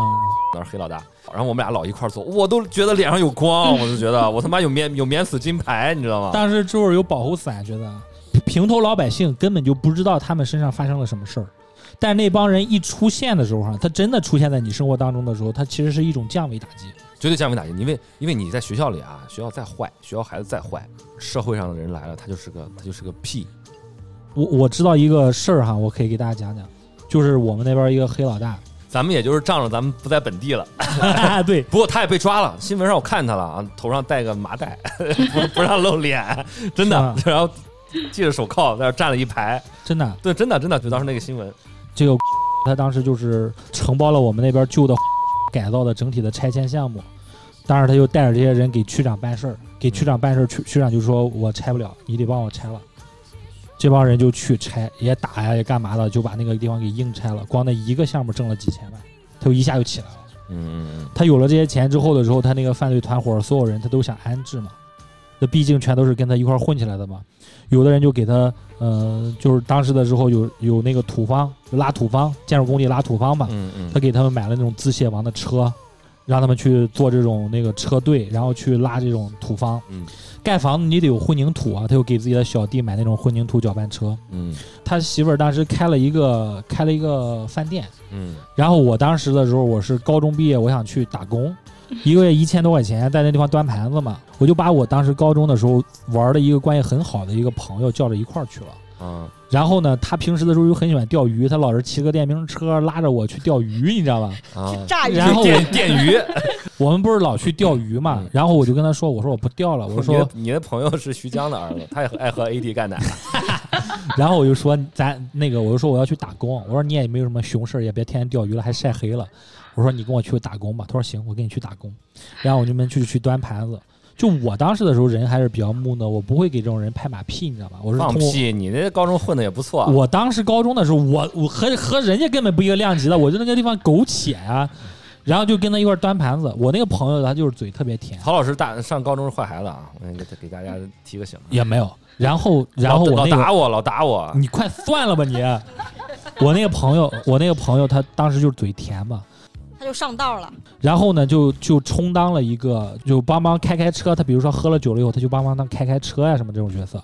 S1: 那是黑老大，然后我们俩老一块儿做，我都觉得脸上有光，我就觉得我他妈有免有免死金牌，你知道吗？
S7: 但是就是有保护伞，觉得啊平头老百姓根本就不知道他们身上发生了什么事儿。但是那帮人一出现的时候哈，他真的出现在你生活当中的时候，他其实是一种降维打击。
S1: 绝对降维打击，因为因为你在学校里啊，学校再坏，学校孩子再坏，社会上的人来了，他就是个他就是个屁，
S7: 我我知道一个事儿哈，我可以给大家讲讲，就是我们那边一个黑老大，
S1: 咱们也就是仗着咱们不在本地了，
S7: 对，
S1: 不过他也被抓了，新闻上我看他了啊，头上戴个麻袋， 不不让露脸，真的，然后系着手铐在那儿站了一排，
S7: 真的，
S1: 对，真的真的，就当时那个新闻，
S7: 这个他当时就是承包了我们那边旧的改造的整体的拆迁项目，当时他就带着这些人给区长办事儿，给区长办事儿，区区长就说我拆不了，你得帮我拆了。这帮人就去拆，也打呀，也干嘛的，就把那个地方给硬拆了。光那一个项目挣了几千万，他就一下就起来了。
S1: 嗯嗯
S7: 他有了这些钱之后的时候，他那个犯罪团伙所有人他都想安置嘛，那毕竟全都是跟他一块儿混起来的嘛。有的人就给他，呃，就是当时的时候有有那个土方拉土方，建筑工地拉土方嘛，
S1: 嗯嗯
S7: 他给他们买了那种自卸王的车，让他们去做这种那个车队，然后去拉这种土方。
S1: 嗯，
S7: 盖房子你得有混凝土啊，他又给自己的小弟买那种混凝土搅拌车。
S1: 嗯
S7: 他媳妇儿当时开了一个开了一个饭店，
S1: 嗯
S7: 然后我当时的时候，我是高中毕业，我想去打工， 一个月一千多块钱，在那地方端盘子嘛。我就把我当时高中的时候玩的一个关系很好的一个朋友叫着一块儿去了。
S1: 啊
S7: 然后呢，他平时的时候又很喜欢钓鱼，他老是骑个电瓶车拉着我去钓鱼，你知道吧？
S1: 啊，
S2: 炸鱼，
S7: 然后
S1: 电电鱼，
S7: 我们不是老去钓鱼嘛
S1: 嗯，
S7: 然后我就跟他说，我说我不钓了，我
S1: 你的
S7: 说，
S1: 你的朋友是徐江的儿子，他也爱喝 AD 钙奶，
S7: 然后我就说咱那个，我就说我要去打工，我说你也没有什么熊事儿，也别天天钓鱼了，还晒黑了。我说你跟我去打工吧，他说行，我跟你去打工。然后我就们去去端盘子。就我当时的时候，人还是比较木讷，我不会给这种人拍马屁，你知道吧？我是
S1: 放
S7: 通过
S1: 屁！你那高中混的也不错，啊
S7: 我当时高中的时候，我我和和人家根本不一个量级的，我就那个地方苟且啊，然后就跟他一块儿端盘子。我那个朋友他就是嘴特别甜，
S1: 曹老师大上高中是坏孩子啊，我给给大家提个醒。
S7: 也没有。然后然后
S1: 老
S7: 我那
S1: 老
S7: 个嗯
S1: 打我，老打我，
S7: 你快算了吧你！ 我那个朋友，我那个朋友，他当时就是嘴甜嘛，
S2: 他就上道了。
S7: 然后呢，就就充当了一个，就帮忙开开车。他比如说喝了酒了以后，他就帮忙当开开车呀、什么这种角色。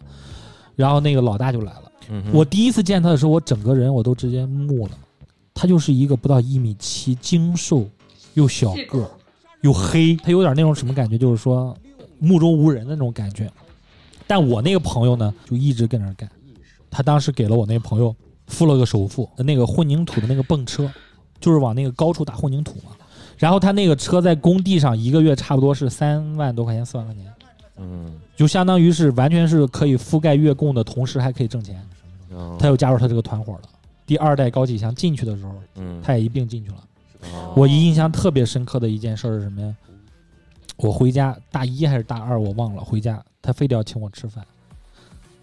S7: 然后那个老大就来了，
S1: 嗯哼
S7: 我第一次见他的时候，我整个人我都直接木了。他就是一个不到一米七，精瘦又小
S8: 谢
S7: 个儿
S8: 狗，
S7: 又黑，他有点那种什么感觉，就是说目中无人的那种感觉。但我那个朋友呢，就一直跟那儿干。他当时给了我那个朋友付了个首付，那个混凝土的那个泵车，就是往那个高处打混凝土嘛。然后他那个车在工地上一个月差不多是三万多块钱，四万块钱，
S1: 嗯，
S7: 就相当于是完全是可以覆盖月供的同时还可以挣钱。
S1: 哦
S7: 他又加入他这个团伙了。第二代高启强进去的时候，
S1: 嗯，
S7: 他也一并进去了。
S1: 哦
S7: 我印象特别深刻的一件事儿是什么呀？我回家大一还是大二我忘了，回家他非得要请我吃饭。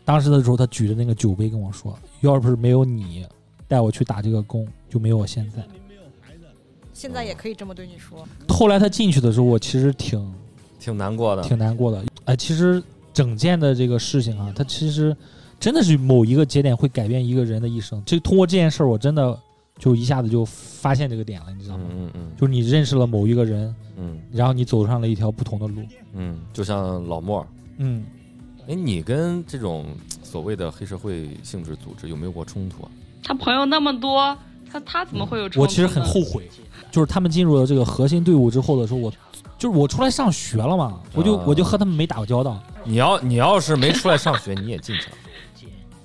S7: 当时的时候，他举着那个酒杯跟我说：“要不是没有你带我去打这个工，就没有我现在。
S2: 现在也可以这么对你说，”
S7: 后来他进去的时候，我其实挺
S1: 挺难过的，
S7: 挺难过的。哎，其实整件的这个事情啊，它其实真的是某一个节点会改变一个人的一生。这通过这件事儿，我真的就一下子就发现这个点了，你知道吗？
S1: 嗯嗯嗯
S7: 就是你认识了某一个人，
S1: 嗯
S7: 然后你走上了一条不同的路。
S1: 嗯，就像老莫儿，
S7: 嗯，
S1: 哎，你跟这种所谓的黑社会性质组织有没有过冲突啊？
S8: 他朋友那么多，他他怎么会有冲突呢？
S7: 我其实很后悔，就是他们进入了这个核心队伍之后的时候，我就是我出来上学了嘛，我就
S1: 啊
S7: 我就和他们没打过交道。
S1: 你要你要是没出来上学，你也进去了。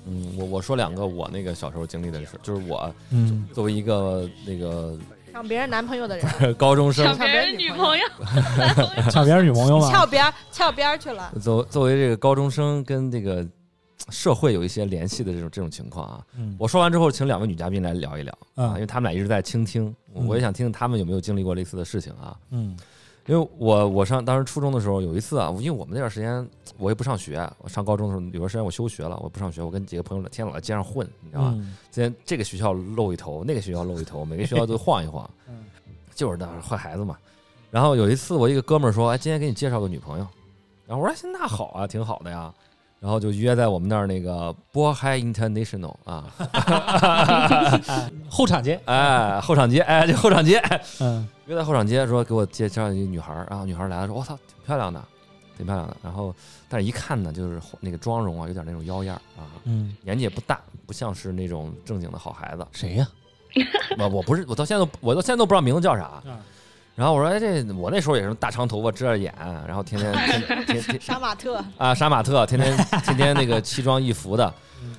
S1: 嗯，我我说两个我那个小时候经历的事，就是我
S7: 嗯，
S1: 作为一个那个
S2: 抢别人男朋友的人，
S1: 高中生
S8: 抢，别人女朋友，
S7: 抢别人女朋友嘛
S2: 翘，边儿翘边儿去了。
S1: 作作为这个高中生跟这个社会有一些联系的这种这种情况啊。
S7: 嗯
S1: 我说完之后，请两位女嘉宾来聊一聊啊，因为
S7: 嗯
S1: 他们俩一直在倾听，
S7: 嗯
S1: 我也想听听他们有没有经历过类似的事情啊。
S7: 嗯
S1: 因为我我上当时初中的时候有一次啊，因为我们那段时间我也不上学，我上高中的时候有段时间我休学了，我不上学，我跟几个朋友天天老在街上混，你知道吧？
S7: 嗯
S1: 今天这个学校露一头，那个学校露一头，每个学校都晃一晃，
S7: 嗯
S1: 就是那坏孩子嘛。然后有一次，我一个哥们儿说：“哎，今天给你介绍个女朋友。”然后我说：“那好啊，挺好的呀。”然后就约在我们那儿那个波嗨 International 啊，
S7: 后场街，
S1: 哎，后场街，哎，就后场街，
S7: 嗯
S1: 约在后场街说给我介绍一个女孩儿啊，女孩儿来了说：“我操，挺漂亮的，挺漂亮的。”然后但是一看呢，就是那个妆容啊，有点那种妖艳儿啊，
S7: 嗯，
S1: 年纪也不大，不像是那种正经的好孩子。
S7: 谁呀？
S1: 我我不是，我到现在都我到现在都不知道名字叫啥
S7: 嗯。
S1: 然后我说，哎，这我那时候也是大长头发遮着眼，然后天天天天天
S2: 杀马特，
S1: 啊杀马特，天天天天那个奇装异服的。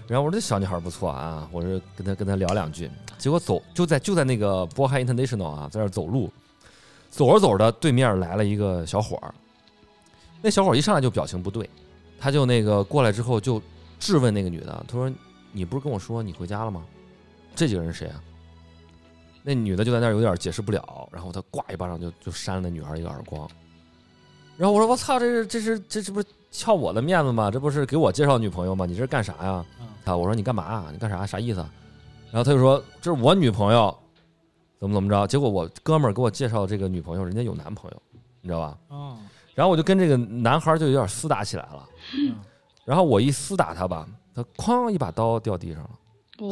S1: 然后我说这小女孩不错啊，我说跟她跟她聊两句。结果走就在就在那个波海 International 啊，在那儿走路，走着走着，对面来了一个小伙儿。那小伙儿一上来就表情不对，他就那个过来之后就质问那个女的，他说：“你不是跟我说你回家了吗？这几个人谁啊？”那女的就在那儿有点解释不了，然后他呱一巴掌就就扇了那女孩一个耳光。然后我说：“我操，这是这是这是不是撬我的面子吗？这不是给我介绍女朋友吗？你这是干啥呀？”啊，我说：“你干嘛、你干啥？啥意思、啊？”然后他就说：“这是我女朋友，怎么怎么着？”结果我哥们儿给我介绍这个女朋友，人家有男朋友，你知道吧？
S7: 哦，
S1: 然后我就跟这个男孩儿就有点厮打起来了。然后我一厮打他吧，他哐一把刀掉地上了，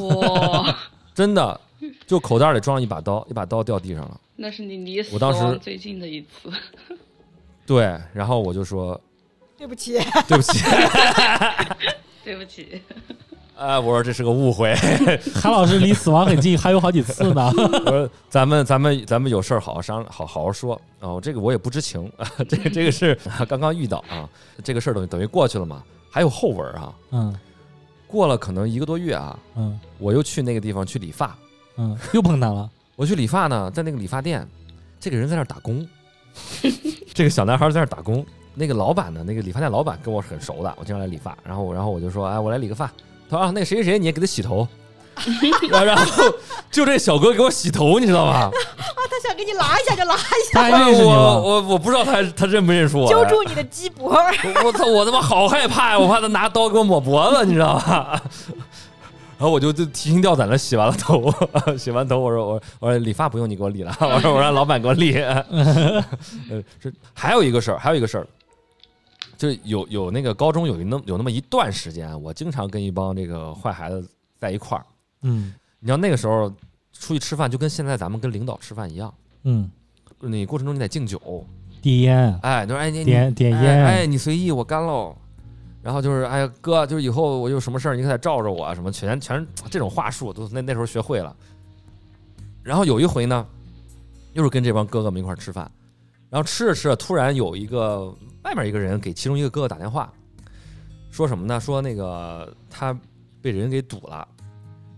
S8: 哇，
S1: 真的，就口袋里装了一把刀，一把刀掉地上了。
S8: 那是你离死
S1: 我当时
S8: 亡最近的一次。
S1: 对，然后我就说
S2: 对不起，
S1: 对不起，
S8: 对不起，
S1: 呃，我说这是个误会，
S7: 韩老师离死亡很近，还有好几次呢。
S1: 我说咱们咱们咱们有事儿好好商，好好好说。哦，这个我也不知情， 啊、这个这个是啊刚刚遇到啊，这个事儿等于等于过去了嘛，还有后文啊。
S7: 嗯
S1: 过了可能一个多月啊，
S7: 嗯
S1: 我又去那个地方去理发，
S7: 嗯，又碰他了。
S1: 我去理发呢，在那个理发店，这个人在那儿打工，这个小男孩在那儿打工。那个老板呢，那个理发店老板跟我很熟的，我经常来理发，然后然后我就说，哎，我来理个发。他说啊，那个谁谁谁，你也给他洗头。 然后就这小哥给我洗头，你知道吗？
S2: 他想给你拉一下就拉一下，
S7: 他还认识你
S1: 我
S7: 吗？
S1: 我我不知道他他认不认识我。
S2: 揪住你的鸡 脖儿。
S1: 我我操！我他妈好害怕呀！我怕他拿刀给我抹脖子，你知道吧？ 然后我就就提心吊胆的洗完了头， 洗完头我说我我说理发不用你给我理了，我说我让老板给我理。 呃，这还有一个事儿，还有一个事儿，就是有有那个高中有一那么有那么一段时间，啊我经常跟一帮这个坏孩子在一块儿。
S7: 嗯
S1: 你知道那个时候出去吃饭，就跟现在咱们跟领导吃饭一样，
S7: 嗯，
S1: 你过程中你得敬酒，
S7: 递烟，啊
S1: 哎，就说哎你你
S7: 点点
S1: 哎，
S7: 烟，
S1: 哎你随意，我干喽。然后就是哎呀哥，就是以后我有什么事儿，你可得罩着我啊，什么全全这种话术都那那时候学会了。然后有一回呢，又是跟这帮哥哥们一块儿吃饭，然后吃着吃着，突然有一个外面一个人给其中一个哥哥打电话，说什么呢？说那个他被人给堵了。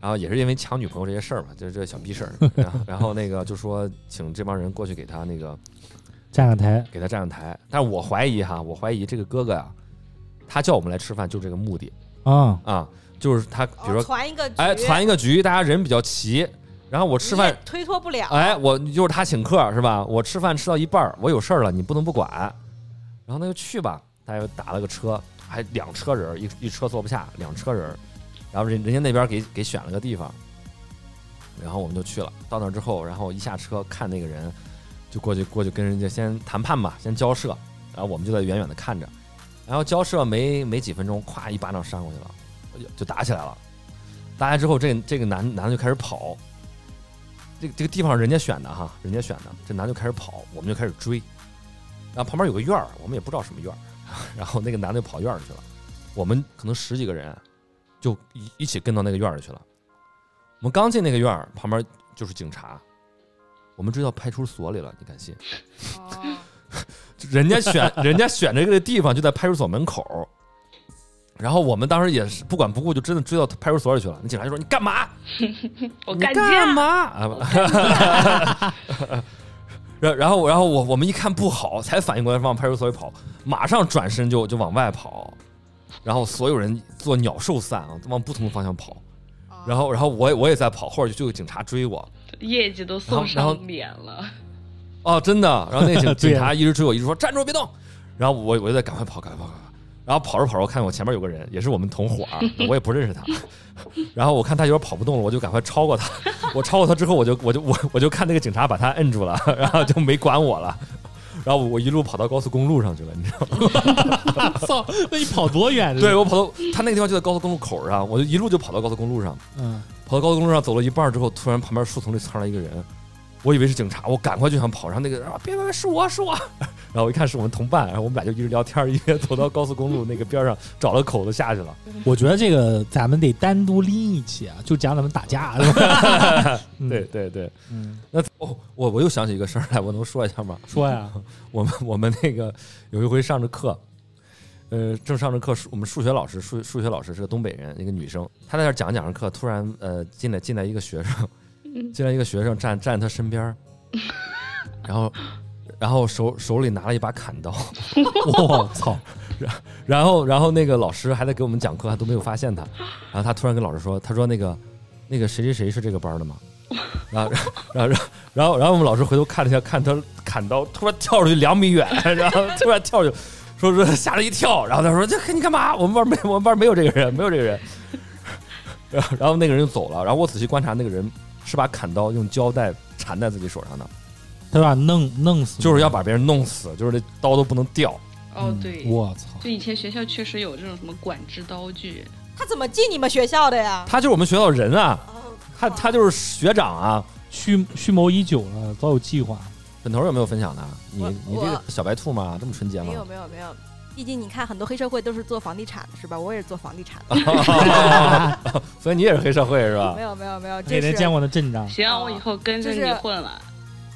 S1: 然后也是因为抢女朋友这些事儿嘛，就是这小逼事儿。 然后然后那个就说请这帮人过去给他那个
S7: 站个台，
S1: 给他站上台。但是我怀疑哈，我怀疑这个哥哥呀、他叫我们来吃饭就这个目的
S7: 啊、
S1: 啊，就是他比如
S2: 哦
S1: 说，
S2: 传一个局，
S1: 哎，传一个局，大家人比较齐，然后我吃
S2: 你也
S1: 饭，
S2: 推脱不了，
S1: 哎，我就是他请客是吧？我吃饭吃到一半儿，我有事儿了，你不能不管。然后那就去吧，大家又打了个车，还两车人儿，一一车坐不下，两车人儿。然后人人家那边给给选了个地方，然后我们就去了。到那儿之后，然后一下车看那个人，就过去过去跟人家先谈判吧，先交涉。然后我们就在远远的看着，然后交涉没没几分钟，咵一巴掌扇过去了，就就打起来了。打起来之后，这这个男男的就开始跑，这个这个地方人家选的哈，人家选的，这男的就开始跑，我们就开始追。然后旁边有个院儿，我们也不知道什么院儿， 然后那个男的就跑院儿去了，我们可能十几个人就一一起跟到那个院儿里去了。我们刚进那个院儿，旁边就是警察，我们追到派出所里了，你敢信？
S2: 哦
S1: 人家选人家选这个地方就在派出所门口，然后我们当时也是不管不顾，就真的追到派出所里去了。那警察就说：“你干嘛？
S8: 我
S1: 你
S8: 干
S1: 干
S8: 架，
S1: 嘛？” 啊， 然然后然后我我们一看不好，才反应过来往派出所里跑，马上转身就就往外跑，然后所有人做鸟兽散啊，往不同的方向跑。然后然后我也我也在跑，后来就有警察追我，
S8: 业绩都送
S1: 然后
S8: 上脸了。
S1: 哦，真的。然后那警
S7: 对
S1: 警察一直追我，一直说站住别动。然后我我就在赶快跑，赶快跑，赶快跑。然后跑着跑着，我看我前面有个人，也是我们同伙儿，啊我也不认识他。然后我看他有点跑不动了，我就赶快超过他。我超过他之后，我就我就我我就看那个警察把他摁住了，然后就没管我了。然后我一路跑到高速公路上去了，你知道吗？
S7: 操，那你跑多远？
S1: 对，我跑啊到他那个地方就在高速公路口上，我就一路就跑到高速公路上。
S7: 嗯，
S1: 跑到高速公路上走了一半之后，突然旁边树丛里窜上来一个人，我以为是警察，我赶快就想跑，然后那个人啊，别别别，是我是我， 然后我一看是我们同伴，然后我们俩就一直聊天，一边走到高速公路那个边上找了口子下去了。
S7: 我觉得这个咱们得单独拎一期啊，就讲咱们打架。是吧嗯
S1: 对，对对，
S7: 嗯，
S1: 那哦，我我又想起一个事儿来，我能说一下吗？
S7: 说呀，
S1: 我们我们那个有一回上着课，呃，正上着课，数我们数学老师数数学老师是个东北人，一个女生，她在那儿讲着讲着课，突然呃进来进来一个学生，进来一个学生站站她身边儿，然后然后手手里拿了一把砍刀，
S7: 我操，
S1: 然后然后那个老师还在给我们讲课，还都没有发现他，然后他突然跟老师说，他说那个那个谁谁谁是这个班的吗？然后然后然后然后然后我们老师回头看了一下，看他砍刀突然跳出去两米远，然后突然跳出去，说说吓了一跳，然后他说这你干嘛？我们班没我们班没有这个人，没有这个人。 然后然后那个人就走了，然后我仔细观察那个人是把砍刀用胶带缠在自己手上的，
S7: 他把弄弄死，
S1: 就是要把别人弄死，就是这刀都不能掉。
S8: 哦
S7: 嗯，
S8: 对，
S7: 我操，
S8: 就以前学校确实有这种什么管制刀具，
S2: 他怎么进你们学校的呀？
S1: 他就是我们学校人啊，
S2: 哦
S1: 他他就是学长啊。
S7: 蓄蓄谋已久了，早有计划。
S1: 粉头有没有分享的？你
S2: 我
S1: 你这个小白兔嘛，这么纯洁
S2: 没有
S1: 吗？
S2: 没有没有，毕竟你看很多黑社会都是做房地产的是吧？我也是做房地产的，
S1: 所以你也是黑社会是吧
S2: 没？有没有没有，
S7: 给
S2: 这
S7: 人见
S2: 是
S7: 过的阵仗，
S8: 行，啊
S2: 哦
S8: 我以后跟着
S2: 就
S8: 你
S2: 是
S8: 混了。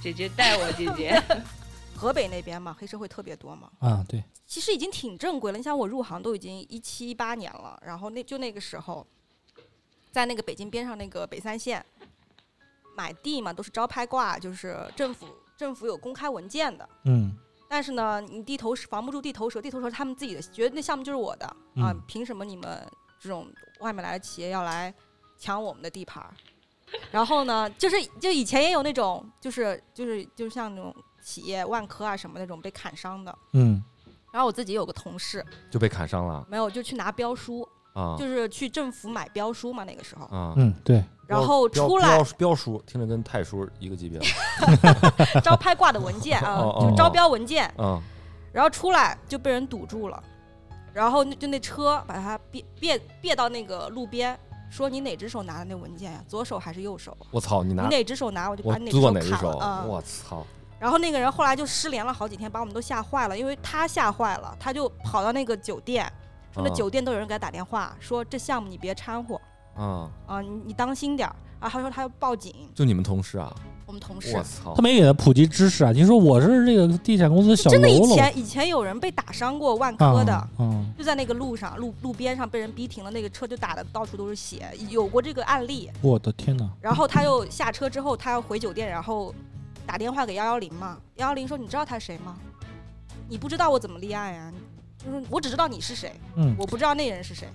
S8: 姐姐带我，姐姐。
S2: 河北那边嘛，黑社会特别多嘛。
S7: 啊，对，
S2: 其实已经挺正规了。你想，我入行都已经一七一八年了，然后那就那个时候，在那个北京边上那个北三县买地嘛，都是招拍挂，就是政府政府有公开文件的。
S7: 嗯，
S2: 但是呢，你地头蛇防不住地头蛇，地头蛇是他们自己的觉得那项目就是我的、啊
S7: 嗯，
S2: 凭什么你们这种外面来的企业要来抢我们的地盘儿？然后呢，就是就以前也有那种，就是就是就像那种企业万科啊什么那种被砍伤的。
S7: 嗯，
S2: 然后我自己有个同事，
S1: 就被砍伤了
S2: 没有，就去拿标书，
S1: 啊
S2: 就是去政府买标书嘛，那个 时候，
S1: 啊！
S7: 嗯，对，
S2: 然后
S1: 标
S2: 出来
S1: 标标叔听着跟太叔一个级别
S2: 招拍挂的文件啊
S1: 哦，哦
S2: 就招标文件，
S1: 啊
S2: 然后出来就被人堵住了，然后那就那车把他别别别到那个路边，说你哪只手拿的那文件呀？左手还是右手啊？
S1: 我操，你
S2: 你
S1: 拿
S2: 哪只手拿，我就
S1: 我
S2: 把你
S1: 剁哪
S2: 只
S1: 只
S2: 手砍
S1: 手？
S2: 了啊！
S1: 我操！
S2: 然后那个人后来就失联了好几天，把我们都吓坏了，因为他吓坏了，他就跑到那个酒店。说那
S1: 啊
S2: 酒店都有人给他打电话说这项目你别掺和
S1: 啊，
S2: 啊，你你当心点儿啊，还说他要报警，
S1: 就你们同事啊，
S2: 我们同事
S1: 我。操
S7: 他，没给他普及知识啊！你说我是这个地产公司的小喽
S2: 真的，以
S7: 啰
S2: 前以前有人被打伤过万科
S7: 啊
S2: 的，
S7: 嗯
S2: 就在那个路上，路路边上被人逼停了，那个车就打的到处都是血，有过这个案例。
S7: 我的天哪！
S2: 然后他又下车之后，他要回酒店，然后打电话给幺幺零嘛，幺幺零说你知道他谁吗？你不知道我怎么立案呀、就是我只知道你是谁，
S7: 嗯，
S2: 我不知道那人是谁。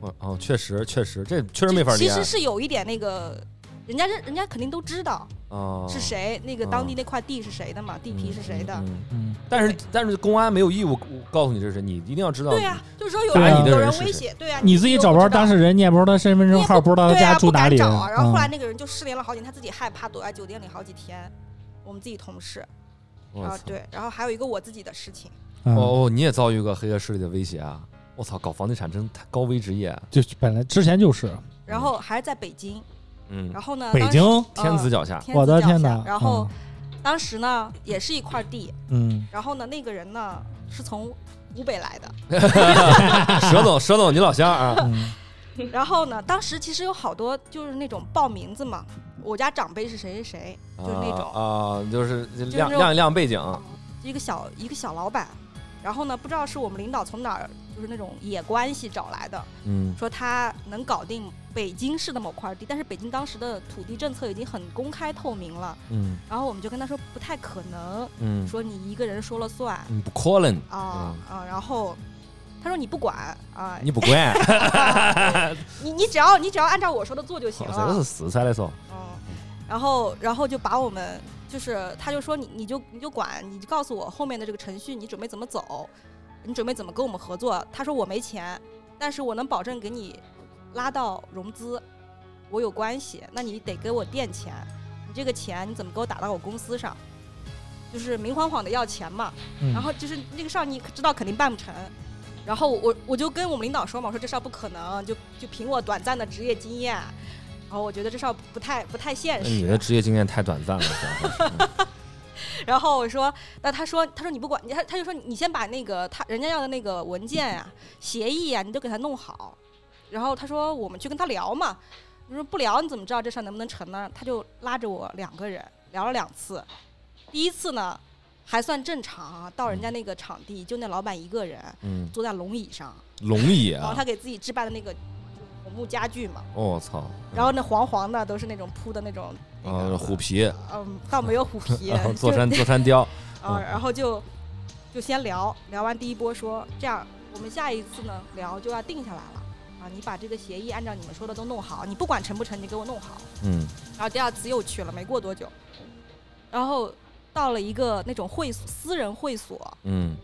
S1: 我哦，确实确实，这确实没法
S2: 其
S1: 立案
S2: 实是有一点那个，人家是人家肯定都知道
S1: 啊，
S2: 是谁，那个当地那块地是谁的嘛，地皮是谁的。
S1: 嗯嗯嗯
S7: 嗯，
S1: 但是但是公安没有义务告诉你这是谁，你一定要知道。
S2: 对呀、就是说有
S7: 对啊
S2: 人
S1: 你
S2: 有
S1: 的人
S2: 人
S1: 是
S2: 威
S1: 谁
S2: 胁，对呀、
S7: 你自己找不着当事人，你也不知道他身份
S2: 你
S7: 证
S2: 也
S7: 号，不知道他
S2: 对
S7: 家
S2: 啊，
S7: 住
S2: 不
S7: 哪
S2: 敢
S7: 里。
S2: 找啊。然后后来
S7: 嗯
S2: 那个人就失联了好几天，他自己害怕躲在酒店里好几天。我们自己同事
S1: 我
S2: 啊，
S1: 操！哦
S2: 对，然后还有一个我自己的事情，
S7: 嗯
S1: 哦哦，你也遭遇过黑恶势力的威胁啊！我操，搞房地产真太高危职业。啊
S7: 就本来之前就是
S2: 然后还是在北京，
S1: 嗯，
S2: 然后呢，
S7: 嗯北
S2: 呃当时
S7: 京，
S2: 呃
S1: 天子脚下，
S2: 天
S7: 我
S2: 子
S7: 的
S2: 脚
S7: 天
S2: 下
S7: 哪！
S2: 然后当时呢，也是一块地，
S7: 嗯，
S2: 然后呢，那个人呢是从湖北来的，
S1: 佘总，佘总，你老乡啊！
S7: 嗯
S2: 然后呢，当时其实有好多就是那种报名字嘛，我家长辈是谁谁谁，就是那种
S1: 啊，啊就是
S2: 那
S1: 亮
S2: 种
S1: 亮一亮背景，啊
S2: 一个小一个小老板，然后呢，不知道是我们领导从哪儿就是那种野关系找来的，
S1: 嗯
S2: 说他能搞定北京市的某块地，但是北京当时的土地政策已经很公开透明了，
S1: 嗯
S2: 然后我们就跟他说不太可能，
S1: 嗯，
S2: 说你一个人说了算
S1: 你嗯不 calling，
S2: 啊啊、然后他说你不管啊、
S1: 嗯你不管，
S2: 你你只要你只要按照我说的做就行
S1: 这都
S2: 了
S1: 是，死才来说。
S2: 嗯，然后然后就把我们就是他就说你你就你就管你就告诉我后面的这个程序你准备怎么走，你准备怎么跟我们合作？他说我没钱，但是我能保证给你拉到融资，我有关系，那你得给我垫钱，你这个钱你怎么给我打到我公司上？就是明晃晃的要钱嘛，
S7: 嗯
S2: 然后就是那个事儿你知道肯定办不成，然后我我就跟我们领导说嘛，我说这事儿不可能，就就凭我短暂的职业经验，然后我觉得这事儿不太不 太啊现
S1: 那
S2: 实。
S1: 哎你的职业经验太短暂了，这样说
S2: 然后我说，那他说，他说你不管，他他就说你先把那个他人家要的那个文件呀、协议呀、你都给他弄好。然后他说我们去跟他聊嘛，我说不聊你怎么知道这事儿能不能成呢？他就拉着我两个人聊了两次，第一次呢还算正常啊，到人家那个场地就那老板一个人
S1: 嗯，
S2: 坐在龙椅上，
S1: 龙椅
S2: 然后
S1: 啊嗯
S2: 他，给自己置办的那个红木家具嘛，
S1: 我操，
S2: 然后那黄黄的都是那种铺的那种，那
S1: 啊
S2: 个
S1: 虎皮，
S2: 嗯，倒没有 虎皮
S1: 啊，
S2: 就
S1: 座 山座山雕，
S2: 啊，
S1: 嗯
S2: 然后就就先聊聊完第一波说，这样我们下一次呢聊就要定下来了啊，你把这个协议按照你们说的都弄好，你不管成不成，你给我弄好。
S1: 嗯
S2: 然后第二次又去了，没过多久，然后到了一个那种会所私人会所，
S1: 嗯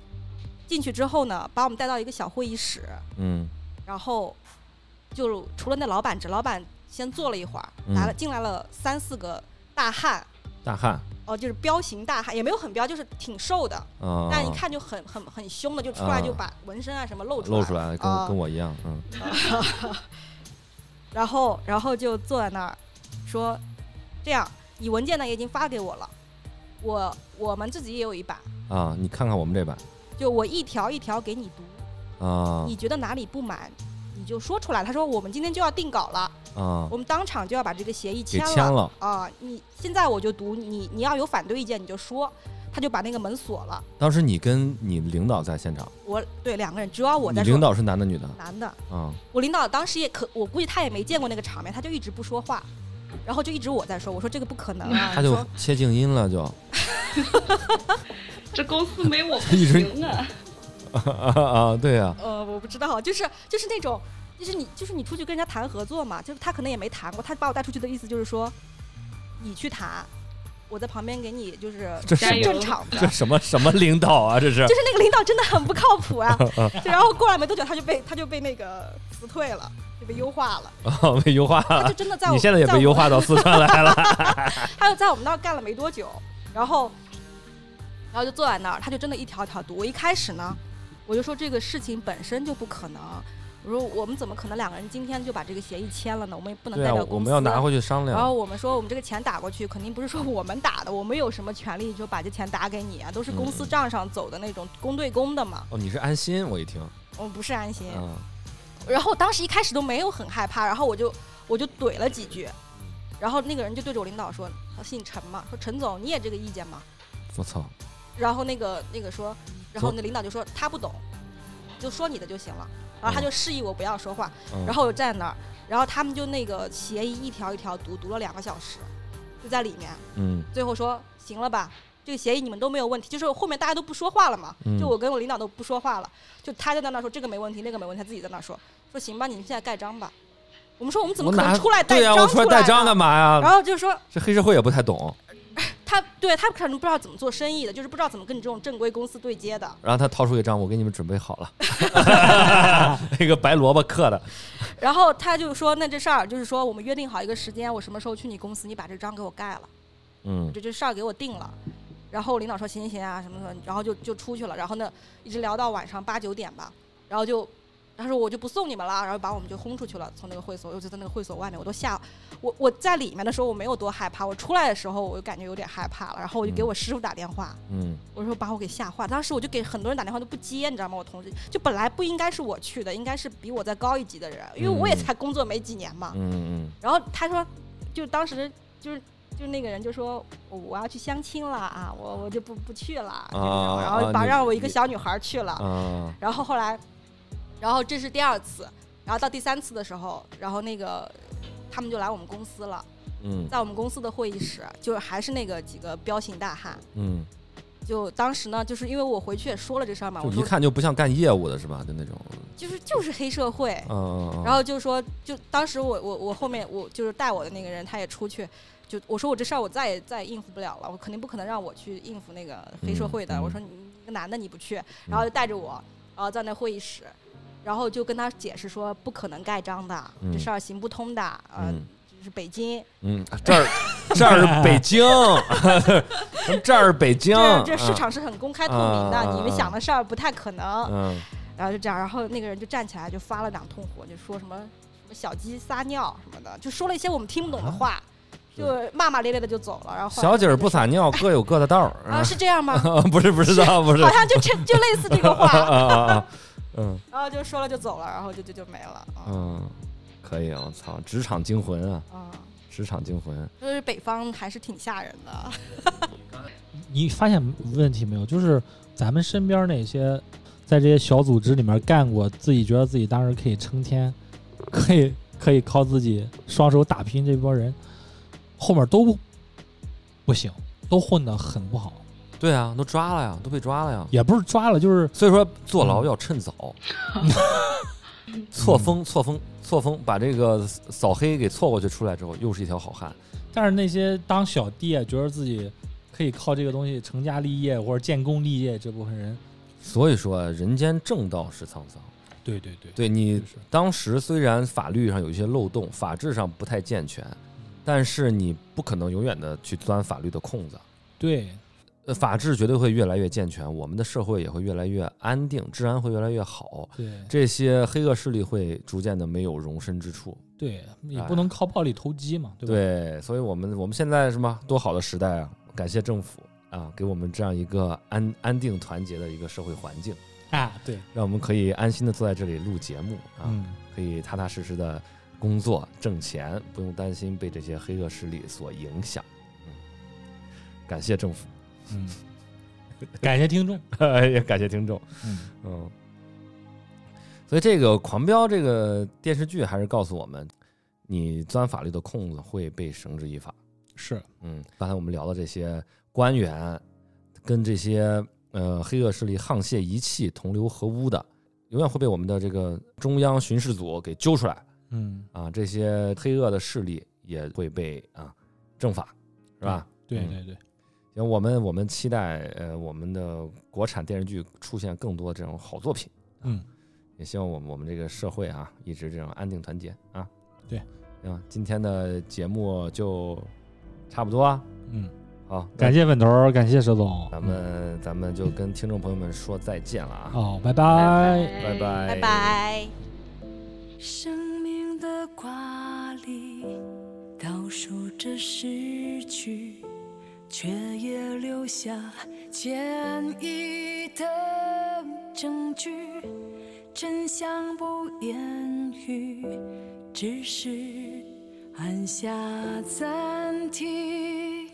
S2: 进去之后呢，把我们带到一个小会议室，
S1: 嗯
S2: 然后就除了那老板之，老板先坐了一会儿，
S1: 嗯
S2: 来了进来了三四个大汉。
S1: 大汉
S2: 哦，就是彪形大汉，也没有很彪，就是挺瘦的，
S1: 啊，
S2: 但一看就很很很凶的，就出来
S1: 啊
S2: 就把纹身啊什么露出来，
S1: 露出来，跟
S2: 啊
S1: 跟我一样，嗯
S2: 然后然后就坐在那儿说，这样，你文件呢也已经发给我了，我我们自己也有一版，
S1: 啊，你看看我们这版
S2: 就我一条一条给你读，
S1: 啊
S2: 你觉得哪里不满，你就说出来。他说我们今天就要定稿了，
S1: 啊
S2: 我，们当场就要把这个协议
S1: 给
S2: 签
S1: 签
S2: 了
S1: 了。
S2: 啊、你现在我就读，你你要有反对意见你就说，他就把那个门锁了。
S1: 当时你跟你领导在现场，
S2: 我对两个人，只有我
S1: 你
S2: 在
S1: 领
S2: 说，
S1: 导是男的女的
S2: 男的。
S1: 啊？
S2: 我领导当时也可，我估计他也没见过那个场面，他就一直不说话，然后就一直我在说，我说这个不可能
S8: 嗯
S2: 啊，
S1: 他就
S2: 说
S1: 切静音了，就
S8: 这公司没我不
S1: 一直
S8: 行啊！
S1: 啊，对啊，
S2: 呃我不知道，就是就是那种，就是你就是你出去跟人家谈合作嘛，就是他可能也没谈过，他把我带出去的意思就是说，你去谈，我在旁边给你 就是
S1: 这
S8: 加
S1: 什么
S8: 油
S2: 正常的
S1: 这。什么什么领导啊？这是
S2: 就是那个领导真的很不靠 谱啊，就然后过来没多久他就被他就被那个辞退了，就被优化了，
S1: 啊，被优化
S2: 他
S1: 了
S2: 就。真的在我
S1: 你现在也
S2: 在
S1: 被
S2: 我
S1: 优化到四川来了，
S2: 他又在我们那儿干了没多久，然后，然后就坐在那儿，他就真的一条一条读。我一开始呢，我就说这个事情本身就不可能，我说我们怎么可能两个人今天就把这个协议签了呢？我们也不能
S1: 对
S2: 代
S1: 啊
S2: 表，
S1: 我
S2: 公司。
S1: 们要拿回啊去商
S2: 然后
S1: 量。
S2: 我们说，我们这个钱打过去，肯定不是说我们打的，我们有什么权利就把这钱打给你啊？都是公司
S1: 嗯
S2: 账上走的那种公对公的嘛。
S1: 哦，你是安心，我一听，
S2: 我不是安心。
S1: 嗯，
S2: 然后当时一开始都没有很害怕，然后我就我就怼了几句，然后那个人就对着我领导说，他姓陈嘛，说陈总你也这个意见吗？
S1: 我操，
S2: 然后那个那个说，然后
S1: 走
S2: 那领导就说他不懂，就说你的就行了。然后他就示意我不要说话，
S1: 嗯
S2: 然后我就站那儿，然后他们就那个协议一条一条读，读了两个小时，就在里面。
S1: 嗯
S2: 最后说行了吧，这个协议你们都没有问题，就是后面大家都不说话了嘛，
S1: 嗯
S2: 就我跟我领导都不说话了，就他就在那说这个没问题，那个没问题，他自己在那说说行吧，你们现在盖章吧。我们说我们怎么
S1: 我
S2: 可能
S1: 拿
S2: 出来带
S1: 对呀，
S2: 章
S1: 我出来带章
S2: 呢
S1: 干？嘛
S2: 然
S1: 呀？
S2: 后就说
S1: 这黑社会也不太懂。
S2: 他对他可能不知道怎么做生意的，就是不知道怎么跟你这种正规公司对接的。
S1: 然后他掏出一张，我给你们准备好了， 那个白萝卜刻的，
S2: 然后他就说那这事儿就是说我们约定好一个时间，我什么时候去你公司，你把这章给我盖了。
S1: 嗯
S2: 就这事儿给我定了。然后领导说行行行啊什么什么，然后就就出去了。然后呢，一直聊到晚上八九点吧，然后就他说我就不送你们了，然后把我们就轰出去了，从那个会所，我就在那个会所外面，我都吓，我我在里面的时候我没有多害怕，我出来的时候我就感觉有点害怕了。然后我就给我师傅打电话，
S1: 嗯
S2: 我说把我给吓坏了。当时我就给很多人打电话都不接，你知道吗？我同事就本来不应该是我去的，应该是比我再高一级的人，因为我也
S1: 嗯
S2: 才工作没几年嘛。
S1: 嗯
S2: 然后他说，就当时就是就那个人就说我我要去相亲了啊，我我就不不去了，就这种
S1: 啊
S2: 然后
S1: 啊
S2: 把
S1: 你
S2: 让我一个
S1: 你
S2: 小女孩去了，
S1: 嗯啊，
S2: 然后后来，然后这是第二次，然后到第三次的时候，然后那个他们就来我们公司了，
S1: 嗯
S2: 在我们公司的会议室，就是还是那个几个彪形大汉，
S1: 嗯，
S2: 就当时呢，就是因为我回去也说了这事儿嘛，
S1: 就
S2: 我
S1: 一
S2: 说
S1: 看就不像干业务的是吧？就那种，
S2: 就是就是黑社会，
S1: 嗯嗯，
S2: 然后就说，就当时我我我后面我就是带我的那个人，他也出去，就我说我这事儿我再也再也应付不了了，我肯定不可能让我去应付那个黑社会的。
S1: 嗯嗯嗯
S2: 我说你一个男的你不去，然后就带着我，然后在那会议室，然后就跟他解释说不可能盖章的，
S1: 嗯
S2: 这事儿行不通的，呃，
S1: 嗯
S2: 就是北京，
S1: 嗯，这儿这儿是北京，这儿是北京
S2: 这，这市
S1: 啊，
S2: 场是很公开透明的，
S1: 啊啊啊
S2: 你们想的事儿不太可能。
S1: 嗯
S2: 然后就这样，然后那个人就站起来就发了两通火，就说什么什么小鸡撒尿什么的，就说了一些我们听不懂的话，就骂骂咧咧的就走了。然后后来
S1: 啊小姐儿不撒尿，各有各的道儿
S2: 啊，是这样吗？
S1: 啊，不是不知道， 不是
S2: 好像就这就类似这个
S1: 啊
S2: 话，
S1: 啊啊，嗯
S2: 然后就说了就走了，然后就就就没了。啊
S1: 嗯，可以，我操，职场惊魂啊，
S2: 啊，
S1: 职场惊魂，
S2: 就是北方还是挺吓人的。
S7: 你发现问题没有？就是咱们身边那些在这些小组织里面干过，自己觉得自己当时可以撑天，可以可以靠自己双手打拼这波人，后面都不行，都混得很不好。
S1: 对啊，都抓了呀，都被抓了呀，
S7: 也不是抓了，就是
S1: 所以说坐牢要趁早，错峰错峰错峰，把这个扫黑给错过去，出来之后又是一条好汉。
S7: 但是那些当小弟啊觉得自己可以靠这个东西成家立业或者建功立业这部分人，
S1: 所以说，人间正道是沧桑。
S7: 对对对，
S1: 对你
S7: 就是
S1: 当时虽然法律上有一些漏洞，法制上不太健全，但是你不可能永远的去钻法律的空子。
S7: 对，
S1: 呃，法制绝对会越来越健全，我们的社会也会越来越安定，治安会越来越好，
S7: 对
S1: 这些黑恶势力会逐渐的没有容身之处。
S7: 对，也不能靠暴力投机嘛，对吧？
S1: 对，所以我们我们现在什么多好的时代啊！感谢政府啊，给我们这样一个安安定团结的一个社会环境，
S7: 啊，对，
S1: 让我们可以安心的坐在这里录节目啊，
S7: 嗯，
S1: 可以踏踏实实的工作挣钱，不用担心被这些黑恶势力所影响。嗯，感谢政府，
S7: 嗯，感谢听众，
S1: 也感谢听众。
S7: 嗯，
S1: 嗯，所以这个《狂飙》这个电视剧还是告诉我们，你钻法律的空子会被绳之以法。
S7: 是
S1: 嗯，刚才我们聊的这些官员跟这些呃黑恶势力沆瀣一气、同流合污的，永远会被我们的这个中央巡视组给揪出来
S7: 嗯，
S1: 啊！这些黑恶的势力也会被啊正法，是吧？
S7: 对
S1: 嗯
S7: 对对，
S1: 行，我们我们期待呃我们的国产电视剧出现更多这种好作品，
S7: 嗯，
S1: 也希望我们我们这个社会啊一直这样安定团结啊。
S7: 对，
S1: 行，今天的节目就差不多啊。
S7: 嗯，
S1: 好，那
S7: 感谢稳头，感谢佘总，
S1: 咱们咱们就跟听众朋友们说再见了啊！
S7: 哦，拜拜。
S1: 拜拜
S2: 拜拜。
S9: 生命的挂历倒数着逝去，却也留下坚毅的证据。真相不言语，只是按下暂停，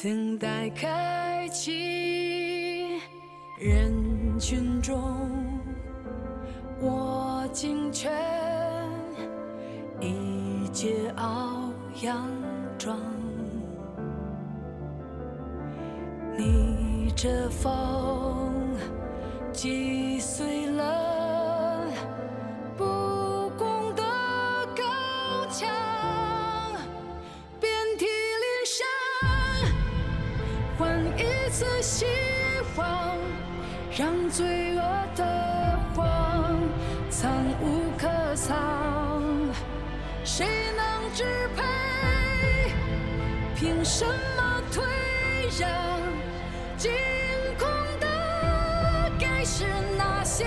S9: 等待开启。人群中，我尽全，一介傲佯装。逆着风，击碎了不公的高墙，遍体鳞伤，换一次希望，让罪恶的谎藏无可藏，谁能支配？凭什么退让？惊恐的该是那些